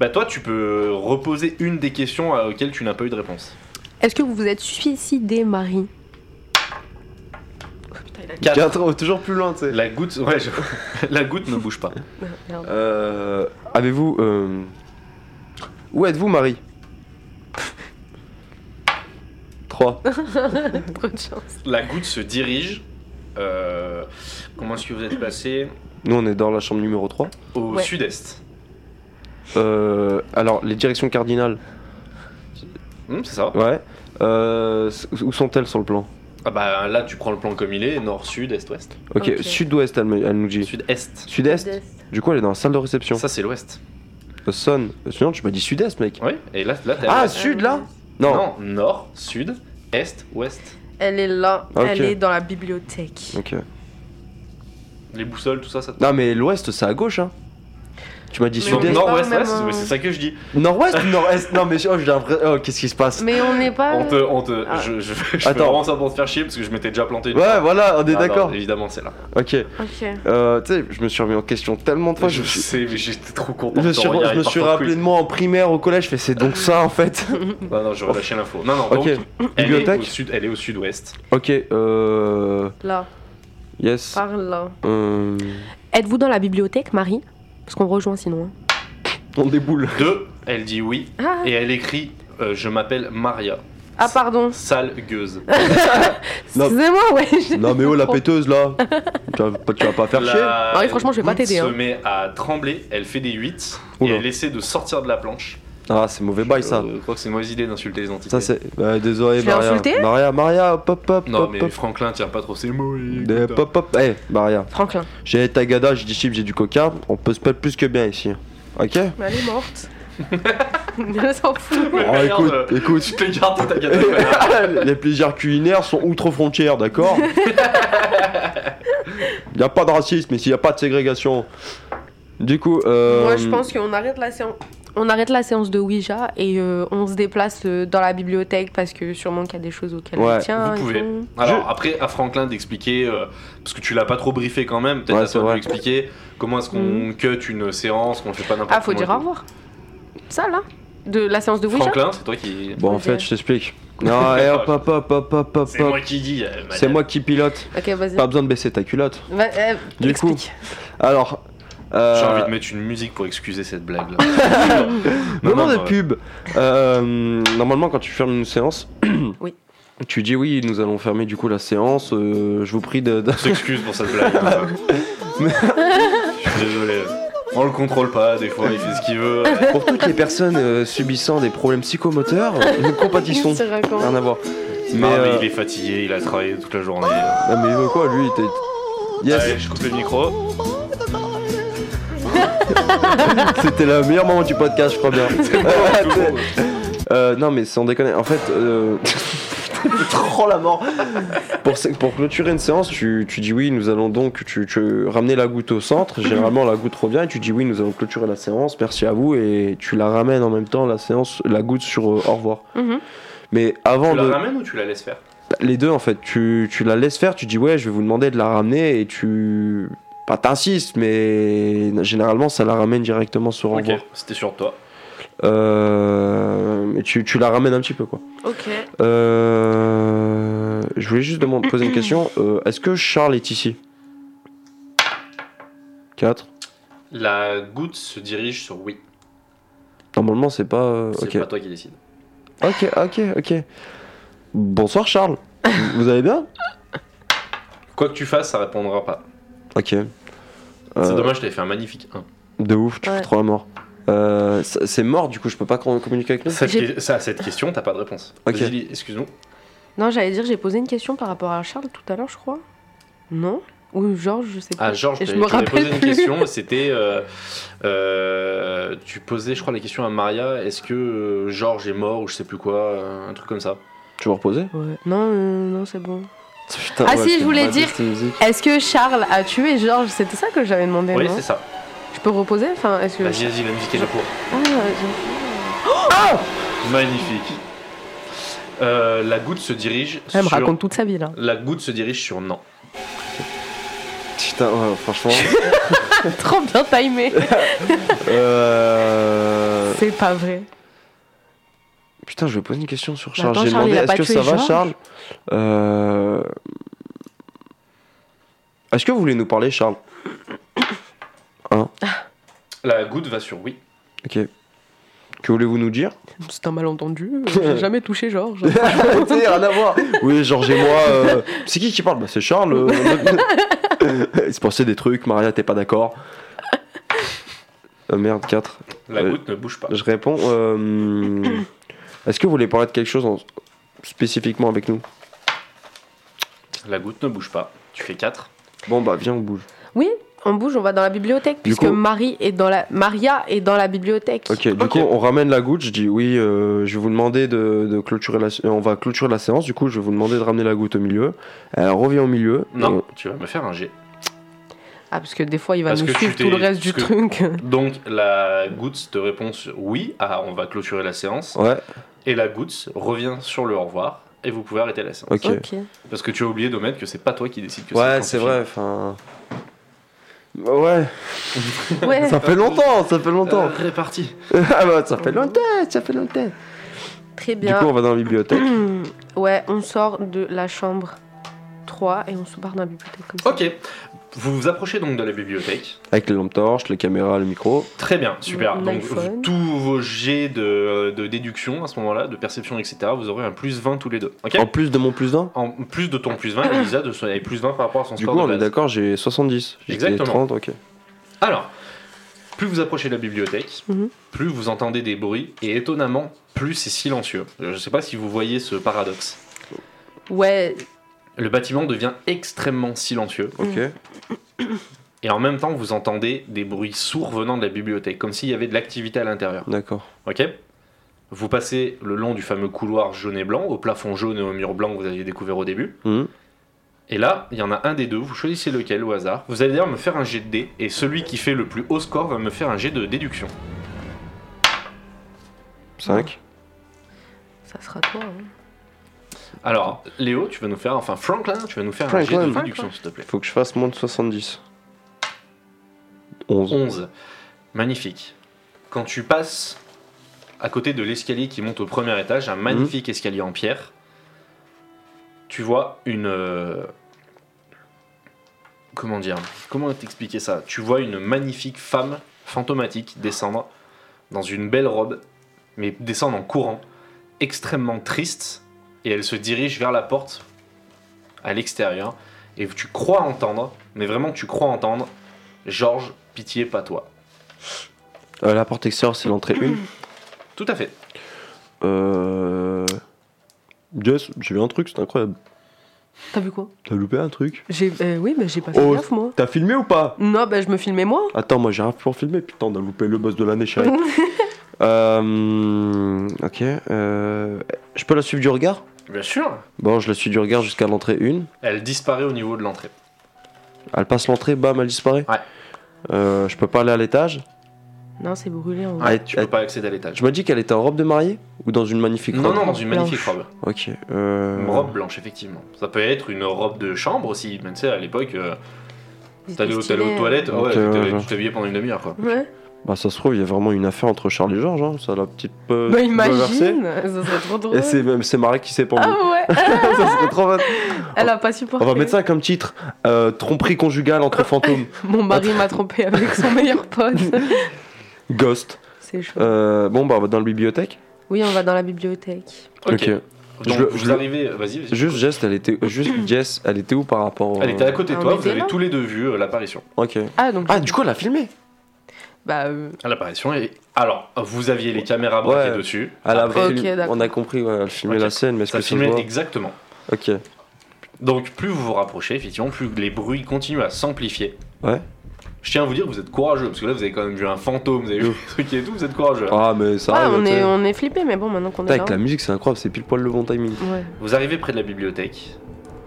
Bah toi, tu peux reposer une des questions à- auxquelles tu n'as pas eu de réponse. est-ce que vous vous êtes suicidé, Marie Putain, il a- Quatre. Quatre, oh, toujours plus loin, tu sais. La goutte, ouais, je- [LAUGHS] la goutte ne bouge pas. Non, Ah, merde. Euh, Avez-vous. euh, Où êtes-vous, Marie 3. Ah. Trop de chance. La goutte se dirige. euh, comment est-ce que vous êtes passé Nous, on est dans la chambre numéro 3. au Ouais. sud-est Euh, alors, les directions cardinales, Hum, C'est ça. ouais. Euh, s- où sont-elles sur le plan Ah bah là, tu prends le plan comme il est, nord, sud, est, ouest. Ok, Ok. sud-ouest, elle, me- elle nous dit. Sud-est. Sud-est Du coup, elle est dans la salle de réception. Ça c'est l'ouest. Euh, Son. Euh, Sinon, tu m'as dit sud-est, mec. Oui. Et là, là t'as. Ah, sud, là Non. non, nord, sud, est, ouest. Elle est là, Ok. elle est dans la bibliothèque. Ok. Les boussoles, tout ça, ça te. Non, mais l'ouest, c'est à gauche, hein. Tu m'as dit Mais Sur on est sud-est. nord-ouest, pas ouais, au même, c'est- euh, mais c'est ça que je dis. Nord-ouest ou nord-est Non, mais oh, j'ai un vrai- oh, qu'est-ce qui se passe Mais on n'est pas. On te, on te, Ah. je, [LAUGHS] je, je fais Attends. vraiment ça pour te faire chier parce que je m'étais déjà planté. une Ouais, fois. voilà, on est Ah, d'accord. non, Évidemment, c'est là. Ok. Ok. Euh, tu sais, je me suis remis en question tellement de fois. Je, je me suis- sais, mais j'étais trop content. je me de suis, te regarder je me par suis ton rappelé quiz. de moi en primaire, au collège. Je fais, c'est donc ça en fait. Non, non, j'aurais lâché l'info. Non, non, Ok. donc, elle est, Bibliothèque au sud, elle est au sud-ouest. Ok. Euh. Là, Yes. par là. Euh, Êtes-vous dans la bibliothèque, Marie Parce qu'on rejoint sinon. hein. on déboule. Deux, elle dit oui. Ah, Et elle écrit euh, Je m'appelle Maria, ah, pardon. sale gueuse. Non. Excusez-moi, ouais. j'ai- Non mais oh [LAUGHS] la péteuse là. tu, vas, pas- tu vas pas faire chier. La Ah oui, franchement, je vais pas goutte t'aider, se hein. met à trembler, elle fait des 8 et Oula. elle essaie de sortir de la planche. Ah c'est mauvais bail ça. Euh, Je crois que c'est une mauvaise idée d'insulter les entités. Ça c'est. Bah, désolé Je l'ai Maria. insulté Maria, Maria, hop hop hop. Non, hop, mais hop. Franklin tient pas trop ses mots. il écoute, Des- hein. Pop pop. Eh Maria. Franklin. J'ai Tagada, j'ai des chips, j'ai du coca. On peut se pète plus que bien ici. Ok. Mais elle est morte. [LAUGHS] Elle s'en fout. Mais Oh, merde, écoute, euh, [LAUGHS] [LAUGHS] écoute. Tu te les gardes, ta [LAUGHS] gâteau. Les plaisirs culinaires sont outre-frontières, [LAUGHS] d'accord Il a pas de racisme ici, il a pas de ségrégation. Du coup, euh, Moi, je pense qu'on arrête la séance. On arrête la séance de Ouija et euh, on se déplace euh, dans la bibliothèque parce que sûrement qu'il y a des choses auxquelles Ouais, on tient. vous et pouvez. tout. Alors après, à Franklin d'expliquer, euh, parce que tu l'as pas trop briefé quand même, peut-être Ouais, à c'est toi de vrai. lui expliquer comment est-ce qu'on cut une séance, qu'on le fait pas n'importe Mhm. Ah, faut comment et dire au tout. revoir. Ça, là De la séance de Ouija Franklin, c'est toi qui. Bon, en Ok. fait, je t'explique. Non, eh, hop, hop, hop, hop, hop, hop, C'est hop. moi qui dis. euh, madame. C'est moi qui pilote. Ok, vas-y. Pas besoin de baisser ta culotte. Va- euh, Du explique. Alors, euh, J'ai envie de mettre une musique pour excuser cette blague [LAUGHS] là. moment de pub. Euh, normalement, quand tu fermes une séance, Oui. tu dis oui, nous allons fermer du coup la séance. euh, je vous prie de. de- On s'excuse pour cette blague. [LAUGHS] hein. Je suis désolé. On le contrôle pas, des fois il fait ce qu'il [LAUGHS] veut. Pour toutes les personnes euh, subissant des problèmes psychomoteurs, nous compatissons. Qu'est-ce que tu racontes Rien à voir. Mais, Mais, euh, mais il est fatigué, il a travaillé toute la journée. Ah, mais il veut quoi lui il était- Allez, Yes, je coupe le micro. [LAUGHS] c'était le meilleur moment du podcast, je crois bien. [LAUGHS] Tout le monde. Euh, non, mais sans déconner, en fait. Euh... trop Oh, la mort pour, ce- pour clôturer une séance, tu, tu dis oui, nous allons donc tu, tu- ramener la goutte au centre. Mhm. Généralement, la goutte revient et tu dis oui, nous allons clôturer la séance, merci à vous, et tu la ramènes en même temps, la séance, la goutte sur euh, au revoir. Mhm. Mais avant Tu la de. ramènes ou tu la laisses faire Les deux, en fait, tu, tu la laisses faire, tu dis ouais, je vais vous demander de la ramener, et tu. Pas t'insistes, mais généralement, ça la ramène directement sur au Ok, revoir. c'était sur toi. Euh, mais tu, tu la ramènes un petit peu, quoi. Ok. Euh, je voulais juste [CLEARS THROAT] demander, poser une question. Euh, Est-ce que Charles est ici 4 La goutte se dirige sur oui. Normalement, c'est pas. euh, C'est ok. pas toi qui décide. Ok, ok, ok. Bonsoir, [LAUGHS] Charles. Vous allez bien Quoi que tu fasses, ça répondra pas. Ok. C'est Euh, dommage, je t'avais fait un magnifique 1. de ouf, tu Ouais. fais trop la mort. Euh, c'est c'est mort, du coup, je peux pas com- communiquer avec lui Cette J'ai- que- ça, à cette question, t'as pas de réponse. Ok. Vas-y, Lily, excuse-nous. Non, j'allais dire, j'ai posé une question par rapport à Charles tout à l'heure, je crois. Non Ou Georges, je sais pas. Ah, Georges, Et t'avais- je me t'avais rappelle posé une plus. question, c'était. euh, euh, tu posais, je crois, la question à Maria est-ce que euh, Georges est mort ou je sais plus quoi, euh, un truc comme ça. Tu veux reposer [LAUGHS] Ouais. Non, euh, non, c'est bon. Putain, Ah si, c'est je voulais une dire- cette musique. Est-ce que Charles a tué Georges C'était ça que j'avais demandé, oui, non c'est ça. Je peux reposer Enfin, est-ce que... Vas-y, vas-y, la musique est là pour. Ah, je- Magnifique. Euh, la goutte se dirige Elle me sur. raconte toute sa [LAUGHS] vie, là. La goutte se dirige sur non. Putain, ouais, [LAUGHS] franchement. Trop bien timé euh... C'est pas vrai. Putain, je vais poser une question sur Mais Charles. Bah, attends, J'ai Charles, demandé il a est-ce pas que tué ça va, Georges Charles Euh, Est-ce que vous voulez nous parler, Charles La goutte va sur oui. Ok. Que voulez-vous nous [LAUGHS] dire C'est un malentendu. euh, [LAUGHS] J'ai jamais touché Georges. Tu sais, rien à voir. Oui, Georges et moi. euh, C'est qui qui parle bah, C'est Charles. euh, [LAUGHS] Il se passait des trucs. Maria, t'es pas d'accord Euh, Merde, 4. La Euh, goutte ne bouge pas. Je réponds. euh, Est-ce que vous voulez parler de quelque chose en- spécifiquement avec nous La goutte ne bouge pas. Tu fais 4. Bon, bah, viens, on bouge. On bouge, on va dans la bibliothèque, puisque coup- Marie est dans la... Maria est dans la bibliothèque. Ok, du Ok. coup, on ramène la goutte. Je dis oui, euh, je vais vous demander de, de clôturer la. sé- On va clôturer la séance. Du coup, je vais vous demander de ramener la goutte au milieu. Elle revient au milieu. Non, tu vas me faire un G. Ah, parce que des fois, il va Parce nous que suivre tu tout le t'es- reste du parce que- truc. Donc la goutte te répond sur oui, ah on va clôturer la séance. Et- Ouais. Et la goutte revient sur le au revoir et vous pouvez arrêter la séance. Ok. [LAUGHS] Ok. Parce que tu as oublié de mettre que c'est pas toi qui décide que Ouais, quand c'est tu vrai. Enfin. Ouais. Ouais. Ça fait longtemps. Ça fait finis. Euh, longtemps. réparti. [LAUGHS] ah bah, ça fait longtemps. Ça fait longtemps. Très Du bien. coup, on va dans la bibliothèque. [CLEARS THROAT] ouais, on sort de la chambre 3 et on se barre dans la bibliothèque comme ça. Ok. Vous vous approchez donc de la bibliothèque. Avec les lampes torches, les caméras, le micro. Très bien, super. Mon Donc iPhone. vous- tous vos jets de, de déduction à ce moment-là, de perception, etc. Vous aurez un plus 20 tous les deux. Ok. En plus de mon plus d'un. En plus de ton plus 20, Elisa de son- elle est plus 20 par rapport à son Du score coup, de on est base. d'accord. J'ai 70. J'étais Exactement. 30. Ok. Alors, plus vous approchez de la bibliothèque, Mhm. plus vous entendez des bruits, et étonnamment, plus c'est silencieux. Je ne sais pas si vous voyez ce paradoxe. Ouais, Le bâtiment devient extrêmement silencieux, Ok. et en même temps, vous entendez des bruits sourds venant de la bibliothèque, comme s'il y avait de l'activité à l'intérieur. D'accord. Ok Vous passez le long du fameux couloir jaune et blanc, au plafond jaune et au mur blanc que vous aviez découvert au début. Mhm. Et là, il y en a un des deux, vous choisissez lequel au hasard. Vous allez d'ailleurs me faire un jet de dés, et celui qui fait le plus haut score va me faire un jet de déduction. 5. ça sera toi. hein. Alors, Léo, tu vas nous faire, enfin Franklin, tu vas nous faire Franklin. un jet de déduction, s'il te plaît. Faut que je fasse moins de 70. 11. 11. Magnifique. Quand tu passes à côté de l'escalier qui monte au premier étage, un magnifique escalier en pierre, tu vois une... euh, Comment dire Comment t'expliquer ça Tu vois une magnifique femme fantomatique descendre dans une belle robe, mais descendre en courant, extrêmement triste, et elle se dirige vers la porte à l'extérieur, et tu crois entendre, mais vraiment tu crois entendre, Georges, pitié, pas toi. Euh, la porte extérieure, c'est l'entrée 1. [CLEARS THROAT] Tout à fait. Euh. Jess, j'ai vu un truc, c'est incroyable. T'as vu quoi T'as loupé un truc J'ai, euh, Oui, mais j'ai pas fait Oh. gaffe, moi. T'as filmé ou pas Non, bah je me filmais moi. [LAUGHS] Attends, moi j'ai rien pour filmer, putain, on a loupé le boss de l'année, chérie. Euh, ok. euh, je peux la suivre du regard Bien sûr. Bon, je la suis du regard jusqu'à l'entrée 1. Elle disparaît au niveau de l'entrée. Elle passe l'entrée, bam, elle disparaît. Ouais. Euh, je peux pas aller à l'étage. Non, c'est brûlé en haut. Ah, elle- Tu peux elle- pas accéder à l'étage. Je me dis qu'elle était en robe de mariée ou dans une magnifique Non, robe. non, dans une magnifique robe. Ok. euh, Une robe blanche, effectivement. Ça peut être une robe de chambre aussi. Même tu sais, à l'époque, euh, t'allais au- t'allais aux toilettes, Ok, ouais, t'allais- ouais, tu t'habillais pendant une demi-heure, quoi. hein. Ouais. Bah, ça se trouve, il y a vraiment une affaire entre Charles et Georges. hein. Ça l'a petite peu. Bah bouleversé. imagine, [LAUGHS] ça serait trop drôle. Et c'est même c'est Marais qui s'est pendu. Ah ouais, [LAUGHS] [LAUGHS] ça serait trop fun. elle a pas supporté. On va mettre ça comme titre euh, Tromperie conjugale entre [LAUGHS] fantômes. Mon mari m'a trompé avec son [LAUGHS] meilleur pote. Ghost. C'est chaud. Euh, bon, bah, on va dans la bibliothèque. Oui, on va dans la bibliothèque. Ok. Donc, Je le- vous je le- arrivez. euh, Vas-y, vas-y. Juste, Jess, elle était, juste [CLEARS THROAT] Jess, elle était où par rapport au- Elle était à côté de Ah, toi, on vous était avez là tous les deux vu euh, l'apparition. Ok. Ah donc. Ah, du coup, elle a filmé. Bah euh, L'apparition est. Alors, vous aviez les caméras braquées Ouais. dessus. Elle a Après, filmé- d'accord. on a compris, ouais, elle filmait Ok. la scène, mais est-ce ça que ça se voit filmait exactement. Ok. Donc, plus vous vous rapprochez, effectivement, plus les bruits continuent à s'amplifier. Ouais. Je tiens à vous dire que vous êtes courageux, parce que là, vous avez quand même vu un fantôme, vous avez vu un truc et tout, vous êtes courageux. Ah, mais ça ouais, arrive. on tu sais. est on est flippé, mais bon maintenant qu'on Putain, est là. avec la musique, c'est incroyable, c'est pile poil le bon timing. Ouais. Vous arrivez près de la bibliothèque.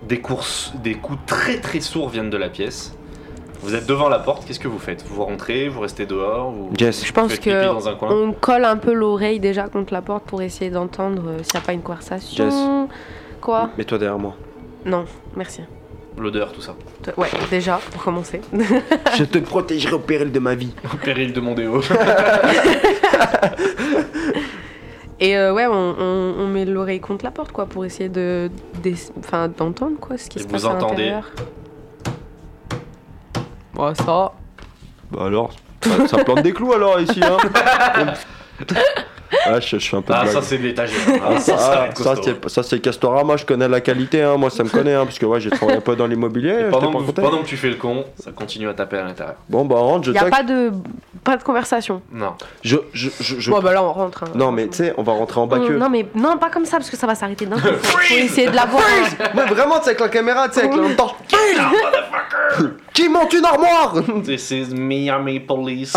Des, courses, des coups très très sourds viennent de la pièce. Vous êtes devant la porte, qu'est-ce que vous faites Vous rentrez, vous restez dehors vous... Jess. Je pense faites pipi que dans un coin. on colle un peu l'oreille déjà contre la porte pour essayer d'entendre euh, s'il n'y a pas une conversation. Quoi Mets-toi derrière [LAUGHS] moi. Non, merci. L'odeur, tout ça. Toi- Ouais, déjà pour commencer. [LAUGHS] Je te protégerai au péril de ma vie. Au péril de mon [LAUGHS] déo. Et euh, ouais, on, on- on met l'oreille contre la porte quoi pour essayer de d'es- enfin d'entendre quoi ce qui Et se vous passe à entendez l'intérieur. Bon, ça. Bah alors, ça, ça plante des clous alors ici, hein Ah, je, je fais un peu de Ah, ça blague. c'est de l'étagère. Ah, ça, ça va ah, être ça, costaud. c'est- ça, c'est Castorama, je connais la qualité, hein. moi ça me connaît, hein, parce que ouais, j'ai travaillé un peu dans l'immobilier. Et j'étais pendant, pas que, vous- content. pendant que tu fais le con, ça continue à taper à l'intérieur. Bon, bah on rentre, je Il y a tac. pas de pas de conversation. Non. Je, je, je, je- Bon bah là on rentre. hein. Non, mais tu sais, on va rentrer en bas On- que. Non mais non pas comme ça parce que ça va [LAUGHS] s'arrêter d'un coup. Faut essayer de la voir. hein. Ouais, vraiment, tu sais, avec la caméra, tu sais, avec [LAUGHS] le torche. Qui monte une [LAUGHS] armoire This is Miami Police.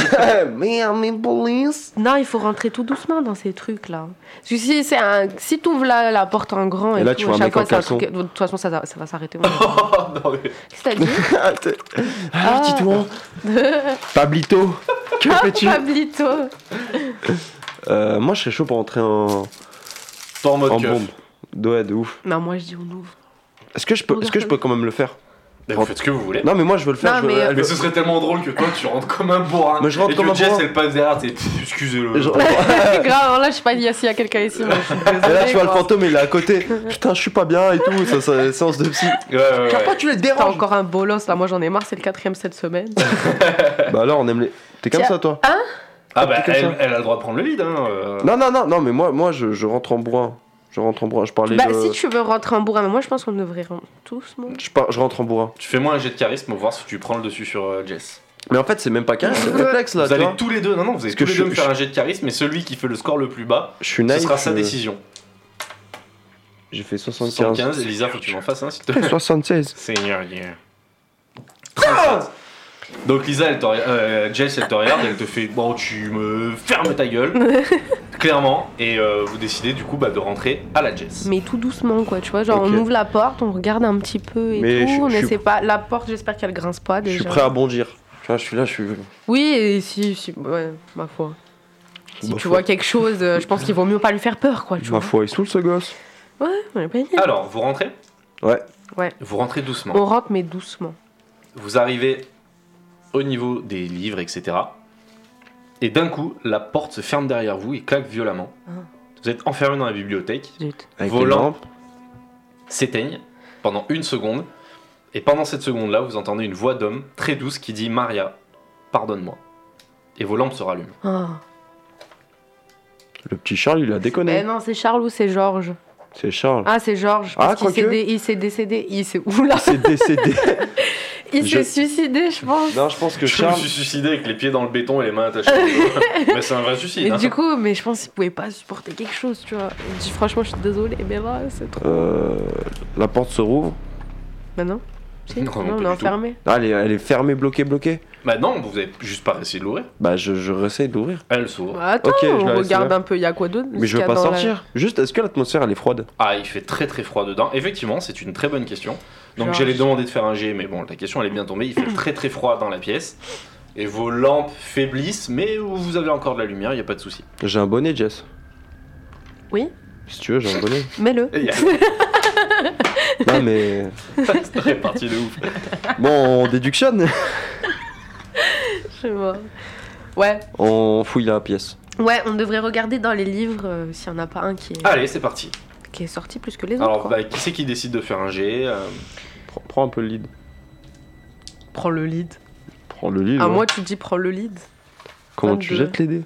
Merde, mes police. Non, il faut rentrer tout doucement dans ces trucs là. Parce que si c'est un si t'ouvres la, la porte en grand et, Et là, tout, tu vois à un chaque mec fois, en c'est caleçon. un truc- de toute façon ça, ça va s'arrêter. [LAUGHS] oh, non, mais... Qu'est-ce que t'as dit Ah, t'es- ah, Ah. dis-toi. [LAUGHS] Pablito, que fais-tu [LAUGHS] Pablito. Euh, Moi, je serais chaud pour entrer en, Pas en mode en keuf. bombe. De, ouais, de ouf. Non moi je dis on ouvre. [LAUGHS] Est-ce que je peux, est-ce que je peux quand même le faire Mais Vous faites ce que vous voulez. Non, mais moi, je veux le faire. Non, je veux- mais- elle Mais veut- ce serait tellement drôle que toi tu rentres comme un bourrin. Mais je rentre et comme que un Jess, bourrin. elle passe derrière, t'es Pff, excusez-le. Je- C'est grave là je sais pas s'il y a- s'il y a quelqu'un ici. mais je suis désolée, Et là, tu vois le quoi. fantôme, il est à côté. Putain, je suis pas bien et tout. Ça, [LAUGHS] ça séance de psy. Ouais, ouais, ouais. tu les T'as encore un bolos là moi j'en ai marre c'est le quatrième cette semaine. Bah, alors, on aime les. T'es comme Tiens. ça, toi Ah bah Petit comme elle, ça. elle a le droit de prendre le lead hein. euh. Non, non, non, non, mais moi, moi je, je rentre en bourrin. Je rentre en bourrin. Je parlais. bah de- si tu veux rentrer en bourrin mais moi je pense qu'on devrait rentrer doucement. je, par- je rentre en bourrin. Tu fais moi un jet de charisme pour voir si tu prends le dessus sur euh, Jess. Mais en fait, c'est même pas qu'un c'est le réflexe là. vous Tu allez vois. tous les deux, non non, vous allez Parce que tous les je- deux me je- euh, faire un jet de charisme et celui qui fait le score le plus bas, Je suis ce naïf. sera sa je- décision. J'ai fait 75. 75, Elisa, faut que tu m'en fasses un s'il [LAUGHS] te plaît. 76. Seigneur Dieu. 37. Donc Lisa, elle te, re- euh, Jess, elle te regarde, elle te fait bon, tu me fermes ta [LAUGHS] gueule, clairement, et euh, vous décidez du coup bah, de rentrer à la Jess. Mais tout doucement, quoi, tu vois. Genre, Ok. on ouvre la porte, on regarde un petit peu et Mais tout. je- on je suis- essaie pas. La porte, j'espère qu'elle grince pas Je déjà. suis prêt à bondir. Tu vois, je suis là, je suis. Oui, et si, si- Ouais, ma foi. Si Ma tu foi. vois quelque chose, euh, je pense qu'il vaut mieux pas lui faire peur, quoi, tu Ma vois. foi, il saoule ce gosse. Ouais, on est pas idiots. Alors, vous rentrez Ouais. Ouais. Oh. Vous rentrez doucement. On rentre, mais doucement. Vous arrivez au niveau des livres, etc. Et d'un coup, la porte se ferme derrière vous et claque violemment. Ah. Vous êtes enfermé dans la bibliothèque, Zut. Avec Volant. les lampes. s'éteignent pendant une seconde. Et pendant cette seconde-là, vous entendez une voix d'homme très douce qui dit Maria, pardonne-moi. Et vos lampes se rallument. Ah. Le petit Charles, il a Eh déconné. non, c'est Charles ou c'est Georges C'est Charles. Ah, c'est Georges. Ah, Parce qu'il quoique. s'est dé- il s'est décédé. Il s'est. [LAUGHS] Oula C'est décédé. Il Je- s'est suicidé, je pense. non, je pense que Je me Charles. suis suicidé avec les pieds dans le béton et les mains attachées. aux doigts. Mais c'est un vrai suicide. Et hein. du coup, mais je pense qu'il pouvait pas supporter quelque chose, tu vois. Il bah, dit, franchement, je suis désolée, mais là, c'est trop. Euh, la porte se rouvre. Maintenant Si, Non, Bah non, pas on du est tout. enfermé. Ah, elle, est, elle est fermée, bloquée, bloquée. Bah non, vous avez juste pas essayé de l'ouvrir. Bah, je, je réessaye de l'ouvrir. Elle s'ouvre. Bah, Attends, Ok, je la on laisse regarde là. un peu, il y a quoi d'autre Mais je veux qu'il y a pas dans la- sortir. Juste, est-ce que l'atmosphère elle est froide Ah, il fait très très froid dedans. Effectivement, c'est une très bonne question. Donc Genre, j'allais je- demander de faire un G, mais bon, la question elle est bien tombée. Il fait très très froid dans la pièce. Et vos lampes faiblissent, mais vous avez encore de la lumière, il n'y a pas de souci. J'ai un bonnet, Jess. Oui. Si tu veux, j'ai un bonnet. Mets-le. Et il y a- [LAUGHS] non, mais. C'est parti de ouf. Bon, on déductionne. Je vois. Ouais. On fouille la pièce. Ouais, on devrait regarder dans les livres euh, s'il y en a pas un qui est, Allez, c'est parti. qui est sorti plus que les autres. Ah. Alors, quoi. bah, qui c'est qui décide de faire un G euh, Prends, prends un peu le lead. Prends le lead. Prends le lead. À ouais. Ah, moi, tu dis prends le lead. Comment tu 22. jettes les dés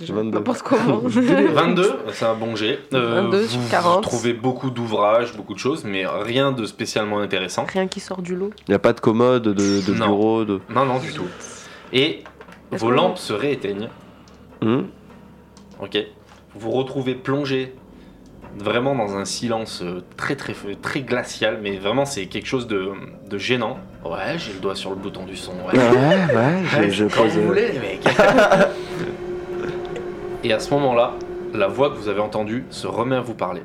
Je- 22. N'importe comment. 22, c'est un bon G. Euh, 22 sur vous- vous 40. trouvez beaucoup d'ouvrages, beaucoup de choses, mais rien de spécialement intéressant. Rien qui sort du lot. Y a pas de commode, de, de Non. bureau, de. Non, non, du tout. Et Est-ce vos qu'on- lampes se rééteignent. Hmm Ok. Vous vous retrouvez plongé vraiment dans un silence euh, très très très glacial, mais vraiment c'est quelque chose de, de gênant. Ouais, j'ai le doigt sur le bouton du son. [LAUGHS] Ouais. Ouais, ouais, Ouais, je, je comme pose. euh, vous voulez les mecs. [LAUGHS] et à ce moment-là, la voix que vous avez entendue se remet à vous parler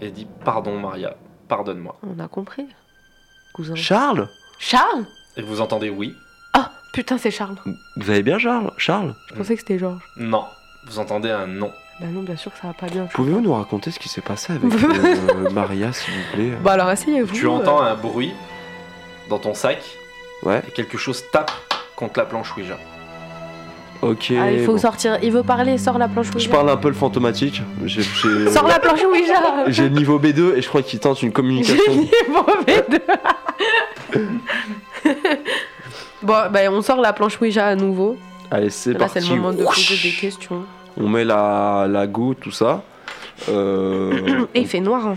et dit pardon Maria, pardonne-moi. On a compris. Cousin. Charles Charles Et vous entendez oui, Ah, putain, c'est Charles. Vous allez bien, Charles Charles Je pensais que c'était Georges. non. Vous entendez un non. Bah non, bien sûr que ça va pas bien. Pouvez-vous nous raconter ce qui s'est passé [LAUGHS] avec euh, Maria, s'il vous plaît Bah alors, euh. essayez-vous. Tu entends un bruit dans ton sac Ouais. et quelque chose tape contre la planche Ouija. Ok. Ah, il faut bon. sortir. Il veut parler. Sors la planche Je Ouija. parle un peu le fantomatique. J'ai- j'ai- Sors la planche Ouija. J'ai le niveau B2 et je crois qu'il tente une J'ai [LAUGHS] communication. mis mauvais deux. [LAUGHS] bon, bah, on sort la planche Ouija à nouveau. Allez, c'est Là, parti. c'est le moment de poser des questions. On met la, la goutte, tout ça. Euh, Et il fait noir. hein.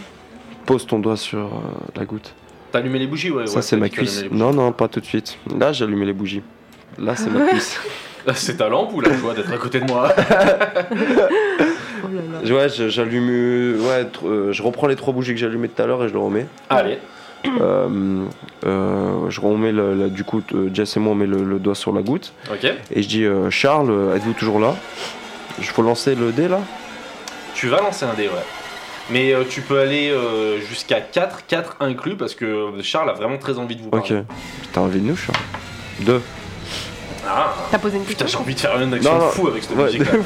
pose ton doigt sur euh, la goutte. T'as allumé les bougies, ouais. ça, Euh, ouais, c'est t'as ma dit que t'allumais cuisse. les bougies. Non, non, pas tout de suite. Là, j'ai allumé les bougies. Là, c'est ma [LAUGHS] cuisse. Ah, [LAUGHS] C'est ta lampe ou la joie d'être à côté de [LAUGHS] moi Oh là là. Ouais, je- j'allume. euh, Ouais, tr- euh, je reprends les trois bougies que j'ai allumées tout à l'heure et je le remets. Allez, Euh, euh, je remets le- la- du coup, euh, Jess et moi, on met le, le doigt sur la goutte. ok. Et je dis euh, Charles, euh, êtes-vous toujours là Il faut lancer le dé là Tu vas lancer un dé, ouais. Mais euh, tu peux aller euh, jusqu'à 4, 4 inclus, parce que Charles a vraiment très envie de vous Ok. parler. T'as envie de nous, Charles Deux. Ah, T'as posé une putain, j'ai question envie de faire une action Non, non. fou avec cette Ouais, musique-là. [LAUGHS]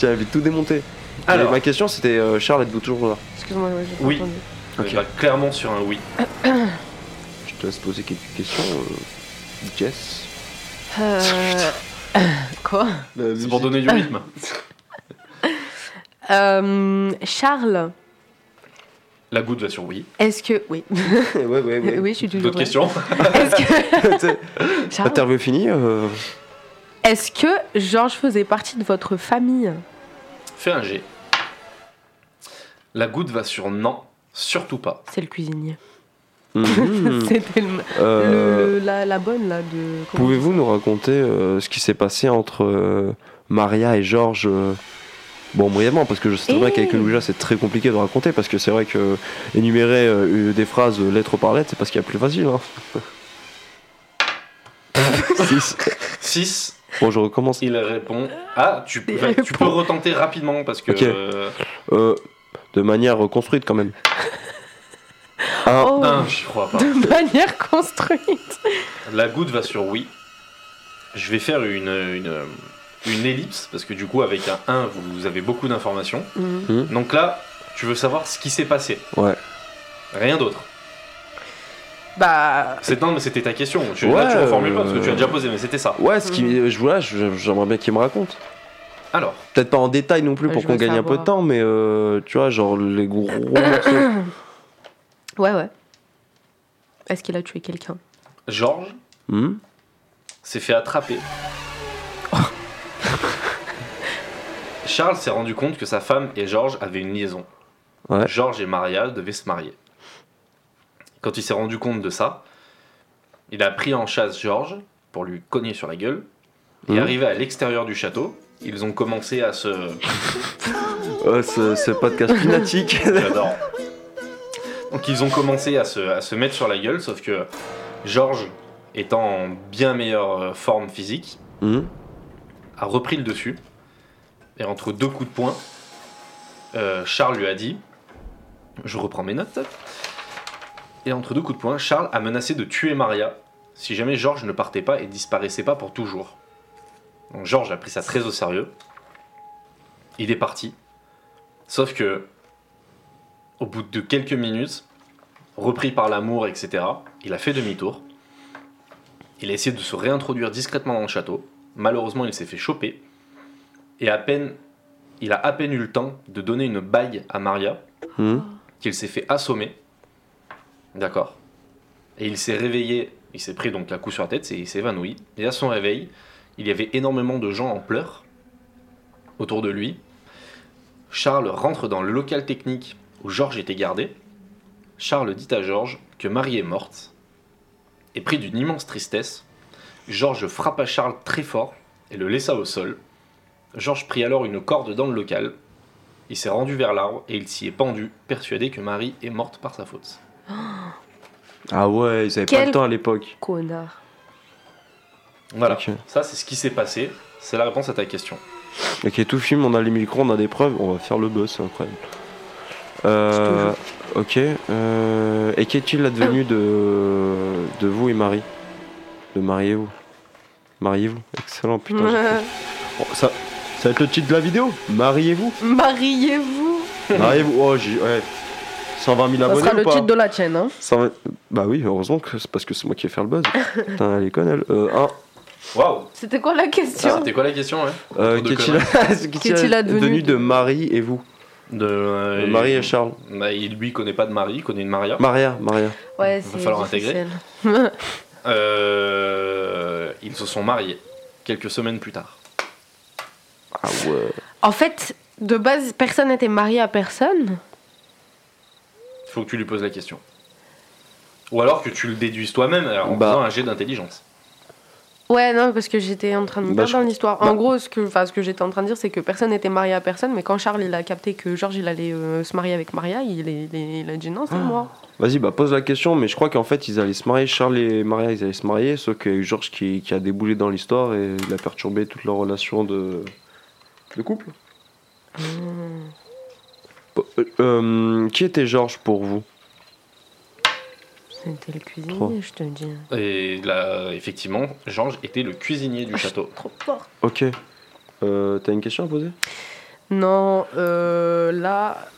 J'ai envie de tout démonter. Alors, Et ma question c'était euh, Charles, êtes-vous toujours là Excuse-moi, ouais, j'ai pas Oui. entendu. on ok. va clairement sur un oui. Je te laisse poser quelques questions. euh, Jess Euh... [LAUGHS] Quoi C'est pour donner du Ah. rythme. Euh, Charles, La goutte va sur oui. est-ce que... Oui, [LAUGHS] ouais, ouais, ouais. [LAUGHS] oui je suis toujours... D'autres questions [LAUGHS] Est-ce que... [LAUGHS] Tu sais, Charles, Interview finie [LAUGHS] euh, est-ce que Georges faisait partie de votre famille Fais un G. La goutte va sur non, surtout pas. C'est le cuisinier. mhm. [LAUGHS] C'était le... Euh, le- la, la bonne, là, de... comment- Pouvez-vous nous raconter euh, ce qui s'est passé entre euh, Maria et Georges euh, Bon, brièvement, parce que je sais très bien Eh. qu'avec le Ouija, c'est très compliqué de raconter, parce que c'est vrai que euh, énumérer euh, des phrases euh, lettre par lettre, c'est pas ce qu'il y a de plus facile. [LAUGHS] Hein. Six. 6, Bon, je recommence. il répond. Ah, tu, Il enfin, tu répond. peux retenter rapidement, parce que. Ok. euh, Euh, de manière reconstruite, quand même. Un. Oh, un, je crois pas. [LAUGHS] de manière construite. La goutte va sur oui. Je vais faire une, une, une ellipse, parce que du coup, avec un 1, vous avez beaucoup d'informations. Hmm. Donc là, tu veux savoir ce qui s'est passé. Ouais. Rien d'autre. Bah... C'est- non, mais C'était ta question. Tu, Ouais, là, tu reformules pas, parce que euh, tu as déjà posé, mais c'était ça. Ouais, ce qui, Hmm. je voilà, je- j'aimerais bien qu'il me raconte. Alors, Peut-être pas en détail non plus Euh, pour je qu'on veux gagne un peu de savoir. temps, mais euh, tu vois, genre les gros morceaux. [COUGHS] Ouais, ouais. Est-ce qu'il a tué quelqu'un Georges Hmm s'est fait [LAUGHS] attraper. Charles s'est rendu compte que sa femme et Georges avaient une liaison. Ouais. Georges et Maria devaient se marier. Quand il s'est rendu compte de ça, il a pris en chasse Georges pour lui cogner sur la gueule. Et Mhm. arrivé à l'extérieur du château, ils ont commencé à se. Ouais, Oh, ce, ce podcast [LAUGHS] [LAUGHS] lunatique. J'adore. Donc ils ont commencé à se, à se mettre sur la gueule, sauf que Georges, étant en bien meilleure euh, forme physique, Mhm. a repris le dessus. Et entre deux coups de poing, euh, Charles lui a dit Je reprends mes notes. Et entre deux coups de poing, Charles a menacé de tuer Maria si jamais Georges ne partait pas et disparaissait pas pour toujours. Donc Georges a pris ça très au sérieux. Il est parti. Sauf que, au bout de quelques minutes, repris par l'amour, etc., il a fait demi-tour. Il a essayé de se réintroduire discrètement dans le château. Malheureusement, il s'est fait choper. Et à peine, il a à peine eu le temps de donner une baille à Maria Mhm. qu'il s'est fait assommer. D'accord. Et il s'est réveillé, il s'est pris donc la coup sur la tête et il s'est évanoui. Et à son réveil, il y avait énormément de gens en pleurs autour de lui. Charles rentre dans le local technique où Georges était gardé. Charles dit à Georges que Marie est morte. Et pris d'une immense tristesse, Georges frappa Charles très fort et le laissa au sol. Georges prit alors une corde dans le local il s'est rendu vers l'arbre et il s'y est pendu, persuadé que Marie est morte par sa faute. Ah ouais, ils avaient pas Quel- le temps à l'époque. Connard. Voilà. Ok. Ça, c'est ce qui s'est passé. C'est la réponse à ta question. Ok, tout film, on a les micros, on a des preuves, on va faire le boss, c'est incroyable. Euh, ok, euh, et qu'est-il advenu de, de vous et Marie De mariez-vous Mariez-vous Excellent, putain. j'ai- Oh, ça, ça va être le titre de la vidéo [LAUGHS] Mariez-vous Mariez-vous. Mariez-vous Oh, j'ai. Ouais. 120 000 Ça abonnés sera ou le pas titre de la chaîne. Hein. 120 Bah oui, heureusement que c'est parce que c'est moi qui vais faire le [LAUGHS] buzz. Putain, elle est conne, elle. Euh, un. Waouh C'était quoi Ah, la Ça, question C'était quoi la question, ouais Euh, Trop de qu'est-il [LAUGHS] qu'est-il advenu de Marie et vous De euh, Marie et Charles Bah, il lui connaît pas de Marie, il connaît une Maria. Maria, Maria. Ouais, Va c'est falloir difficile. Euh, ils se sont mariés quelques semaines plus tard. Ah ouais. En fait, de base, personne n'était marié à personne. Faut que tu lui poses la question. Ou alors que tu le déduises toi-même alors, en Bah. faisant un jet d'intelligence. Ouais, non, parce que j'étais en train de me Bah, perdre je- dans l'histoire. bah- En gros, ce que, enfin, ce que j'étais en train de dire, c'est que personne n'était marié à personne, mais quand Charles il a capté que Georges il allait euh, se marier avec Maria, il, est- il est- il a dit non, c'est Ah. moi. Vas-y, bah pose la question, mais je crois qu'en fait ils allaient se marier, Charles et Maria ils allaient se marier, sauf qu'il y a eu Georges qui, qui a déboulé dans l'histoire et il a perturbé toute leur relation de, de couple. Ah, Euh, euh, qui était Georges pour vous C'était le cuisinier, Trop. je te dis. Et là, effectivement, Georges était le cuisinier Ah, du château. Trop fort. Ok. Euh, T'as une question à poser Non, euh, là.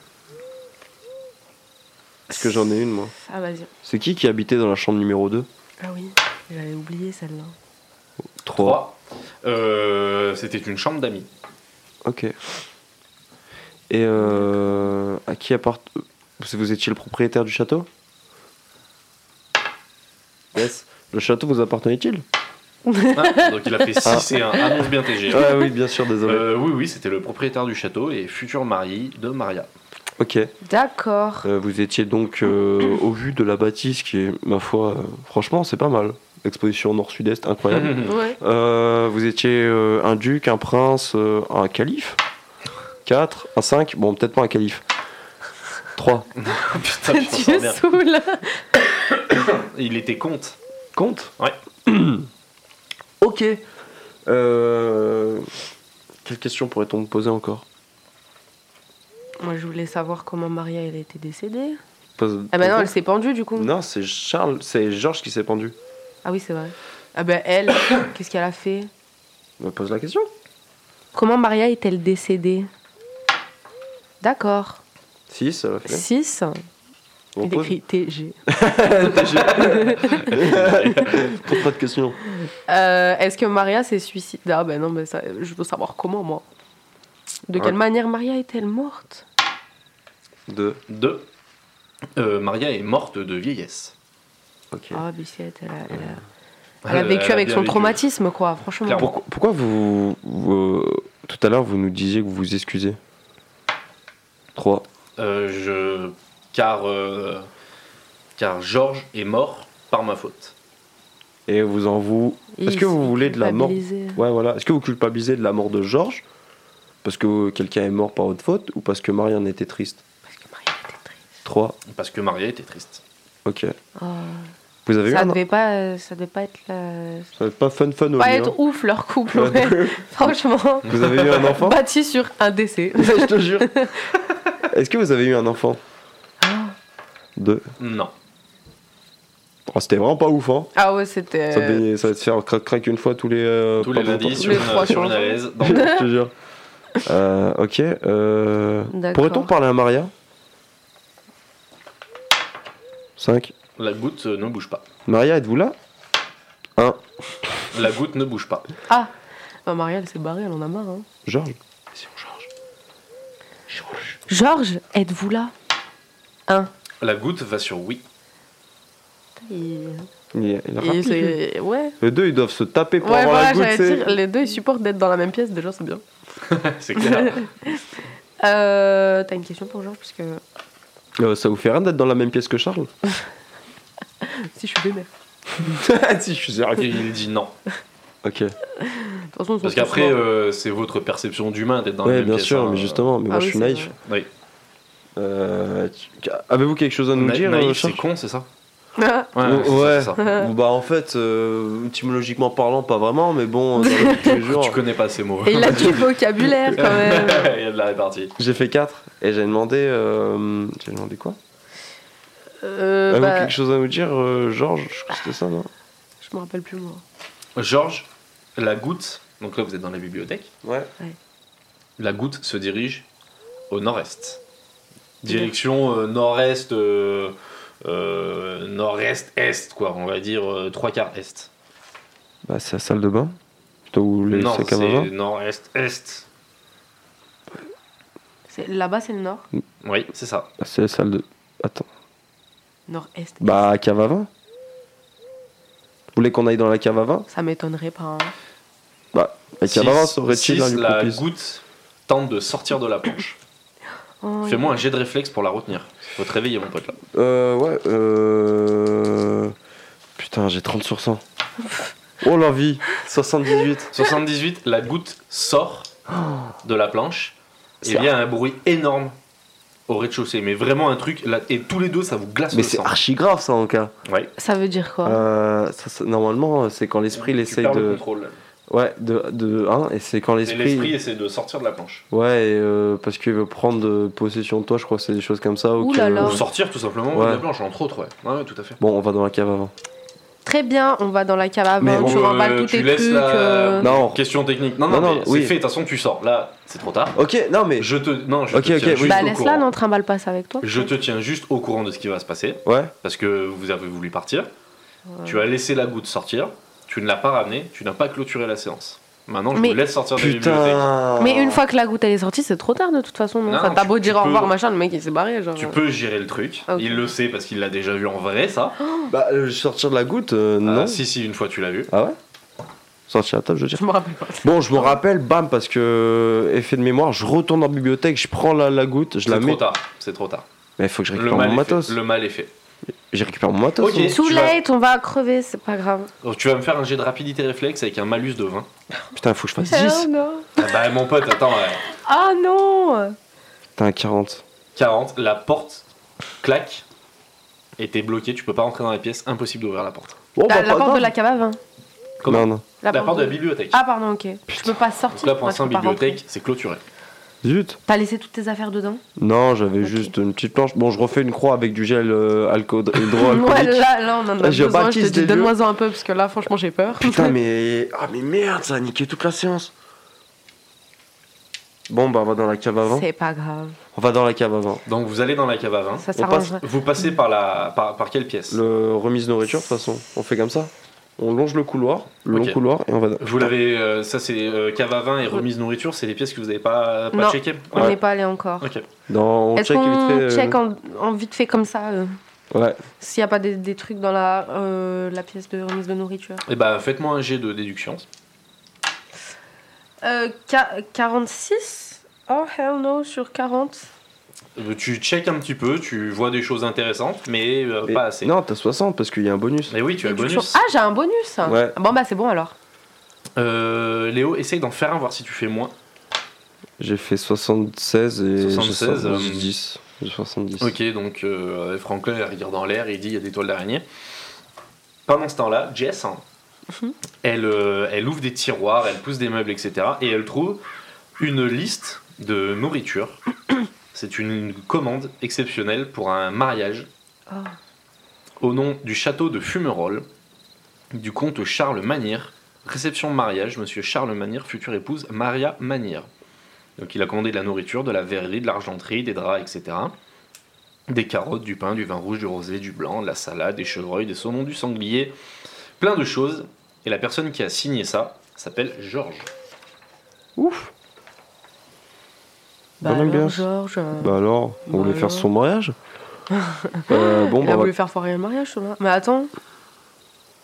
Parce que j'en ai une moi. Ah, vas-y. C'est qui qui habitait dans la chambre numéro 2 Ah oui, j'avais oublié celle-là. 3. Trois. Euh, C'était une chambre d'amis. Ok. Et euh, à qui appart... Vous vous étiez le propriétaire du château Yes. Le château vous appartenait-il Ah, donc il a fait 6 et 1. Annonce bien tes jets. Ouais, Ah oui, bien sûr, désolé. Euh, oui, oui, c'était le propriétaire du château et futur mari de Maria. [LAUGHS] Ok. D'accord. Euh, vous étiez donc euh, au vu de la bâtisse qui est, ma foi, euh, franchement, c'est pas mal. Exposition nord-sud-est, incroyable. Ouais. Euh, vous étiez euh, un duc, un prince, euh, un calife 4, un 5, bon, peut-être pas un calife. 3. Oh, [LAUGHS] Putain, je tu m'en sors es bien. saoul. Il était comte. Compte Ouais. [CLEARS THROAT] ok. Euh, Quelle question pourrait-on me poser encore Moi, je voulais savoir comment Maria elle était décédée. Pose- Ah, bah non, elle s'est pendue du coup. Non, c'est Charles, c'est Georges qui s'est pendu. Ah oui, c'est vrai. Ah ben elle, [COUGHS] qu'est-ce qu'elle a fait Bah, Pose la question. Comment Maria est-elle décédée D'accord. Si, ça l'a fait. 6. On Il pose. [LAUGHS] écrit TG. Pose pas de question. Euh, Est-ce que Maria s'est suicidée Ah ben non, mais ça, je veux savoir comment, moi. De Ouais. quelle manière Maria est-elle morte 2. 2. euh, Maria est morte de vieillesse. Ok. Ah, Bichette, elle a, elle a- elle a vécu Euh, elle a avec bien son vécu. traumatisme, quoi, franchement. Clairement. Pourquoi, pourquoi vous, vous- Tout à l'heure, vous nous disiez que vous vous excusez 3. Euh, je... Car, euh, Car Georges est mort par ma faute. Et vous en vous. Et Est-ce il que vous s'est voulez de la mort culpabilisé. Ouais, voilà. Est-ce que vous culpabilisez de la mort de Georges Parce que quelqu'un est mort par votre faute ou parce que Marie en était triste Parce que Maria était triste. 3. Parce que Maria était triste. Ok. Oh, Vous avez eu Ça un devait pas, euh, ça devait pas être, la- Ça va être pas fun fun au pas lit, être hein. ouf leur couple. [LAUGHS] ouais. Franchement, [LAUGHS] Vous avez eu un [LAUGHS] enfant bâti sur un décès. Je te jure. [LAUGHS] Est-ce que vous avez eu un enfant Deux. Non. Oh, C'était vraiment pas ouf, hein. Ah ouais, c'était. Ça, devait- ça va te faire crac-crac une fois tous les. euh, Tous pas les lundis sur Les une, trois sur une jours. alaise. dans- longtemps. Je te jure. Euh, ok. euh, D'accord. Pourrait-on parler à Maria 5. La goutte euh, ne bouge pas. Maria, êtes-vous là 1. La goutte ne bouge pas. Ah, bah, Maria, elle s'est barrée, elle en a marre. Hein. Georges Si on change. Georges, êtes-vous là Un. La goutte va sur oui. [LAUGHS] Il... il, est- il a il- rappelé. c'est- ouais, Les deux, ils doivent se taper pour ouais, avoir la voilà, goutte. j'allais dire, c'est- les deux ils supportent d'être dans la même pièce, déjà c'est bien. C'est clair. Euh, T'as une question pour Georges Parce que Euh, ça vous fait rien d'être dans la même pièce que Charles si je suis bébé. [LAUGHS] Si, je suis sûr. Et il dit non. Ok. De toute façon, on s'en Parce fout qu'après, souvent. euh, c'est votre perception d'humain d'être dans la Ouais, même bien pièce, sûr, hein. mais justement, mais Ah moi oui, je suis c'est naïf. vrai. Oui. Euh, tu- Avez-vous quelque chose à nous Na- dire, euh, naïf, c'est Charles con, c'est ça Ah, Ouais. c'est [LAUGHS] ça, c'est ça. Bon, Bah en fait, euh, étymologiquement parlant, pas vraiment, mais bon, euh, dans la vie [LAUGHS] de tous les jours, Tu connais pas ces [LAUGHS] mots. Et euh, il a du vocabulaire quand même. Il y a de la répartie. j'ai fait 4 et j'ai demandé... euh, j'ai demandé quoi Euh, Avez-vous bah, quelque chose à nous dire, euh, Georges Je crois que c'était ça, non Je me rappelle plus moi. Georges, la goutte, donc là vous êtes dans la bibliothèque, Ouais. la goutte se dirige au nord-est. Direction euh, nord-est, euh, euh, nord-est-est, quoi, on va dire euh, trois quarts est. Bah c'est la salle de bain Plutôt où les non, sacs à main c'est nord-est-est. C'est- Là-bas c'est le nord Oui, c'est ça. Bah, C'est la salle de... Attends. Nord-est. Bah cave à vin Vous voulez qu'on aille dans la cave à vin Ça m'étonnerait pas. hein. La cave à vin, ça aurait Six, chill, hein, lui la propose. goutte tente de sortir de la [COUGHS] planche. Oh, Fais-moi un jet de réflexe pour la retenir. Faut te réveiller, mon pote, là. Euh, ouais, euh... Putain, j'ai 30 sur 100. Oh la vie 78 [LAUGHS] 78, la goutte sort de la [GASPS] planche et C'est il y a un bruit énorme au rez-de-chaussée. Mais vraiment un truc, là, et tous les deux, ça vous glace Mais le c'est sang. archi grave ça en cas. Ouais. Ça veut dire quoi Euh, ça, ça- normalement, c'est quand l'esprit il Tu essaye perds le de. contrôle. Ouais, de, de 1, et c'est quand Et l'esprit. l'esprit essaie de sortir de la planche. Ouais, et, euh, parce qu'il veut prendre euh, possession de toi, je crois, c'est des choses comme ça. Ou Ouh que- là là. Ou sortir tout simplement Ouais. de la planche, entre autres, ouais. Ouais, ouais, tout à fait. Bon, on va dans la cave avant. Très bien, on va dans la cave Mais avant, bon, tu euh, remballes tous tu tes laisses trucs. la- euh, Non Question technique. Non, non, Non, non, mais oui. c'est fait, de toute façon, tu sors. Là, c'est trop tard. Ok, non mais. Je te. Non, je Ok, te ok, tiens oui. juste Bah au laisse-la, courant. n'en trimballe pas ça avec toi. Je te tiens juste au courant de ce qui va se passer Ouais, parce que vous avez voulu partir. Tu as laissé la goutte sortir, tu ne l'as pas ramenée, tu n'as pas clôturé la séance. Maintenant, je Mais- vous laisse sortir de la bibliothèque. putain Mais une fois que la goutte elle est sortie, c'est trop tard de toute façon. Non Non, Enfin, non, T'as tu- beau dire tu au revoir, peux- machin, le mec il s'est barré. Genre, Tu euh. peux gérer le truc, Ok. il le sait parce qu'il l'a déjà vu en vrai, ça. Bah, euh, sortir de la goutte, euh, non Ah, si, si, une fois tu l'as vu. Ah ouais Sortir la table, je veux dire. Je me rappelle pas. Bon, je me rappelle, bam, parce que. Effet de mémoire, je retourne en bibliothèque, je prends la, la goutte, je C'est la trop mets. tard, c'est trop tard. Mais il faut que je Le récupère mal, mon est matos. fait. le mal est fait. J'ai récupéré mon matos. hein. Ok. Et Too tu vas- late, on va crever, c'est pas grave. Donc, tu vas me faire un jet de rapidité réflexe avec un malus de 20. Putain, il faut que je fasse Oh 10. non Ah bah, [LAUGHS] mon pote, attends, euh, Ah non Putain, 40. 40, la porte claque et t'es bloqué, tu peux pas rentrer dans la pièce, impossible d'ouvrir la porte. Oh, La, bah, la pas porte de grave. la cave à vin. Comment Non, non. La porte de la bibliothèque. Ah pardon, ok. Je peux pas sortir. Donc là, pour parce l'instant, que pas bibliothèque, rentrer. c'est clôturé. Zut. T'as laissé toutes tes affaires dedans Non, j'avais Ok. juste une petite planche. Bon, je refais une croix avec du gel euh, [LAUGHS] alco- hydroalcoolique. Ouais, là, là, on en a Ah, j'ai besoin. Je baptisé te dis, des donne-moi un peu, parce que là, franchement, j'ai peur. Putain, mais. Ah, mais merde, ça a niqué toute la séance. Bon, bah, on va dans la cave avant. C'est pas grave. On va dans la cave avant. Donc vous allez dans la cave à vin. Ça On passe s'arrange. Vous passez par, la, par, par quelle pièce Le remise nourriture, de toute façon. On fait comme ça. On longe le couloir, le Ok. long couloir, et on va. Vous l'avez, euh, ça c'est euh, cave à vin et remise nourriture, c'est les pièces que vous n'avez pas, pas Non. checkées On Ouais. n'est pas allé encore. Ok. Non, on Est-ce check vite qu'on fait. euh, check en, en vite fait comme ça euh, Ouais. S'il n'y a pas des, des trucs dans la, euh, la pièce de remise de nourriture Et bah faites-moi un jet de déduction. euh, qua- 46 Oh hell no, sur 40. Euh, Tu check un petit peu, tu vois des choses intéressantes, mais euh, Mais- pas assez. Non, t'as 60 parce qu'il y a un bonus. Mais oui, tu as le bonus. Ah, j'ai un bonus Ouais. Bon bah c'est bon alors. Euh, Léo, essaye d'en faire un, voir si tu fais moins. J'ai fait 76 et 76, 76, euh, 10. J'ai 70. Ok, donc euh, Franklin il regarde dans l'air, il dit il y a des toiles d'araignée. pendant ce temps-là, Jess, hein, Mhm. elle, euh, elle ouvre des tiroirs, elle pousse des meubles, etc. Et elle trouve une liste de nourriture. C'est une, une commande exceptionnelle pour un mariage Oh. au nom du château de Fumerolles, du comte Charles Manière. Réception mariage, monsieur Charles Manière, future épouse Maria Manière. Donc il a commandé de la nourriture, de la verrerie, de l'argenterie, des draps, etc. Des carottes, du pain, du vin rouge, du rosé, du blanc, de la salade, des chevreuils, des saumons, du sanglier, plein de choses. Et la personne qui a signé ça s'appelle Georges. Ouf. Bah Bonne alors, ambiance. Georges. euh, Bah alors, on voulait Bah faire alors. son [LAUGHS] mariage Euh, Bon, il a bah. voulu faire foirer le mariage, ce gars. Mais attends.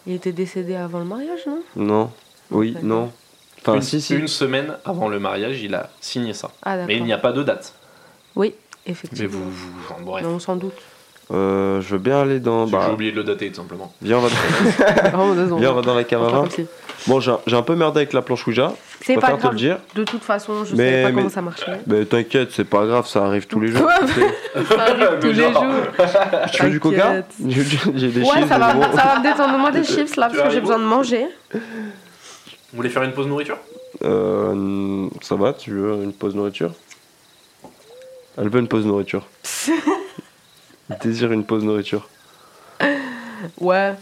Il était décédé avant le mariage, non Non. Oui, D'accord. non. Enfin, une, si, si. une semaine avant le mariage, il a signé ça. Ah, d'accord. Mais il n'y a pas de date. Oui, Mais effectivement. vous, vous, enfin, bref. Non, sans [LAUGHS] doute. Euh, je veux bien aller dans. J'ai Bah, oublié de le dater, tout simplement. viens, on va, [LAUGHS] Vraiment, deux ans. viens, on va dans la cave à Enfin, vin. comme si. Bon, j'ai un- j'ai un peu merdé avec la planche Ouija. Je C'est pas préfère te le grave. dire. De toute façon, je Mais- savais pas mais- comment [LAUGHS] ça marchait. Mais t'inquiète, c'est pas grave, ça arrive tous les jours. Ouais, [LAUGHS] Ça Le arrive tous les genre. jours. tu veux du coca [LAUGHS] J'ai j'ai des Ouais, chips, ça va, des bonbons. ça va me détendre. Moi, des chips là, Tu parce que j'ai arrives où besoin de manger. Vous voulez faire une pause nourriture Euh, ça va, tu veux une pause nourriture Elle veut une pause nourriture. [LAUGHS] Il désire une pause nourriture. [LAUGHS] Ouais.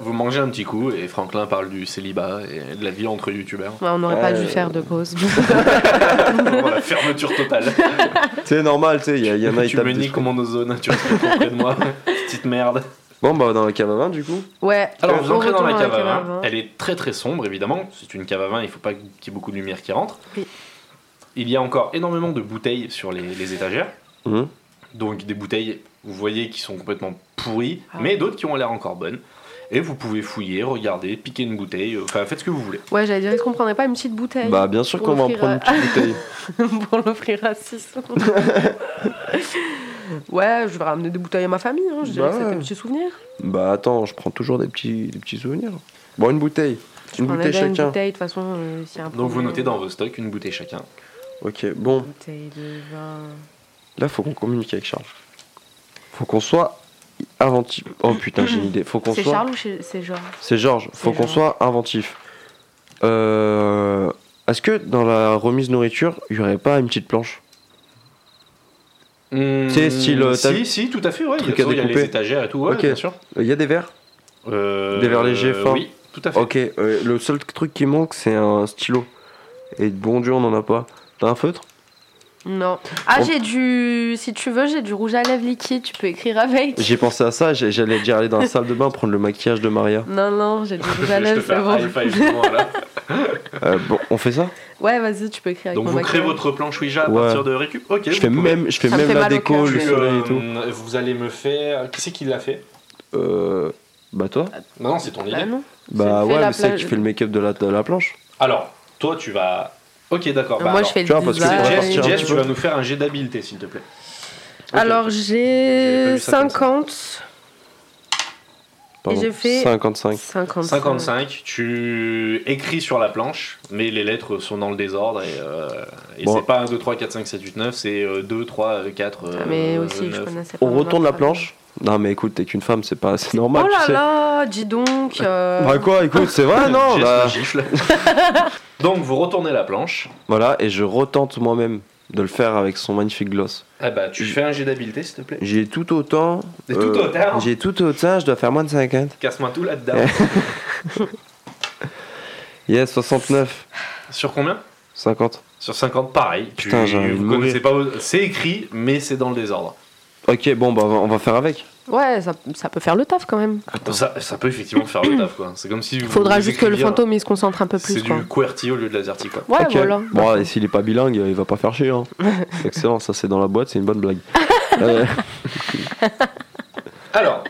Vous mangez un petit coup et Franklin parle du célibat et de la vie entre youtubeurs. Ouais, on n'aurait pas Ouais. dû faire de pause. Vraiment, la fermeture [LAUGHS] totale. Ah. C'est normal, tu sais, il y, a- il y en a, ils tu tapent me des niques trucs. mon ozone, tu restes trop près de [LAUGHS] moi, petite merde. Bon, bah, dans la cave à vin, du coup. ouais. Alors vous on entrez dans retourne la cave hein. à à vin. Elle est très très sombre évidemment. C'est une cave à vin, il faut pas qu'il y ait beaucoup de lumière qui rentre. Oui. Il y a encore énormément de bouteilles sur les, les étagères. Hum. Donc des bouteilles, vous voyez, qui sont complètement pourries, Ah. mais d'autres qui ont l'air encore bonnes. Et vous pouvez fouiller, regarder, piquer une bouteille, euh, enfin faites ce que vous voulez. Ouais, j'allais dire, est-ce qu'on prendrait pas une petite bouteille Bah, bien sûr Pour qu'on va en offrir euh, prendre une petite bouteille. [LAUGHS] pour l'offrir à 600 [LAUGHS] Ouais, je vais ramener des bouteilles à ma famille, hein. je dirais Bah que c'était ouais. un petit souvenir. Bah, attends, je prends toujours des petits, des petits souvenirs. Bon, une bouteille. Je Une prendrais bouteille bien Une chacun. bouteille, de toute façon, euh, s'il y a un Donc vous problème. notez dans vos stocks une bouteille chacun. Ok, bon, Bouteille de vin. là, faut qu'on communique avec Charles. Faut qu'on soit inventif. Oh putain, j'ai une idée. Faut qu'on C'est soit. Charles ou chez- c'est Georges C'est Georges, faut C'est qu'on Georges. soit inventif. Euh, Est-ce que dans la remise nourriture, il n'y aurait pas une petite planche Hmm, Tu sais, style, euh, t'as vu Si, si, tout à fait, ouais. Il y a, Truc à il y a les découper. étagères et tout, ouais, Ok. bien sûr. Il y a des verres Euh, Des verres légers, fins. Oui, tout à fait. Ok, euh, le seul truc qui manque, c'est un stylo. Et bon Dieu, on n'en a pas. T'as un feutre Non. Ah, On- j'ai du. Si tu veux, j'ai du rouge à lèvres liquide, tu peux écrire avec. J'ai pensé à ça, j'ai- j'allais déjà aller dans la salle de bain prendre le maquillage de Maria. Non, [LAUGHS] non, j'ai du Je rouge vais à te lèvres, c'est faire un high bon. five, [LAUGHS] voilà. Euh, bon, on fait ça Ouais, vas-y, tu peux écrire avec Donc mon vous créez maquillage. votre planche Ouija à Ouais. partir de récup. Ok, Je vous fais pouvez. même, je fais Ça me même fait la mal au déco, cœur, le Puis, soleil euh, et tout. Vous allez me faire. Qui c'est qui l'a fait Euh, bah toi Non, non, c'est ton idée. Bah non. Bah me fait ouais, la mais c'est elle plage. qui fait le make-up de la, de la planche. Alors, toi, tu vas. Ok, d'accord. bah Moi, alors, je fais tu vois, le parce que c'est Ouais, design. va Jess, partir un Jess, petit tu peu. vas nous faire un jet d'habileté, s'il te plaît. Ok. J'avais pas Alors j'ai vu ça comme ça. 50. Pardon, j'ai fait- 55. 55. 55, tu écris sur la planche, mais les lettres sont dans le désordre et, euh, et Bon. c'est pas 1, 2, 3, 4, 5, 7, 8, 9, c'est euh, 2, 3, 4. Ah, mais aussi, je connaissais pas. Euh, On mon retourne la alphabet. planche Non mais écoute, t'es qu'une femme, c'est pas c'est Oh normal, là tu sais. là, dis donc. euh, Bah quoi, écoute, c'est vrai, non bah, [LAUGHS] Donc vous retournez la planche. Voilà, et je retente moi-même de le faire avec son magnifique gloss. Ah bah Mm. tu fais un jet d'habileté s'il te plaît. J'ai tout autant. euh, T'es tout autant J'ai tout autant, je dois faire moins de 50. Casse-moi tout là-dedans. Eh, Yes, 69. Sur combien 50. Sur 50, pareil. Tu- Putain, j'ai envie de vous mourir. connaissez pas. vos- C'est écrit, mais c'est dans le désordre. Ok, bon, bah on va faire avec. Ouais, ça, ça peut faire le taf quand même. Ça, ça peut effectivement faire le taf quoi. C'est comme si. vous- Faudra vous juste que le écriviez- fantôme il se concentre un peu C'est plus. Quoi. du QWERTY au lieu de l'AZERTY quoi. Ouais, Ok. voilà. Bon, et s'il est pas bilingue, il va pas faire chier. [LAUGHS] Hein. Excellent, ça c'est dans la boîte, c'est une bonne blague. Euh, Alors,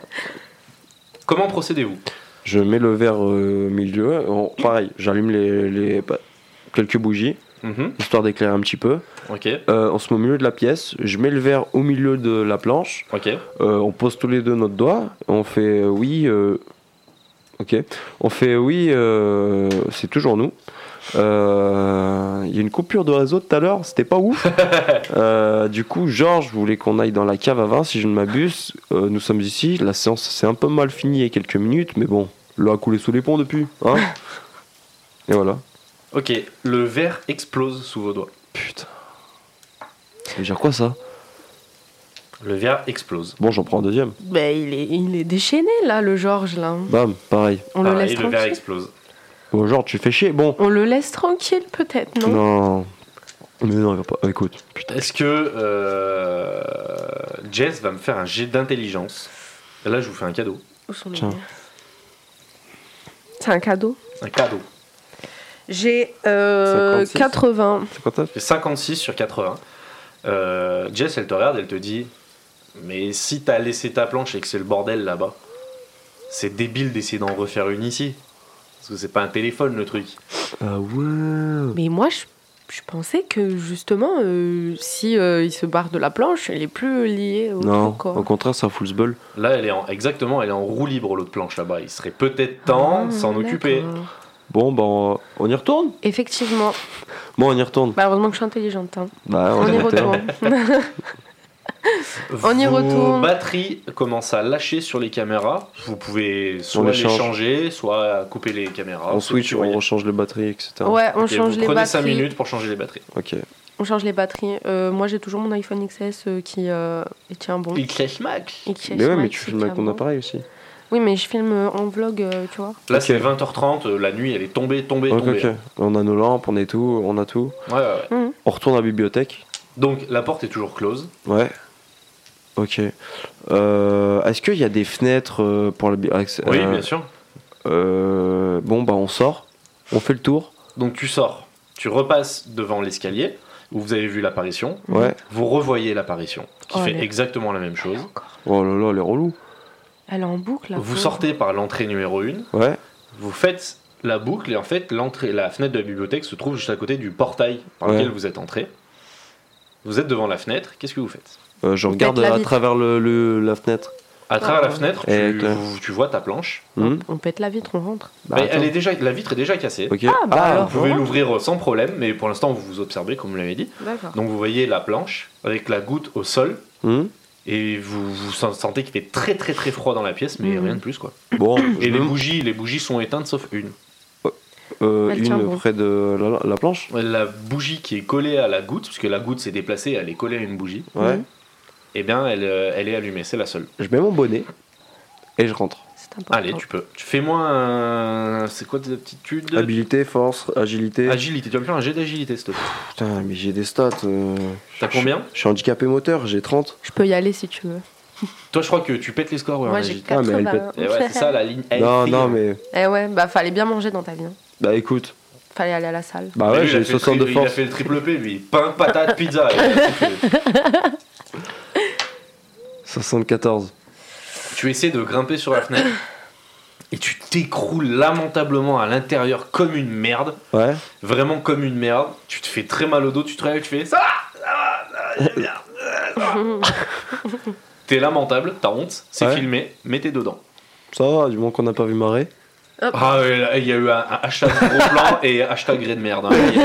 comment procédez-vous je mets le verre euh, au milieu. On- pareil, j'allume les, les- bah, quelques bougies, Mhm, histoire d'éclairer un petit peu. Ok, Euh, on se met au milieu de la pièce, je mets le verre au milieu de la planche, ok. euh, on pose tous les deux notre doigt, on fait euh, oui, euh, ok, on fait oui, euh, c'est toujours nous, Euh, Il y a une coupure de réseau tout à l'heure, c'était pas ouf. Euh, du coup, Georges voulait qu'on aille dans la cave à vin, si je ne m'abuse. Euh, nous sommes ici, la séance s'est un peu mal finie il y a quelques minutes, mais bon, l'eau a coulé sous les ponts depuis. Hein Et voilà. Ok, le verre explose sous vos doigts. Putain. Ça veut dire quoi ça Le verre explose. Bon, j'en prends un deuxième. Ben, il, est, il est déchaîné là, le Georges là. Bam, pareil. On le Pareil, laisse Bah, le verre tranquille. explose. Bon, Georges, tu fais chier. Bon. On le laisse tranquille peut-être, non, Non. Mais non, il va pas. Écoute, putain. Est-ce que euh, Jess va me faire un jet d'intelligence Là, je vous fais un cadeau. Où sont mes Tiens. verres C'est un cadeau. Un cadeau. J'ai Euh, 56. 80. C'est quoi ça J'ai 56 sur 80. Euh, Jess, elle te regarde, elle te dit Mais si t'as laissé ta planche et que c'est le bordel là-bas, c'est débile d'essayer d'en refaire une ici. Parce que c'est pas un téléphone le truc. Ah Mm. ouais. Mais moi, je, je pensais que justement, euh, si euh, il se barre de la planche, elle est plus liée au Non, truc, quoi. au contraire, c'est un full bull. Là, elle est en, exactement, elle est en roue libre l'autre planche là-bas. Il serait peut-être temps de Ah, s'en occuper. d'accord. Bon, bah, on- on y retourne Effectivement. Bon, on y retourne. Bah, heureusement que je suis intelligente. hein. Ah, Bah, On y était là. retourne. On y Vos retourne. batteries commencent à lâcher sur les caméras. Vous pouvez soit On les les change. changer, soit couper les caméras. On C'est switch, plus rien. on rechange les batteries, etc. ouais, on Ok, change vous les prenez 5 batteries. minutes pour changer les batteries. Ok. On change les batteries. Euh, moi, j'ai toujours mon iPhone XS euh, qui euh, il tient bon. Il clash max. Il tient Mais ouais, sur mais un tu petit filmes avec ton câble. appareil aussi. Oui, mais je filme euh, en vlog, euh, tu vois. Là, Ok. c'est 20h30, euh, la nuit, elle est tombée, tombée, Ok, tombée. ok. On a nos lampes, on est tout, on a tout. Ouais, ouais, ouais. On retourne à la bibliothèque. Donc, la porte est toujours close. Ouais. Ok. Euh, Est-ce qu'il y a des fenêtres euh, pour la bibliothèque Oui, bien sûr. bon, bah, on sort. On fait le tour. Donc, tu sors, tu repasses devant l'escalier où vous avez vu l'apparition. Mhm. Ouais. Vous revoyez l'apparition qui Oh, fait elle est- exactement la même chose. Oh là là, elle est relou. Elle est en boucle. la Vous pauvre. sortez par l'entrée numéro 1. Ouais. Vous faites la boucle et en fait l'entrée, la fenêtre de la bibliothèque se trouve juste à côté du portail par Ouais. lequel vous êtes entré. Vous êtes devant la fenêtre, qu'est-ce que vous faites Euh, je regarde pète la à vitre. travers le, le- la fenêtre. À travers Ah. la fenêtre, Et tu, que- vous- tu vois ta planche. Hmm On pète la vitre, on rentre. Bah, Mais elle attends. est déjà, la vitre est déjà cassée. Ok. Ah, bah alors. Vous pouvez Voilà. l'ouvrir euh, sans problème, mais pour l'instant vous vous observez comme vous l'avez dit. D'accord. Donc vous voyez la planche avec la goutte au sol Hmm et vous, vous sentez qu'il fait très très très froid dans la pièce, mais Mhm. rien de plus quoi. Bon, je Et les me- bougies, les bougies sont éteintes sauf une. euh, Elle tient une bon. près de la, la planche. La bougie qui est collée à la goutte, puisque la goutte s'est déplacée, elle est collée à une bougie. Ouais. Mhm. Eh bien, elle, euh, elle est allumée, c'est la seule. Je mets mon bonnet et je rentre. C'est important. Allez, tu peux. Tu fais-moi un. C'est quoi tes aptitudes Habilité, force, agilité. Agilité. Tu vas me faire un jet d'agilité, s'il te plaît. Putain, mais j'ai des stats. euh, T'as je- combien Je suis handicapé moteur, j'ai 30. Je peux y aller si tu veux. Toi, je crois que tu pètes les scores. Ouais, en moi, j'ai agilité. Ah, mais elle 80. Et Eh ouais, c'est ça la ligne. elle non, est non, fine. mais. Eh ouais, bah fallait bien manger dans ta vie. hein. Bah écoute. Fallait aller à la salle. Mais Bah ouais, lui, il a j'ai fait le 60 de tri- Il a force. fait le triple P, lui. Pain, patate, pizza. Et là, tu fais- 74. tu essaies de grimper sur la fenêtre. Et tu t'écroules lamentablement à l'intérieur comme une merde. Ouais. Vraiment comme une merde. Tu te fais très mal au dos. Tu te réveilles, tu fais ça va, ça va, ça va, j'ai bien. T'es lamentable, t'as honte. C'est Ouais. filmé, mais t'es dedans. Ça va, du moment qu'on n'a pas vu marrer. Ah, ouais, là, il y a eu un, un hashtag gros [LAUGHS] plan et hashtag gré de merde. hein. Il y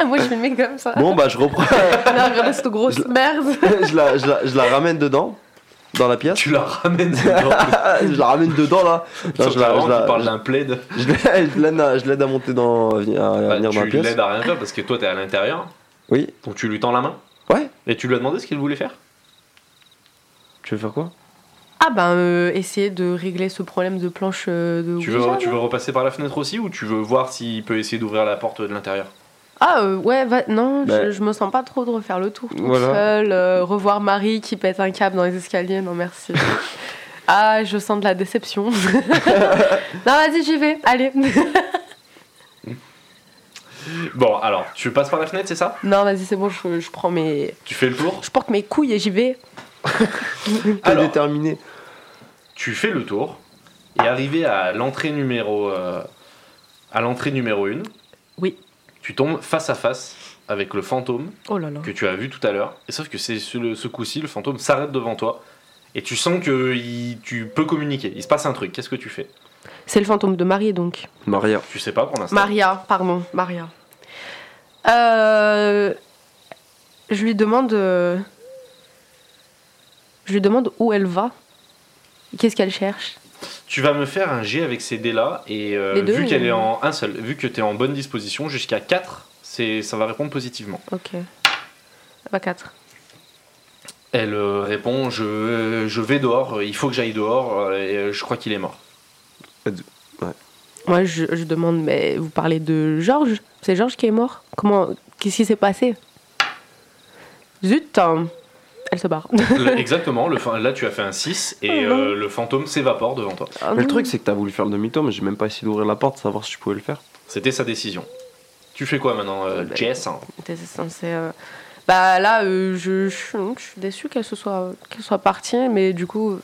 a- [LAUGHS] moi, je filmais comme ça. Bon, bah je reprends. Là, regarde cette grosse merde. [LAUGHS] je, la, je, la, je la ramène dedans. Dans la pièce. Tu la ramènes dedans. [LAUGHS] Ah, je la ramène dedans là. Non, je, la, je, tu parles la, d'un plaid. je l'aide- [LAUGHS] je l'aide à- je l'aide à monter dans. à venir- à Bah, venir dans la tu pièce. l'aides à rien faire parce que toi t'es à l'intérieur. Oui. Donc tu lui tends la main. Ouais. Et tu lui as demandé ce qu'il voulait faire. Tu veux faire quoi Ah ben, euh, essayer de régler ce problème de planche euh, de Tu veux, Ouija, tu là. veux repasser par la fenêtre aussi ou tu veux voir s'il peut essayer d'ouvrir la porte de l'intérieur Ah euh, ouais, va- non, je- Bah. je, me sens pas trop de refaire le tour toute Voilà. seule, euh, revoir Marie qui pète un câble dans les escaliers, non merci. ah, je sens de la déception. [LAUGHS] non, vas-y, j'y vais, allez. [LAUGHS] Bon, alors, tu passes par la fenêtre, c'est ça non, vas-y, c'est bon, je, je prends mes... Tu fais le tour Je porte mes couilles et j'y vais. T'es Alors. déterminé. Tu fais le tour. Et arrivé à l'entrée numéro. euh, à l'entrée numéro 1. Oui. Tu tombes face à face avec le fantôme Oh là là. que tu as vu tout à l'heure. Et sauf que c'est ce, le- ce coup-ci, le fantôme s'arrête devant toi. Et tu sens que il- tu peux communiquer. Il se passe un truc. Qu'est-ce que tu fais C'est le fantôme de Marie, donc. Maria. Tu sais pas pour l'instant. Maria, pardon, Maria. Euh, je lui demande. euh, Je lui demande où elle va. Qu'est-ce qu'elle cherche Tu vas me faire un G avec ces dés-là, et euh, Les deux, vu ou- qu'elle est en un seul, vu que t'es en bonne disposition, jusqu'à 4, ça va répondre positivement. Ok. Bah, 4. Elle euh, répond je, je vais dehors, euh, il faut que j'aille dehors, euh, et euh, je crois qu'il est mort. Moi, je, je demande, mais vous parlez de Georges C'est Georges qui est mort Comment Qu'est-ce qui s'est passé Zut hein. Elle se barre. Là, exactement, [LAUGHS] le fa- là tu as fait un 6, et Oh non. euh, le fantôme s'évapore devant toi. Ah Mais le non. truc, c'est que t'as voulu faire le demi-tour, mais j'ai même pas essayé d'ouvrir la porte, savoir si je pouvais le faire. C'était sa décision. Tu fais quoi maintenant, euh, Euh, bah, Jess hein T'es censé. euh, Bah là, euh, je, je suis- je suis déçue qu'elle se soit, qu'elle soit partie, mais du coup,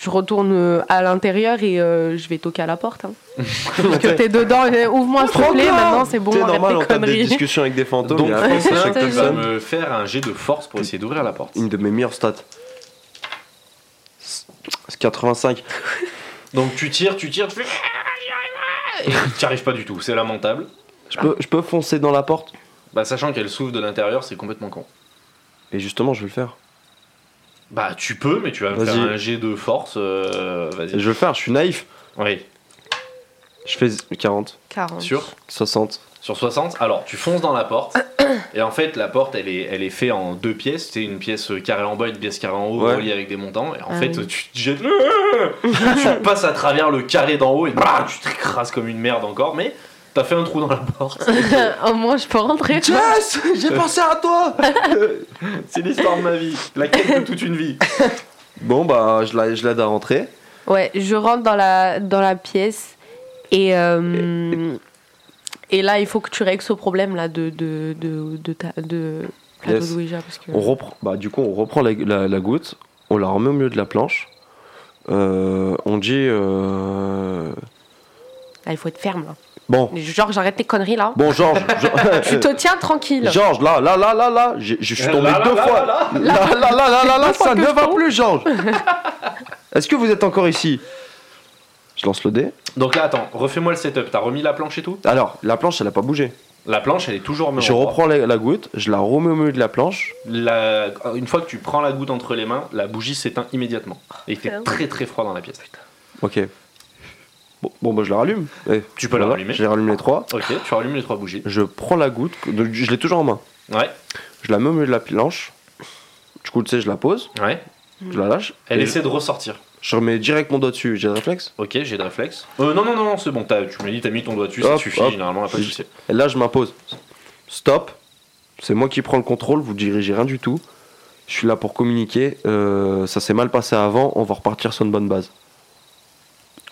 je retourne euh, à l'intérieur et euh, je vais toquer à la porte. hein. [LAUGHS] Parce que t'es dedans, et ouvre-moi s'il [LAUGHS] te plaît, maintenant c'est bon, T'es arrête normal, tes on tape des conneries. [LAUGHS] discussions avec des fantômes, Donc et après, c'est Franklin, chaque ça, tu vas personne. me faire un jet de force pour essayer d'ouvrir la porte. Une de mes meilleures stats. C'est 85. Donc tu tires, tu tires, tu fais. Et tu arrives pas du tout, c'est lamentable. Je peux, je peux foncer dans la porte Bah, sachant qu'elle s'ouvre de l'intérieur, c'est complètement con. Et justement, je vais le faire. Bah, tu peux, mais tu vas me Vas-y. faire un jet de force. euh, Je Vas-y. vais le faire, je suis naïf. Oui, Je fais 40, 40. sur, 60. sur 60. Alors, tu fonces dans la [COUGHS] porte. et en fait, la porte, elle est, elle est faite en deux pièces. C'est une pièce carrée en bas, une pièce carrée en haut, Ouais. reliée avec des montants. Et en Ah fait, oui. tu te jettes. [LAUGHS] tu passes à travers le carré d'en haut et bah, tu t'écrases comme une merde encore, mais t'as fait un trou dans la porte. [LAUGHS] Au moins, je peux rentrer. Yes J'ai pensé à [LAUGHS] toi c'est l'histoire de ma vie. La quête de toute une vie. Bon, bah, je l'aide je l'aide à rentrer. Ouais, je rentre dans la, dans la pièce et. euh, et là, il faut que tu règles ce problème là de de de de ta- de, la Yes. de Ouija, parce que On reprend, bah, du coup, on reprend la, la- la goutte, on la remet au milieu de la planche. Euh, on dit. euh, là, il faut être ferme là. Bon, Genre, j'arrête tes conneries là. bon, [LAUGHS] euh, Georges. Ge- Tu te tiens tranquille. Georges, là, là, là, là, là, j'ai- je suis tombé Là, là, deux là, fois. là, là. Là, là, là, là, là, là, Deux fois ça que ne je va tombe. plus, [LAUGHS] Georges. Est-ce que vous êtes encore ici Je lance le dé. Donc là, attends, refais-moi le setup. T'as remis la planche et tout Alors, la planche, elle a pas bougé. La planche, elle est toujours hein. en Je endroit. reprends la, la goutte, je la remets au milieu de la planche. La- Une fois que tu prends la goutte entre les mains, la bougie s'éteint immédiatement. Et il fait Merde. très très froid dans la pièce. Ok. Bon, bon, bah, je la rallume. Eh, Tu peux la voilà, rallumer. Je les rallume les trois. Ok, tu rallumes les trois bougies. Je prends la goutte, donc, je l'ai toujours en main. Ouais, Je la mets au milieu de la planche. Du coup, tu sais, je la pose, ouais. je la lâche. Elle et essaie de ressortir. Je remets direct mon doigt dessus. J'ai le réflexe. Ok, j'ai de réflexe. Euh, non, non, non, non, c'est bon. t'as- Tu me dis, t'as mis ton doigt dessus, ça Hop, suffit. hop. Généralement, y a pas de souci. Et là, je m'impose. Stop. C'est moi qui prends le contrôle. Vous dirigez rien du tout. Je suis là pour communiquer. euh, ça s'est mal passé avant. On va repartir sur une bonne base.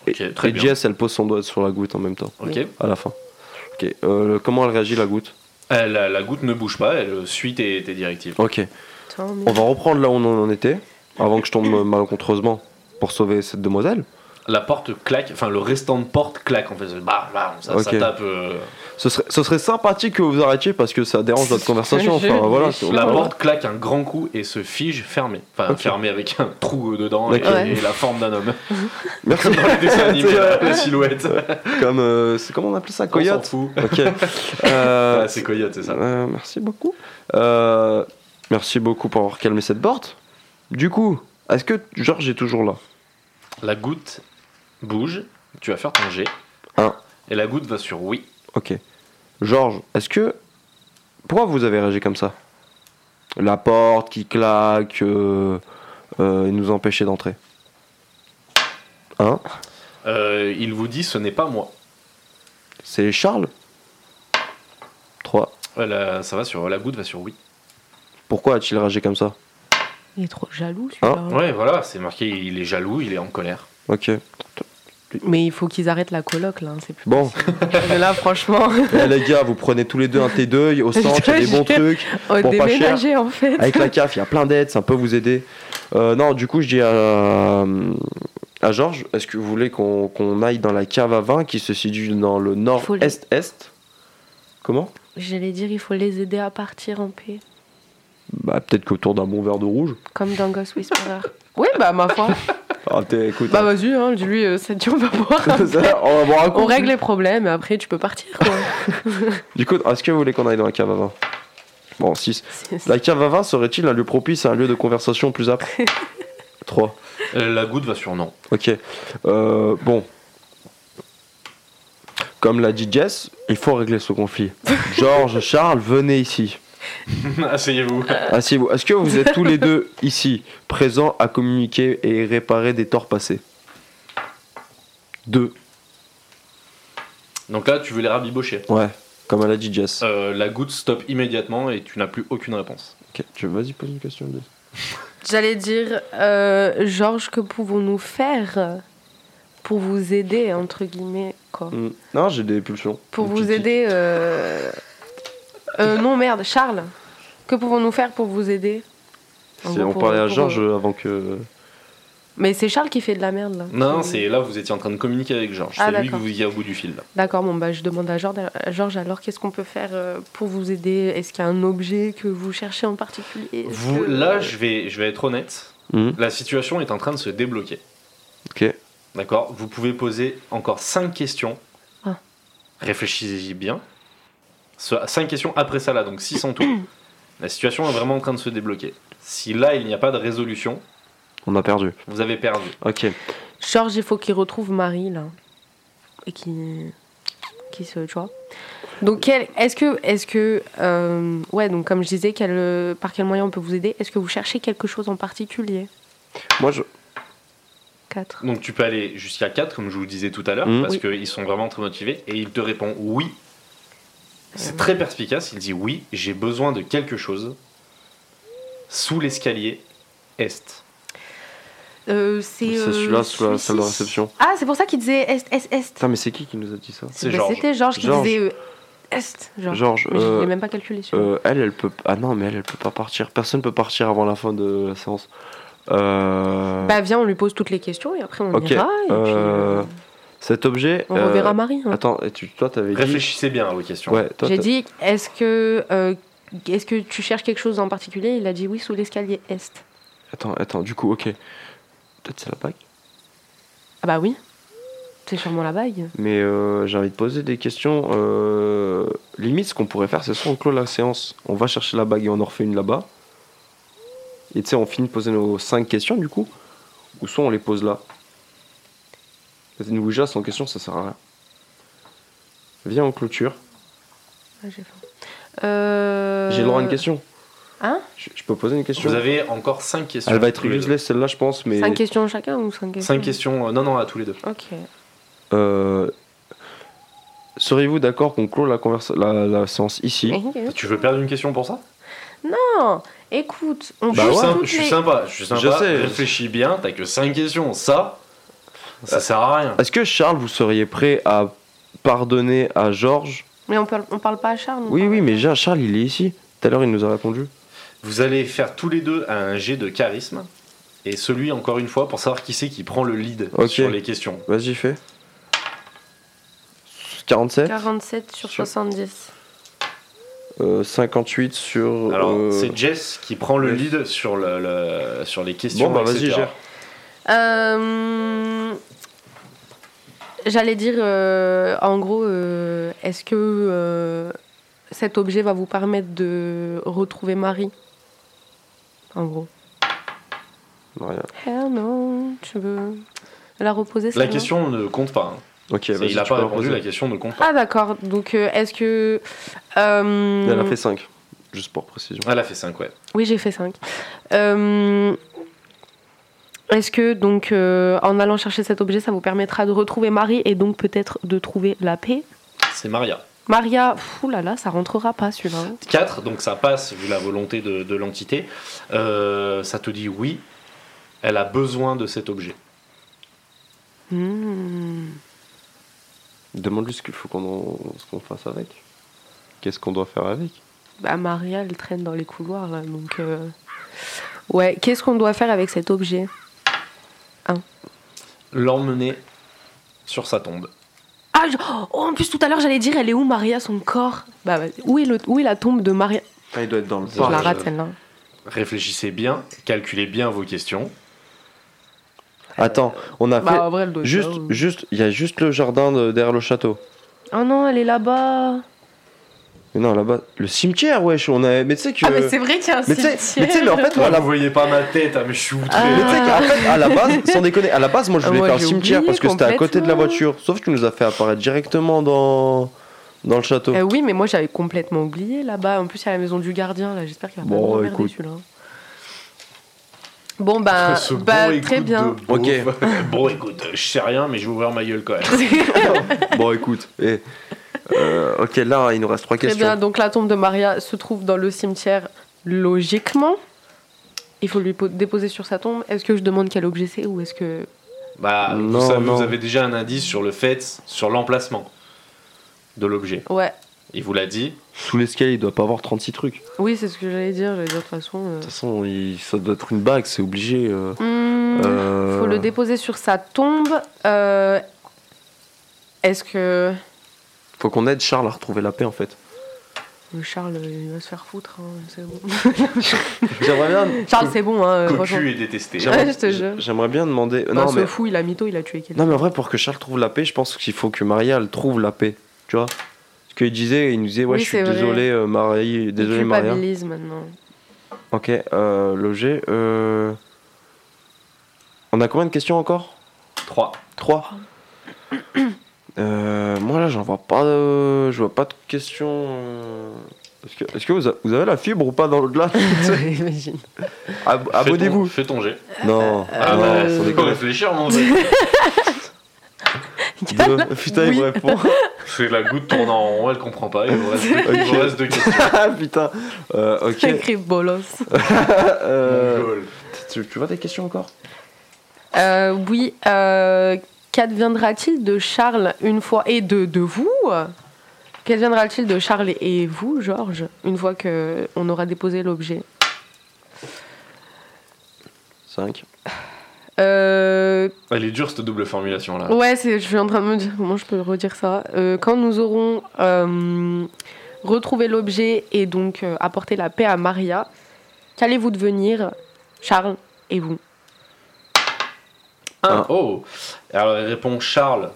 Et- Ok, très et bien. Jess, elle pose son doigt sur la goutte en même temps. Ok. Oui. À la fin. Ok. euh, comment elle réagit la goutte Euh, la, la goutte ne bouge pas, elle suit tes, tes directives. Ok. Attends, mais- On va reprendre là où on en était. Avant que je tombe [CLEARS THROAT] euh, malencontreusement pour sauver cette demoiselle. La porte claque, enfin le restant de porte claque en fait. Bah, bah, ça, ça Ok. tape. euh, Ce serait, ce serait sympathique que vous arrêtiez parce que ça dérange notre conversation. Je- Enfin, voilà, c'est- La voilà. porte claque un grand coup et se fige fermée. Enfin, Ok. fermée avec un trou euh, dedans et- Ok. et, Ouais. la forme d'un [LAUGHS] homme. Merci. Comme dans les dessins animés, C'est, la, euh, la silhouette. Comme euh, c'est comment on appelait ça, On s'en coyote. fout. [LAUGHS] Ok. Euh, Ouais, c'est coyote, c'est ça. euh, merci beaucoup. Euh, merci beaucoup pour avoir calmé cette porte. Du coup, est-ce que Georges est toujours là La goutte bouge, tu vas faire ton G. Un. Et la goutte va sur oui. Ok. Georges, est-ce que pourquoi vous avez réagi comme ça La porte qui claque euh, euh, et nous empêcher d'entrer. Hein Euh, il vous dit ce n'est pas moi. C'est Charles 3. Ouais, Euh, la- ça va sur la goutte va sur oui. Pourquoi a-t-il réagi comme ça Il est trop jaloux Hein, celui-là. Ouais, voilà, c'est marqué. Il est jaloux, il est en colère. Ok. Mais il faut qu'ils arrêtent la coloc là, hein, [LAUGHS] c'est plus Bon, parce que là franchement, Eh, les gars, vous prenez tous les deux un thé d'œil au centre, il y a des [LAUGHS] bons trucs. on [LAUGHS] Bon, pas déménager en fait. Avec la CAF, il y a plein d'aides, ça peut vous aider. Euh, non, du coup, je dis à, à Georges, est-ce que vous voulez qu'on qu'on aille dans la cave à vin qui se situe dans le Faut le- nord-est-est Comment J'allais dire il faut les aider à partir en paix, Bah, peut-être qu'autour d'un bon verre de rouge. [LAUGHS] comme dans Ghost Whisperer. oui bah ma foi. Ah, t'es- écoute, Bah vas-y, hein, dis-lui, euh, ça te dit, on [LAUGHS] va boire. hein. Ça, on va boire un coup. On règle les problèmes et après tu peux partir [LAUGHS] quoi. Du coup, est-ce que vous voulez qu'on aille dans la cave à vin Bon, 6. C'est- c'est- La cave à vin serait-il un lieu propice à un lieu de conversation plus [LAUGHS] âpre 3. Euh, La goutte va sur non. [LAUGHS] Ok. Euh, bon. Comme l'a dit Jess, il faut régler ce [LAUGHS] conflit. Georges, Charles, venez ici. Asseyez-vous. Asseyez-vous. Est-ce que vous êtes tous les deux ici, présents à communiquer et réparer des torts passés Deux. Donc là, tu veux les rabibocher. Ouais, comme elle a dit Jess. Euh, la goutte stoppe immédiatement et tu n'as plus aucune réponse. Ok, tu- Vas-y, pose une question. Jess. J'allais dire, euh, Georges, que pouvons-nous faire pour vous aider, entre guillemets, quoi Hmm. Non, j'ai des pulsions. Pour Des vous petits- aider. euh, euh, non, merde, Charles, que pouvons-nous faire pour vous aider En Si gros, on pour- parlait à pour- euh, Georges avant que. euh, Mais c'est Charles qui fait de la merde, là. Non, c'est là, vous étiez en train de communiquer avec Georges. Ah, c'est lui que d'accord. vous y a au bout du fil. là. D'accord, bon, bah, je demande à Georges, à Georges, alors qu'est-ce qu'on peut faire euh, pour vous aider Est-ce qu'il y a un objet que vous cherchez en particulier Est-ce Vous, que- euh, là, je vais, je vais être honnête. Mhm. La situation est en train de se débloquer. Ok. D'accord Vous pouvez poser encore 5 questions. Ah. Réfléchissez-y bien. 5 questions après ça, là, donc 6 en [CLEARS THROAT] tout. La situation est vraiment en train de se débloquer. Si là, il n'y a pas de résolution, On a perdu. vous avez perdu. Ok. Georges, il faut qu'il retrouve Marie, là. Et qui. qui se. Tu vois Donc, quel- est-ce que. Est-ce que. euh, ouais, donc, comme je disais, quel, euh, par quel moyen on peut vous aider Est-ce que vous cherchez quelque chose en particulier Moi, je. 4. Donc tu peux aller jusqu'à 4, comme je vous le disais tout à l'heure, Mhm. parce Oui. qu'ils sont vraiment très motivés, et il te répond oui. C'est Euh. très perspicace, il dit oui, j'ai besoin de quelque chose sous l'escalier est. c'est. C'est euh, celui-là sous la celui-ci. salle de réception. Ah, c'est pour ça qu'il disait Est, Est, Est. Putain, mais c'est qui qui nous a dit ça C'est Bah, Georges. C'était Georges qui Georges. disait euh, Est. Georges. Georges. Mais je euh, l'ai même pas calculé celui-là. euh, elle, elle peut. Ah non, mais elle, elle peut pas partir. Personne peut partir avant la fin de la séance. Euh, Bah, viens, on lui pose toutes les questions et après on Ok, ira. Et puis, euh, euh, Cet objet. on euh, reverra Marie. hein. Attends, et tu, toi, t'avais dit. Réfléchissez bien aux questions. Ouais, toi, J'ai t'as- dit, est-ce que, euh, est-ce que tu cherches quelque chose en particulier Il a dit oui, sous l'escalier Est. Attends, attends, du coup, ok. Peut-être c'est la bague. Ah bah oui, c'est sûrement la bague. Mais euh, j'ai envie de poser des questions. euh, Limite, ce qu'on pourrait faire, c'est soit on clôt la séance, on va chercher la bague et on en refait une là-bas. Et tu sais, on finit de poser nos cinq questions du coup. Ou soit on les pose là. Parce que Une Ouija sans question, ça sert à rien. Viens, on clôture. Ah, j'ai faim. Euh, J'ai le droit à une question. Hein Je, je peux poser une question Vous avez encore 5 questions. Elle va être tous les deux. useless celle-là, je pense, mais. Cinq questions chacun ou cinq questions Cinq questions, euh, non, non, à tous les deux. Ok. Euh, Seriez-vous d'accord qu'on clôt la, conversa- la, la séance ici Tu veux perdre une question pour ça Non, écoute, on Bah je, suis ouais. pose sympa, toutes je suis les- sympa, je suis sympa. Je sais. Réfléchis bien, t'as que 5 questions. Ça, Euh, ça sert à rien. Est-ce que Charles, vous seriez prêt à pardonner à Georges Mais on parle, on parle pas à Charles. on Oui, parle- oui, mais Jean- Charles, il est ici. Tout à l'heure, il nous a répondu. Vous allez faire tous les deux un jet de charisme. Et celui, encore une fois, pour savoir qui c'est qui prend le lead Ok. sur les questions. Vas-y, fais. 47, 47 sur 70. euh, 58 sur. Alors, euh, c'est Jess qui prend le yes. lead sur, le, le- sur les questions. Bon, bah vas-y, etc. gère. Euh, J'allais dire, euh, en gros, euh, est-ce que euh, cet objet va vous permettre de retrouver Marie En gros. Non, rien. Ah non, tu veux la reposer La celle-là question ne compte pas. hein. Ok, C'est- vas-y. Il n'a tu pas peux répondu, reposer. la question ne compte pas. Ah d'accord, donc euh, est-ce que... euh, Elle a fait 5, juste pour précision. Elle a fait 5, ouais. Oui, j'ai fait 5. Est-ce que donc euh, en allant chercher cet objet, ça vous permettra de retrouver Marie et donc peut-être de trouver la paix C'est Maria. Maria, pff, oulala, ça rentrera pas celui-là. hein. 4, donc ça passe, vu la volonté de, de l'entité. Euh, ça te dit oui, elle a besoin de cet objet. Hmm. Demande-lui ce qu'il faut qu'on en- ce qu'on fasse avec. Qu'est-ce qu'on doit faire avec Bah, Maria, elle traîne dans les couloirs là, donc. euh, Ouais, qu'est-ce qu'on doit faire avec cet objet L'emmener sur sa tombe. Ah, je- oh, en plus tout à l'heure j'allais dire, elle est où Maria, son corps Bah, bah, où, est le... où est la tombe de Maria Ah, Il doit être dans le Je Je la parc. rate celle-là. Réfléchissez bien, calculez bien vos questions. Attends, on a Bah, fait. en vrai, le doigt. Juste, juste, il y a juste le jardin de- derrière le château. Ah Oh non, elle est là-bas. Mais non, là-bas, le cimetière, wesh, on a. Mais tu sais que. Ah, mais c'est vrai qu'il y a un mais tu sais, mais tu sais, mais en fait, Là, moi, à la, vous voyez pas ma tête, hein, mais je suis outré. Ah. mais tu sais qu'en fait, à la base, sans déconner, à la base, moi, je Ah, voulais moi, faire le j'ai cimetière oublié parce que c'était à côté de la complètement. voiture. Sauf que tu nous as fait apparaître directement dans. Dans le château. Eh oui, mais moi j'avais complètement oublié là-bas. En plus, il y a la maison du gardien là. J'espère qu'il va Bon, pas me remerder écoute. celui-là. Bon, bah, Ce bon bah écoute très de bien. beauf. [LAUGHS] bon, écoute, euh, je sais rien, mais je vais ouvrir ma gueule quand même. bon, écoute. eh, euh, ok, là, il nous reste trois [LAUGHS] Très bien. questions. Donc, la tombe de Maria se trouve dans le cimetière logiquement. Il faut lui po- déposer sur sa tombe. Est-ce que je demande quel objet c'est ou est-ce que. Bah, Non, vous, savez, non. vous avez déjà un indice sur le fait, sur l'emplacement de l'objet. Ouais, Il vous l'a dit. Sous l'escalier, il doit pas avoir 36 trucs. De oui, c'est ce que j'allais dire. J'allais dire de toute façon. euh, toute façon, il- ça doit être une bague, c'est obligé. euh. hmm, Euh, faut le déposer sur sa tombe. Euh, Est-ce que. Faut qu'on aide Charles à retrouver la paix en fait. euh, Charles, il va se faire foutre. hein, c'est bon. J'aimerais bien. Charles, c'est bon, hein, franchement. Cocu est détesté. J'avoue. Ouais, je te jure. J'aimerais bien demander. Non, non, mais... fou, il a mytho, il a tué quelqu'un. non, mais en vrai, pour que Charles trouve la paix, je pense qu'il faut que Maria elle trouve la paix. Tu vois Parce qu'il disait, il nous disait, ouais, Oui, je suis c'est vrai. désolé, euh, Maria. il Désolé, Maria. [LAUGHS] culpabilise maintenant. Ok, euh, logé. euh, On a combien de questions encore 3. Trois. [COUGHS] Euh, moi là, j'en vois pas. de- Je vois pas de questions. euh, Est-ce que, est-ce que vous, a- vous avez la fibre ou pas dans [LAUGHS] l'au-delà J'imagine. Ab- Abonnez-vous. Fais ton Euh, jet. Non. Ah, non, bah, sans faut déconner. réfléchir, mon dieu. [LAUGHS] Deux. Putain, il Oui. me répond. [LAUGHS] C'est la goutte tournant en rond, elle comprend pas. Il vous reste, il vous reste deux questions. Ah putain. Euh, ok. Sacré bolos. Euh, Mon gueule. tu, tu vois des questions encore Euh, oui, euh, qu'adviendra-t-il de Charles une fois. Et de, de vous Qu'adviendra-t-il de Charles et vous, Georges, une fois que on aura déposé l'objet 5. Euh, Elle est dure cette double formulation là. Ouais, c'est- je suis en train de me dire comment je peux redire ça. Euh, quand nous aurons euh, retrouvé l'objet et donc euh, apporté la paix à Maria, qu'allez-vous devenir, Charles et vous Un. Oh Alors il répond Charles,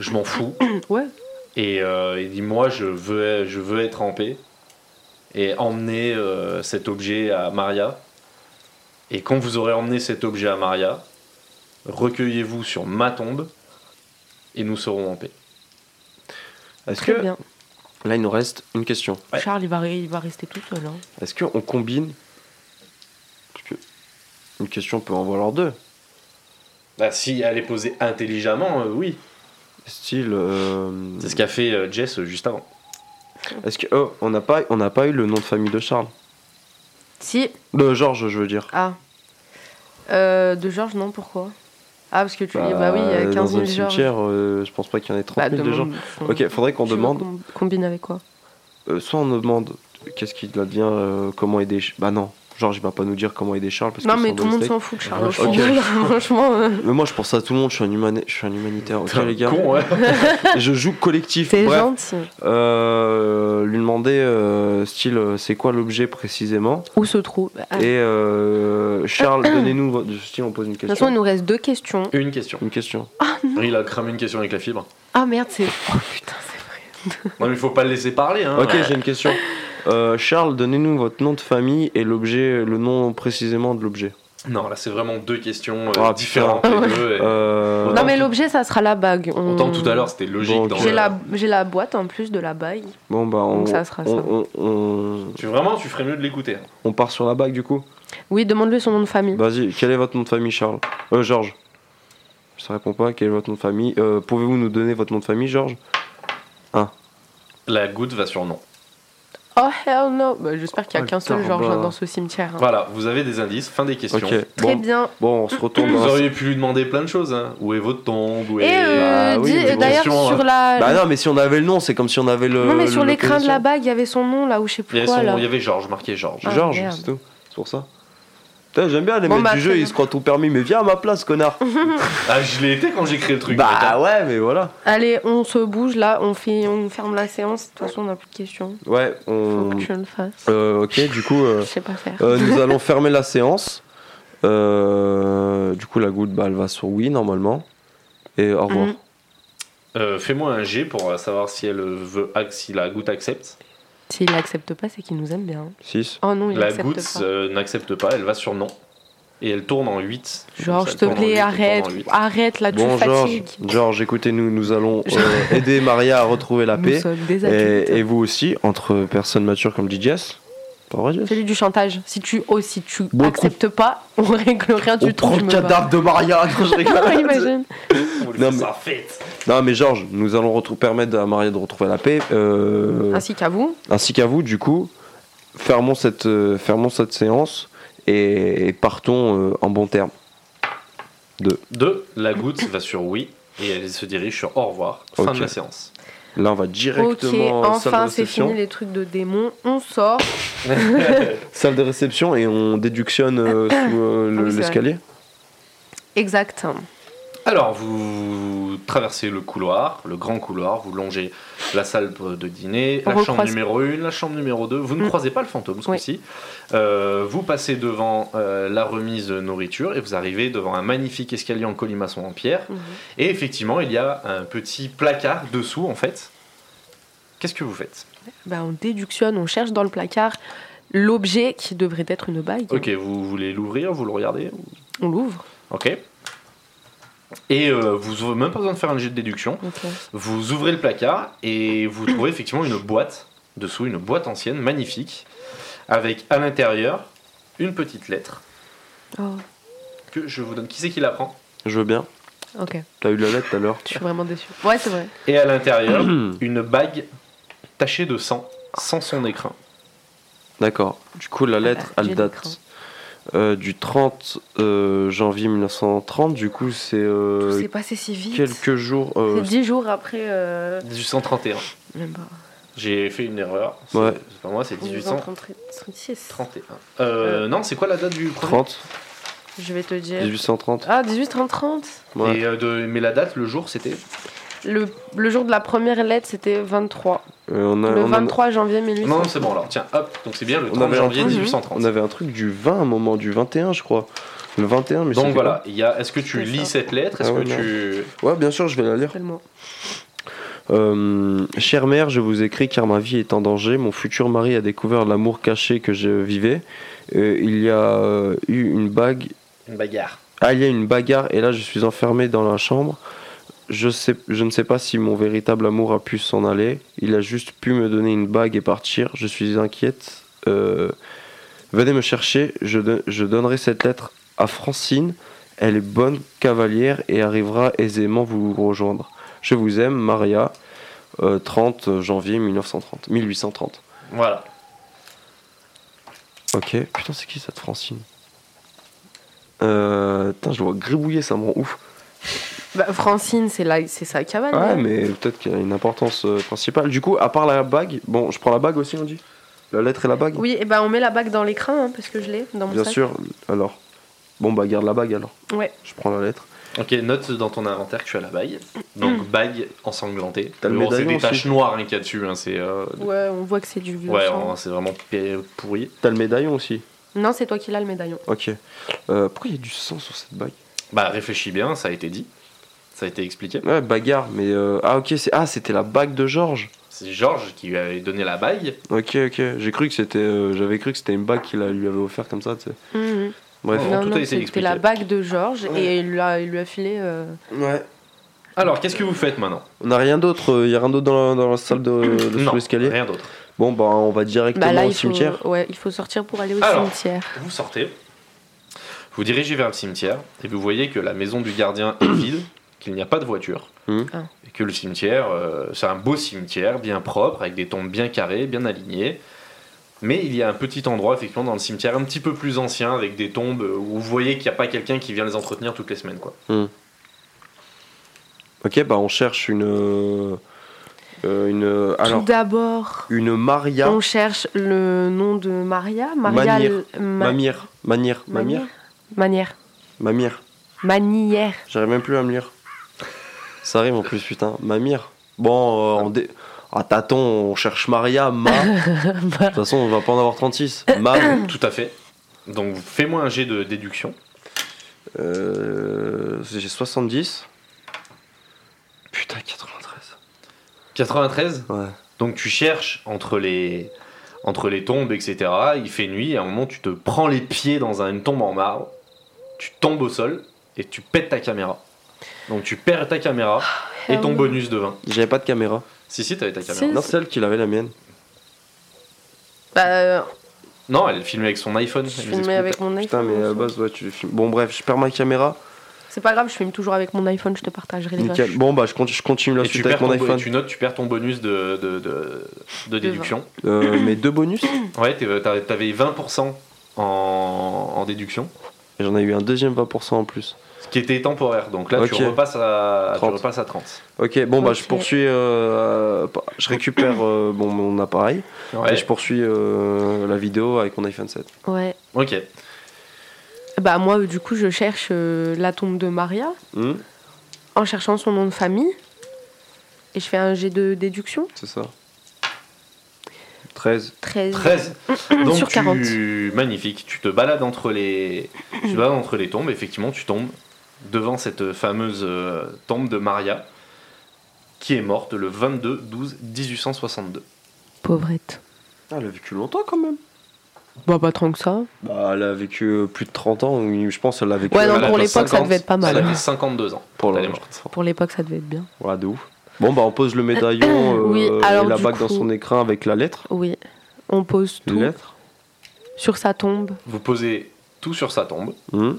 je m'en fous. Ouais. Et euh, il dit Moi, je veux, je veux être en paix et emmener euh, cet objet à Maria. Et quand vous aurez emmené cet objet à Maria, recueillez-vous sur ma tombe et nous serons en paix. Est-ce Très que bien. là il nous reste une question ouais. Charles, il va, ré- il va rester tout seul. hein. Est-ce que on combine Parce que une question peut en valoir deux. Bah, si elle est posée intelligemment, euh, oui. Style. euh, C'est ce qu'a fait euh, Jess euh, juste avant. Est-ce que oh, on n'a pas on n'a pas eu le nom de famille de Charles Si, De Georges, je veux dire. ah. Euh, de Georges, non, pourquoi Ah, parce que tu dis, bah oui, il y a 15 dans un 000 Georges. cimetière, euh, je pense pas qu'il y en ait 30 Bah, 000 de Georges. demande son- Ok, faudrait qu'on Tu veux demande. com- Combine avec quoi euh, soit on nous demande qu'est-ce qu'il devient, euh, comment aider. Ch- Bah non, Georges il va pas nous dire comment aider Charles parce Non, que c'est mais un tout le monde mistake. s'en fout, de Charles. Ah, au fond. ok. [LAUGHS] Franchement. euh, Mais moi je pense à tout le monde, je suis un, humani- je suis un humanitaire. Ok T'es un les gars, con, ouais. [LAUGHS] [LAUGHS] je joue collectif. T'es Bref, gentil. Euh, lui demander euh, style euh, c'est quoi l'objet précisément Où se trouve Ah, et euh, [COUGHS] Charles donnez-nous votre style on pose une De toute façon, il question nous reste deux questions. Une question. une question Il a cramé une question avec la fibre. Ah merde, c'est. Oh putain, c'est vrai. Non, mais faut pas le laisser parler. Hein. ok j'ai une question Euh, Charles donnez-nous votre nom de famille et l'objet le nom précisément de l'objet Non, là, c'est vraiment deux questions euh, Ah, différentes. les deux, et- Euh, Non, mais l'objet, ça sera la bague. On- Autant tout à l'heure, c'était logique. Bon, ok. dans J'ai le- la, j'ai la boîte en plus de la bague. bon bah on, Donc ça sera ça. on- on- on- Tu, vraiment, tu ferais mieux de l'écouter. hein. on part sur la bague du coup Oui, demande-lui son nom de famille. vas-y quel est votre nom de famille Charles euh, Georges ça répond pas quel est votre nom de famille Euh, pouvez-vous nous donner votre nom de famille Georges La goutte va sur non. Oh hell no Bah, J'espère qu'il y a Oh, qu'un seul putain, Georges bah. hein, dans ce cimetière. hein. Voilà, vous avez des indices, fin des questions. ok Très bon, bien. bon on se retourne Vous dans la- auriez pu lui demander plein de choses. hein. Où est votre tombe Où Et est... euh, bah oui, dis- mais bon. d'ailleurs, Question, sur hein. la. Bah non, mais si on avait le nom, c'est comme si on avait le. non, mais le- sur le l'écran de la localisation. bague, il y avait son nom là, ou je sais Il y plus avait quoi son- là. il y avait Georges, marqué Georges. Ah, Georges, merde. c'est tout. C'est pour ça. Putain, j'aime bien les Bon, mecs bah, du très jeu, ils bien. se croient tout permis, mais viens à ma place, connard. Ah, je l'ai été quand j'ai créé le truc. bah ouais, mais voilà. Allez, on se bouge là, on, fait, on ferme la séance. De toute façon, on n'a plus de questions. Ouais, Faut on. que je le fasse. Euh, ok, du coup, euh, Je sais pas faire. euh, nous allons fermer la séance. Euh, du coup, la goutte, bah, elle va sur oui normalement. Et au revoir. Mhm. Euh, Fais-moi un G pour euh, savoir si elle veut, ac- si la goutte accepte. S'il accepte pas, c'est qu'il nous aime bien. 6. Oh non, il la accepte goutte pas. euh, n'accepte pas, elle va sur non. Et elle tourne en 8. Genre, je te plaît, arrête, Ah. arrête, là, tu Bon, Georges, fatigues. Georges, écoutez-nous, nous allons euh, [LAUGHS] aider Maria à retrouver la Nous paix. sommes des adultes. Et, et vous aussi, entre personnes matures comme DJS. Pas vrai, Jess Celui du chantage. Si tu oh, si tu Beaucoup. acceptes pas, on règle rien On du tout. prend je le me bats. cadavre de Maria. Non, [LAUGHS] je rigole. Imagine. Non, Non, mais- mais... fête. Non, mais Georges, nous allons retrou- permettre à Maria de retrouver la paix, [LAUGHS] euh, Ainsi qu'à vous. ainsi qu'à vous, du coup. Fermons cette, euh, fermons cette séance et, et partons euh, en bon terme. 2. La goutte va sur oui. Et elle se dirige sur au revoir. Fin Ok. de la séance. Là, on va Ok, directement à la salle de enfin c'est réception. fini les trucs de démons. On sort. Salle de réception et on déductionne euh, sous euh, le- Ah oui, c'est l'escalier. Exact. Alors, vous traversez le couloir, le grand couloir, vous longez la salle de dîner, On la chambre recroise- numéro 1, la chambre numéro 2. Vous ne Mm. croisez pas le fantôme ce Oui. coup-ci. Euh, vous passez devant euh, la remise de nourriture et vous arrivez devant un magnifique escalier en colimaçon en pierre. Mhm. Et effectivement, il y a un petit placard dessous, en fait. Qu'est-ce que vous faites Bah, on déductionne, on cherche dans le placard l'objet qui devrait être une bague. Ok, vous voulez l'ouvrir, vous le regardez On l'ouvre. Ok. Et euh, vous n'avez même pas besoin de faire un jet de déduction. Ok. Vous ouvrez le placard et vous trouvez effectivement une boîte dessous, une boîte ancienne, magnifique, avec à l'intérieur une petite lettre Oh, que je vous donne. Qui c'est qui la prend Je veux bien. ok. T'as eu la lettre tout à l'heure. Je suis vraiment déçue. Ouais, c'est vrai. Et à l'intérieur, [CLEARS THROAT] une bague tachée de sang, sans son écrin. [CLEARS THROAT] D'accord. Du coup, la lettre, bah, j'ai elle l'écran. date euh, du 30 euh, janvier 1930. Du coup, c'est euh, Tout s'est passé si vite. quelques jours. euh, C'est dix jours après. euh, 1831. Même pas. J'ai fait une erreur. C'est Ouais. c'est pas moi, c'est 1831. 1836. Euh, non, c'est quoi la date du premier 30 Je vais te dire. 1830 Ah, 18 30 30. ouais. Et, euh, de- Mais la date, le jour, c'était Le, le jour de la première lettre, c'était 23. Euh, on, a- le on, a- 23 janvier 1800. Non, non, c'est bon alors. Tiens, hop, donc c'est bien le On 30 avait janvier entendu. 1830. on avait un truc du 20 à un moment, du 21, je crois. Le 21, mais Donc c'était voilà, il y a- est-ce que tu C'est lis ça. cette lettre Est-ce Ah ouais, que non. tu... quoi Ouais, bien sûr, je vais la lire. Tellement. Euh, chère mère, je vous écris car ma vie est en danger. Mon futur mari a découvert l'amour caché que je vivais. Euh, il y a euh, eu une bague Une bagarre. Ah, il y a une bagarre et là je suis enfermé dans la chambre. Je, sais, je ne sais pas si mon véritable amour a pu s'en aller. Il a juste pu me donner une bague et partir. Je suis inquiète. Euh, venez me chercher. Je, don- je donnerai cette lettre à Francine. Elle est bonne cavalière et arrivera aisément vous rejoindre. Je vous aime, Maria. Euh, 30 janvier 1930. 1830. Voilà. Ok. Putain, c'est qui cette Francine euh, Putain, je le vois gribouiller, ça me rend ouf. Bah, Francine, c'est là, c'est sa hein. Ouais, cavale. mais peut-être qu'il y a une importance euh, principale. Du coup, à part la bague, bon, je prends la bague aussi, on dit La lettre et la bague Oui, et ben on met la bague dans l'écran hein, parce que je l'ai dans mon Bien sac. sûr, alors. Bon, bah, garde la bague alors. Ouais. Je prends la lettre. Ok, note dans ton inventaire que tu as la bague. Donc bague ensanglantée. T'as le Bon, c'est médaillon des aussi. taches noires hein, qu'il y a dessus. hein, c'est euh, Ouais, on voit que c'est du vieux ouais, sang. on- c'est vraiment p- pourri. T'as le médaillon aussi Non, c'est toi qui l'as le médaillon. Ok. Euh, pourquoi il y a du sang sur cette bague Bah réfléchis bien, ça a été dit, ça a été expliqué. Ouais, bagarre, mais. euh, Ah, ok, c'est... ah, c'était la bague de Georges C'est Georges qui lui avait donné la bague. Ok, ok. J'ai cru que c'était. euh, J'avais cru que c'était une bague qu'il a- lui avait offert comme ça, tu sais. Mhm. Bref. Bon, Non, tout a non, été c'était expliqué. la bague de Georges Ouais. et il lui a, il lui a filé. euh, Ouais. Alors qu'est-ce que vous faites maintenant On a rien d'autre, euh, il y a rien d'autre dans la, dans la salle de, de Non, sous l'escalier. rien d'autre. Bon, bah, on va directement Bah là, au il faut, cimetière. ouais, il faut sortir pour aller au Alors. cimetière. Vous sortez, vous dirigez vers le cimetière et vous voyez que la maison du gardien est [COUGHS] vide, qu'il n'y a pas de voiture. Mhm. Ah. Et que le cimetière, euh, c'est un beau cimetière, bien propre, avec des tombes bien carrées, bien alignées. Mais il y a un petit endroit, effectivement, dans le cimetière un petit peu plus ancien, avec des tombes euh, où vous voyez qu'il n'y a pas quelqu'un qui vient les entretenir toutes les semaines. Quoi. Ok, bah on cherche une. euh, euh, une euh, alors, Tout d'abord, une Maria. on cherche le nom de Maria. Maria. Manir. l- Ma- Mamire. Manir. Mamire. Manière. Manière. Mamire. Manière. J'arrive même plus à me lire. Ça arrive en plus, putain. Mamire. Bon, euh, on dé. Ah, tâton, on cherche Maria, Ma. De Bah. toute façon, on va pas en avoir 36. Ma. Tout à fait. Donc fais-moi un jet de déduction. Euh, J'ai 70. Putain, 93. 93 Ouais. Donc tu cherches entre les, entre les tombes, etc. Il fait nuit, et à un moment tu te prends les pieds dans un- une tombe en marbre, tu tombes au sol et tu pètes ta caméra. Donc tu perds ta caméra et ton hell. bonus de 20. J'avais pas de caméra. Si, Ah, si, t'avais ta caméra. C'est- Non, celle qui avait la mienne. Bah, euh, Non, elle filmait avec son iPhone. je elle nous expliquait. filmais avec mon Putain, iPhone. mais euh, à la base, ouais, tu filmes. Bon, bref, je perds ma caméra. C'est pas grave, je filme toujours avec mon iPhone, je te partagerai les Nickel. images. Bon, bah, je continue, je continue la Et tu, suite perds avec ton, mon bo- et iPhone. tu notes, tu perds ton bonus de, de, de, de déduction. Euh, mes deux bonus. Et Ouais, t'es- t'as- t'avais 20% en, en déduction, J'en ai eu un deuxième 20% en plus. ce qui était temporaire. Donc là, tu, Ok. repasses à, tu 30. repasses à 30. Ok, bon, bah, je Ok. poursuis. euh, pa- je récupère euh, bon, mon appareil. Ouais, Et je poursuis euh, la vidéo avec mon iPhone 7. Ouais. Ok. Bah, moi, du coup, je cherche euh, la tombe de Maria Hmm, en cherchant son nom de famille. Et je fais un jet de déduction. c'est ça. 13. 13. 13. Donc Mm. Sur tu- 40. magnifique, tu te balades entre les tu te balades entre les tombes, effectivement, tu tombes devant cette fameuse euh, tombe de Maria qui est morte le 22 12 1862. Pauvrette. Ah, elle a vécu longtemps quand même. Bah, pas tant que ça. Bah, elle a vécu euh, plus de 30 ans, ou je pense, elle a vécu. Ouais, non, Elle pour avait l'époque, ça 50 devait être pas mal. Elle avait 52 ans. Pour elle le- est morte. Pour l'époque, ça devait être bien. Ouais, de ouf. Bon, bah, on pose le médaillon euh, [COUGHS] Oui, alors, et la du bague dans coup- son écrin avec la lettre. Oui. On pose Une tout lettre. sur sa tombe. Vous posez tout sur sa tombe, Hmm.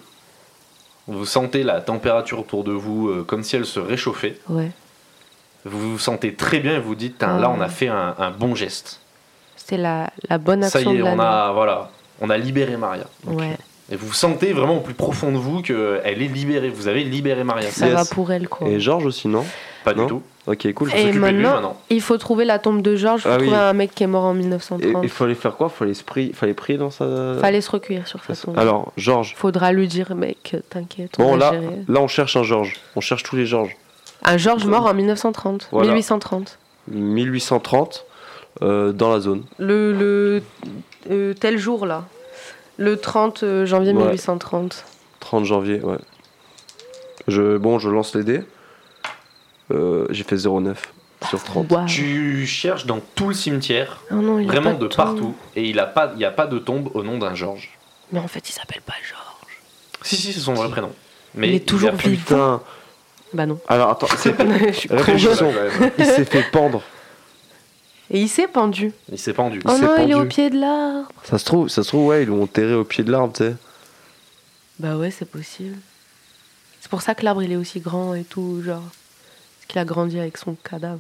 vous sentez la température autour de vous euh, comme si elle se réchauffait. Ouais. Vous vous sentez très bien et vous dites "Tain, Mm. là on a fait un- un bon geste. C'était la, la bonne Ça action y est, de on l'année. a voilà, on a libéré Maria." Ouais. Et vous sentez vraiment au plus profond de vous qu'elle est libérée. Vous avez libéré Maria. Ça Yes. va pour elle, quoi. Et Georges aussi, non Pas Non. du tout. Ok, cool. Vous Et s'occupez de lui maintenant- maintenant. Il faut trouver la tombe de Georges, faut Ah oui. trouver un mec qui est mort en Et 1930. il fallait faire quoi fallait, se pri- fallait prier dans sa. Fallait se recueillir sur sa tombe. Alors, Georges. Faudra lui dire, mec, t'inquiète, on Bon, là, va gérer. là, on cherche un Georges. On cherche tous les Georges. Un Georges mort en 1930, Voilà. 1830. 1830, euh, dans la zone. Le, le euh, tel jour là, le 30 euh, janvier Ouais. 1830. 30 janvier, ouais. Je, bon, je lance les dés. Euh, j'ai fait 0,9 sur 30. Waouh. Tu cherches dans tout le cimetière, Oh non, Ah. il a vraiment pas de tombe. partout, et il n'y a, pas- il y a pas de tombe au nom d'un Georges. Mais en fait, il s'appelle pas Georges. Si, si, c'est son vrai prénom. Mais Il est toujours a plus- vivant. Putain Bah non. Alors attends, [LAUGHS] c'est- Je suis con. Réfléchissons. Ouais, quand même. il s'est fait pendre. Et il s'est pendu. Il s'est pendu. oh s'est non, il est au pendu. pied de l'arbre. Ça se trouve, ça se trouve ouais, ils l'ont enterré au pied de l'arbre, [LAUGHS] tu sais. Bah ouais, c'est possible. C'est pour ça que l'arbre il est aussi grand et tout, genre. Parce qu'il a grandi avec son cadavre.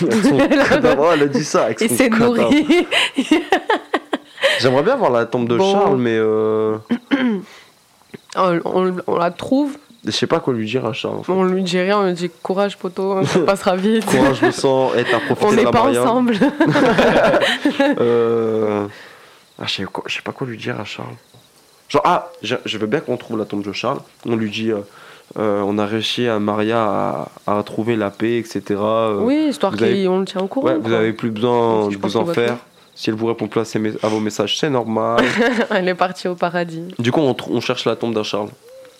Avec son cadavre, elle a dit ça. avec Il son s'est cadavre. nourri. [LAUGHS] J'aimerais bien voir la tombe de Bon. Charles, mais euh, on, on- on la trouve, je sais pas quoi lui dire à Charles. en fait. on lui dit rien, on lui dit courage poteau, [LAUGHS] hein, ça passera vite. Courage, le sang, être à profiter [LAUGHS] on de n'est la pas Maria. ensemble. Euh, Ah, je sais quoi- je sais pas quoi lui dire à Charles. Genre, ah, je, je veux bien qu'on trouve la tombe de Charles. On lui dit, euh, euh, on a réussi à Maria à, à trouver la paix, etc. Euh, oui, histoire vous qu'on avez- le tient au courant. ouais, vous quoi. avez plus besoin Je de pense vous en qu'on va faire. faire. Si elle vous répond plus à, ses mes- à vos messages, c'est [LAUGHS] normal. [LAUGHS] Elle est partie au paradis. du coup, on, tr- on cherche la tombe d'un Charles.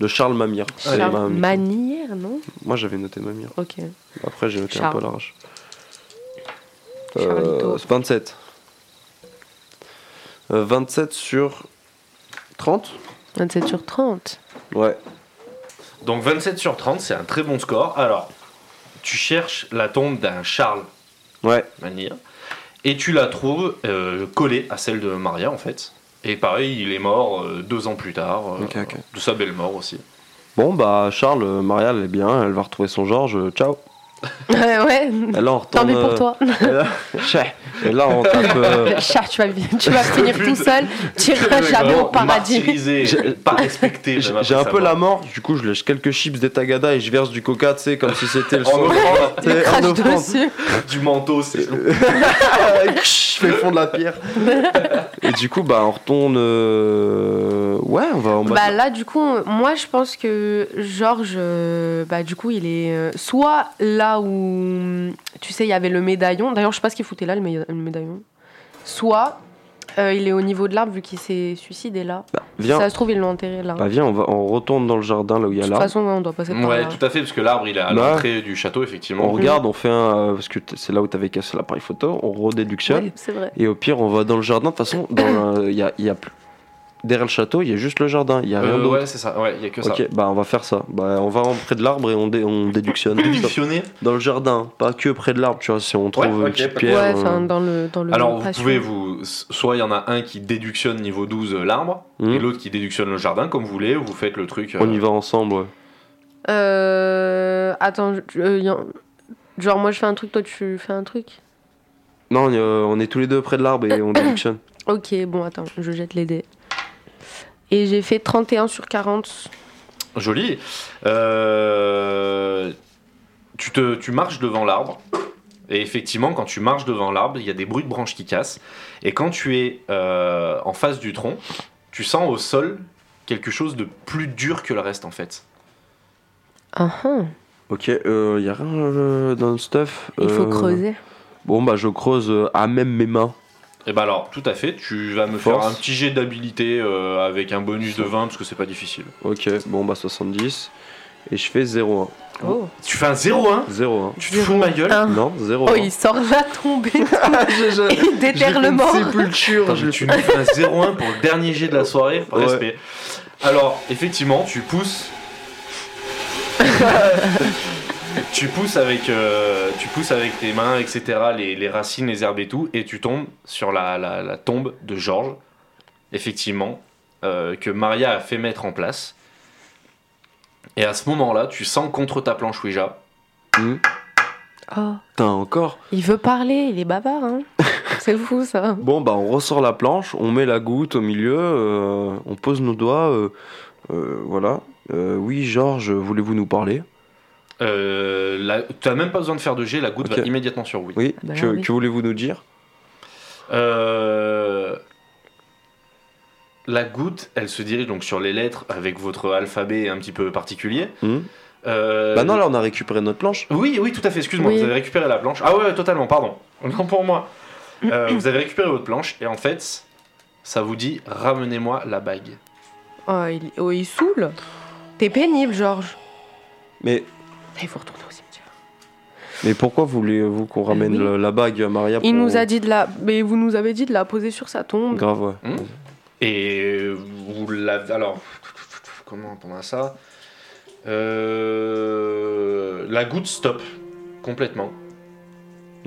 De Charles Mamire. Allez. C'est Charles ma- Manière, non Moi, j'avais noté Mamire. Ok. Après, j'ai noté un Charles. peu à l'arrache. Charlito. Euh, 27. Euh, 27 sur 30 27 sur 30. Ouais. Donc 27 sur 30, c'est un très bon score. Alors, tu cherches la tombe d'un Charles Ouais. Manier, et tu la trouves euh, collée à celle de Maria, en fait. Et pareil, il est mort euh, deux ans plus tard, euh, Ok, ok. de sa belle mort aussi. Bon bah Charles, euh, Maria elle est bien, elle va retrouver son Georges, euh, [LAUGHS] ciao. [LAUGHS] ouais, ouais. Et là on Tant retourne. pis pour euh, toi. Et là, [LAUGHS] Chais. Et là, on tape. [LAUGHS] euh, Charles, tu vas, [LAUGHS] tu vas finir tout seul. Tu iras jamais au paradis. Martyrisé, euh, J'ai- pas respecté. même J'ai après j'ai un sa peu mort. la mort, du coup je lèche quelques chips, des tagadas et je verse du coca, tu sais, comme si c'était [LAUGHS] le En [LAUGHS] son. offrant tu Il sais, en crache offrande. dessus. du manteau, c'est je fais le fond de la [LAUGHS] pierre. Et du coup, bah on retourne. euh, Ouais, on va en bas. Bah là, du coup, moi, je pense que Georges, euh, bah du coup, il est euh, soit là où, tu sais, il y avait le médaillon. D'ailleurs, je sais pas ce qu'il foutait là, le, méda- le médaillon. Soit Euh, il est au niveau de l'arbre vu qu'il s'est suicidé là. Bah, viens, Si ça se trouve, ils l'ont enterré là. bah, viens on, va, on retourne dans le jardin là où il y Hein de a toute l'arbre. façon, ouais, on doit passer par Ouais, là. tout à fait, parce que l'arbre, il est à Bah. l'entrée du château, On effectivement. regarde, on fait un. euh, parce que t- c'est là où t'avais cassé l'appareil photo, on redéductionne. Ouais, c'est vrai. Et au pire, on va dans le jardin. De toute façon, dans [COUGHS] le- il y a, il y a plus. Derrière le château, il y a juste le jardin, il y a rien Euh, d'autre. ouais, c'est ça, ouais, il y a que ça. Ok, bah on va faire ça. Bah on va en près de l'arbre et on, dé- on déductionne. Déductionner. dans le jardin, pas que près de l'arbre, tu vois, si on trouve ok, une petite pas de pierre. euh, ouais, enfin, dans le. Dans le Alors, vous pas sûr. pouvez vous. Soit il y en a un qui déductionne niveau 12 euh, l'arbre, hmm, et l'autre qui déductionne le jardin, comme vous voulez, vous faites le truc. euh, On y va ensemble. ouais. Euh. Attends, je- euh, y en- genre, moi je fais un truc, toi tu fais un truc. Non, on y- euh, on est tous les deux près de l'arbre et [COUGHS] on déductionne. Ok, bon, attends, je jette les dés. Et j'ai fait 31 sur 40. Joli. Euh, tu, te, tu marches devant l'arbre. Et effectivement, quand tu marches devant l'arbre, il y a des bruits de branches qui cassent. Et quand tu es euh, en face du tronc, tu sens au sol quelque chose de plus dur que le reste en fait. Ah ah, Ok, il euh, y a rien euh, dans le stuff. il faut euh, creuser. Bon, bah je creuse euh, à même mes mains. Et ben alors, tout à fait, tu vas me Force. faire un petit jet d'habilité euh, avec un bonus de 20 parce que c'est pas difficile. Ok, bon, bah 70. Et je fais 0-1. Oh. Tu fais un 0-1 0-1. Tu te fous de ma gueule Un. Non, 0 Oh, il sort la tombée [LAUGHS] je, [LAUGHS] et déterre le mort. Attends, sépulture. mais tu nous fais un 0-1 pour le dernier jet de la soirée, Ouais. respect. Alors, effectivement, tu pousses. [LAUGHS] tu pousses avec, euh, tu pousses avec tes mains, etc. Les, les racines, les herbes et tout, et tu tombes sur la, la- la tombe de Georges, effectivement, euh, que Maria a fait mettre en place. Et à ce moment-là, tu sens contre ta planche Ouija. Oh, Putain, encore il veut parler, il est [LAUGHS] bavard, hein. C'est fou ça. Bon, bah on ressort la planche, on met la goutte au milieu, euh, on pose nos doigts. euh, euh, voilà. Euh, oui, Georges, voulez-vous nous parler Euh, la- tu n'as même pas besoin de faire de jet, la goutte Ok. va immédiatement sur oui. Oui, Bah, que, oui. que voulez-vous nous dire Euh, La goutte, elle se dirige donc sur les lettres avec votre alphabet un petit peu particulier. Hmm Euh, Bah non, là on a récupéré notre planche. Oui, oui, tout à fait, excuse-moi, Oui. vous avez récupéré la planche. Ah ouais, ouais, totalement, pardon. [LAUGHS] Non pour moi. Euh, vous avez récupéré votre planche et en fait, ça vous dit ramenez-moi la bague. Oh, il, oh, il saoule. T'es pénible, Georges. Mais, Il faut retourner au cimetière. mais pourquoi voulez-vous qu'on ramène Euh, oui. le- la bague à Maria Il pour- nous a dit de la. Mais vous nous avez dit de la poser sur sa tombe. Grave, ouais. Et vous l'avez. Alors, [LAUGHS] comment on a ça Euh, La goutte stop complètement.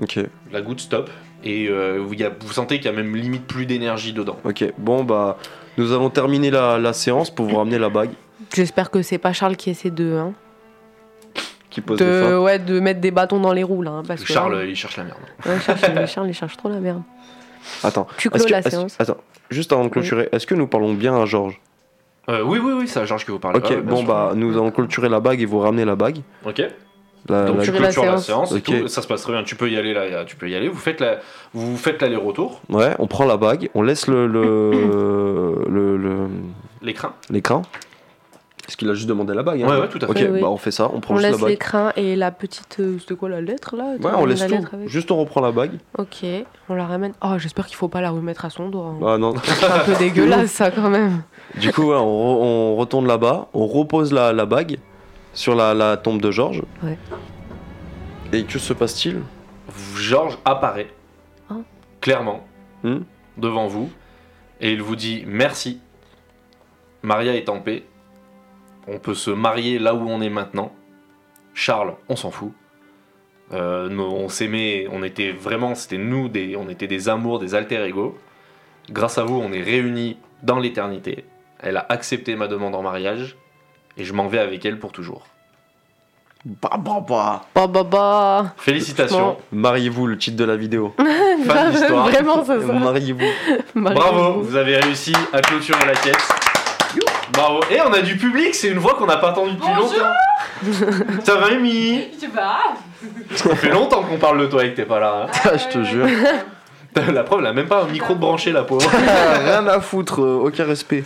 Ok, la goutte stop et euh, vous, y a- vous sentez qu'il y a même limite plus d'énergie dedans. ok. Bon, bah nous avons terminé la, la séance pour vous ramener la bague J'espère que c'est pas Charles qui essaie de. hein, qui pose le de feu. ouais, de mettre des bâtons dans les roues, là. hein, parce que Charles, là- il cherche la merde. Ouais, Charles, il- Charles, il cherche trop la merde. Attends, Tu est-ce clôt que- la est-ce- séance. Attends, juste avant de Oui. clôturer, est-ce que nous parlons bien à Georges Euh, oui, oui, oui, c'est à Georges que vous parlez. Ok, Ouais, bien bon, sûr. bah nous allons clôturer la bague et vous ramener la bague. Ok. La- Donc la- tu Clôturer Bah, la clôtures la séance. séance. et Ok. tout, ça se passe très bien. Tu peux y aller là. y a- Tu peux y aller. Vous faites la, vous faites l'aller-retour. Ouais, on prend la bague, on laisse le [CLEARS THROAT] le le- le- L'écran. l'écran. Parce qu'il a juste demandé la bague. Ouais, ouais, tout à fait. Ok, Oui, oui. bah on fait ça, on prend On juste la laisse bague. l'écran et la petite. euh, C'était quoi la lettre là Ouais, T'as on mis laisse la tout. lettre avec- Juste on reprend la bague. Ok, on la ramène. Oh, j'espère qu'il faut pas la remettre à son doigt. hein. Ah non. [LAUGHS] C'est un peu dégueulasse ça quand même. Du coup, ouais, on, re- on retourne là-bas, on repose la, la bague sur la, la tombe de Georges. Ouais. Et que se passe-t-il Georges apparaît Hein clairement Hmm. devant vous et il vous dit merci. Maria est en paix. On peut se marier là où on est maintenant. Charles, on s'en fout. Euh, nous, on s'aimait, on était vraiment, c'était nous, des, on était des amours, des alter ego. Grâce à vous, on est réunis dans l'éternité. Elle a accepté ma demande en mariage et je m'en vais avec elle pour toujours. Bah bah bah Bah bah bah Félicitations, Mariez-vous, le titre de la [LAUGHS] vidéo. fin de l'histoire. Vraiment, c'est ça. Mariez-vous. Bravo, vous avez réussi à clôturer la caisse. Bravo. Et on a du public, c'est une voix qu'on n'a pas entendue depuis Bonjour. longtemps. Ça va, Amy Je sais pas. Ça fait longtemps qu'on parle de toi et que t'es pas là. hein. Ah, je te [LAUGHS] jure. T'as- [LAUGHS] La preuve, elle a même pas un micro de branché, la pauvre. Ah, Rien à foutre, euh, aucun respect.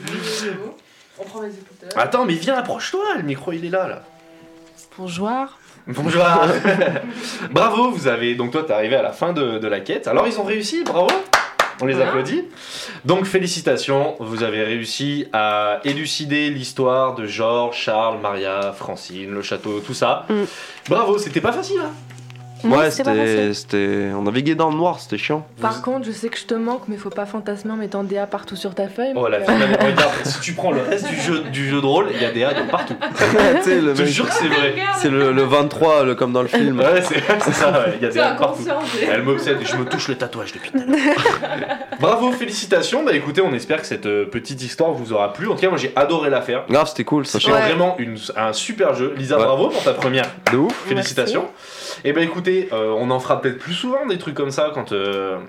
On prend les écouteurs. Attends, mais viens, approche-toi, le micro, il est là, là. Bonjour. Bonjour. [LAUGHS] Bravo, vous avez... Donc toi, t'es arrivé à la fin de, de la quête. Alors, ils ont réussi, bravo. On les applaudit. Donc félicitations, vous avez réussi à élucider l'histoire de Georges, Charles, Maria, Francine, le château, tout ça. Mm. Bravo, c'était pas facile. hein. Ouais, c'était pas c'était, facile. c'était. On naviguait dans le noir, c'était chiant. Par contre, je sais que je te manque, mais faut pas fantasmer en mettant DA partout sur ta feuille. Oh la mais, fille, regarde, si tu prends le reste du jeu, du jeu de rôle, il y a des hades partout. [LAUGHS] Tu sais, le Je te mec, jure que c'est vrai. c'est le, le 23, le, comme dans le film. Ouais, c'est c'est ça, ouais, il y a des C'est hades partout. inconscient. c'est- Elle m'obsède et je me touche le tatouage depuis tout à l'heure. [LAUGHS] Bravo, félicitations. Bah écoutez, on espère que cette euh, petite histoire vous aura plu. En tout cas, moi j'ai adoré la faire. Grave, c'était cool, ça C'était change. vraiment une- un super jeu. Lisa, Ouais. bravo pour ta première. De ouf. Félicitations. Et ben écoutez, euh, on en fera peut-être plus souvent des trucs comme ça quand. euh,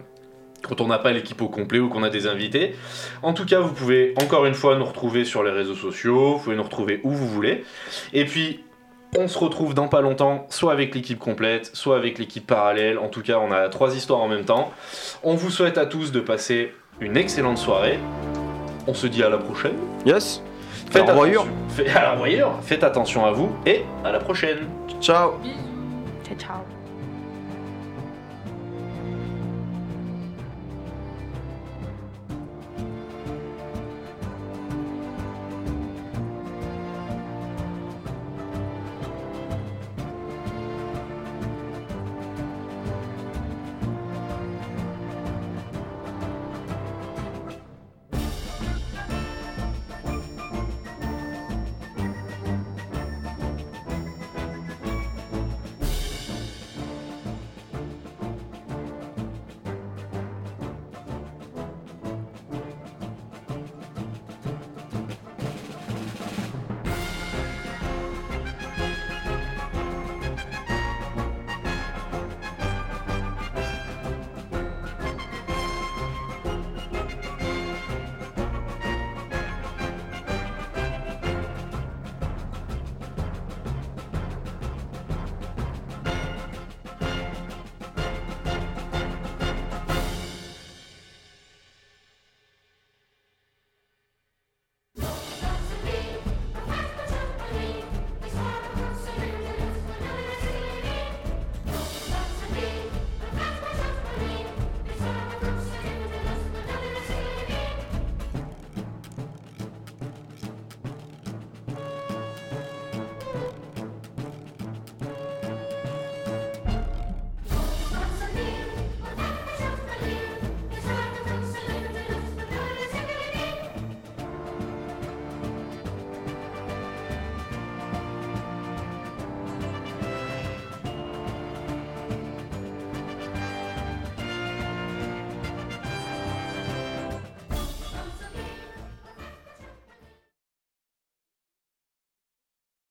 Quand on n'a pas l'équipe au complet ou qu'on a des invités. En tout cas, vous pouvez encore une fois nous retrouver sur les réseaux sociaux, vous pouvez nous retrouver où vous voulez. Et puis, on se retrouve dans pas longtemps, soit avec l'équipe complète, soit avec l'équipe parallèle. En tout cas, on a trois histoires en même temps. On vous souhaite à tous de passer une excellente soirée. On se dit à la prochaine. Yes. Faites [LAUGHS] Alors, attention. voyure. Fait- alors, voyure. Faites attention à vous et à la prochaine. Ciao. Ciao, ciao.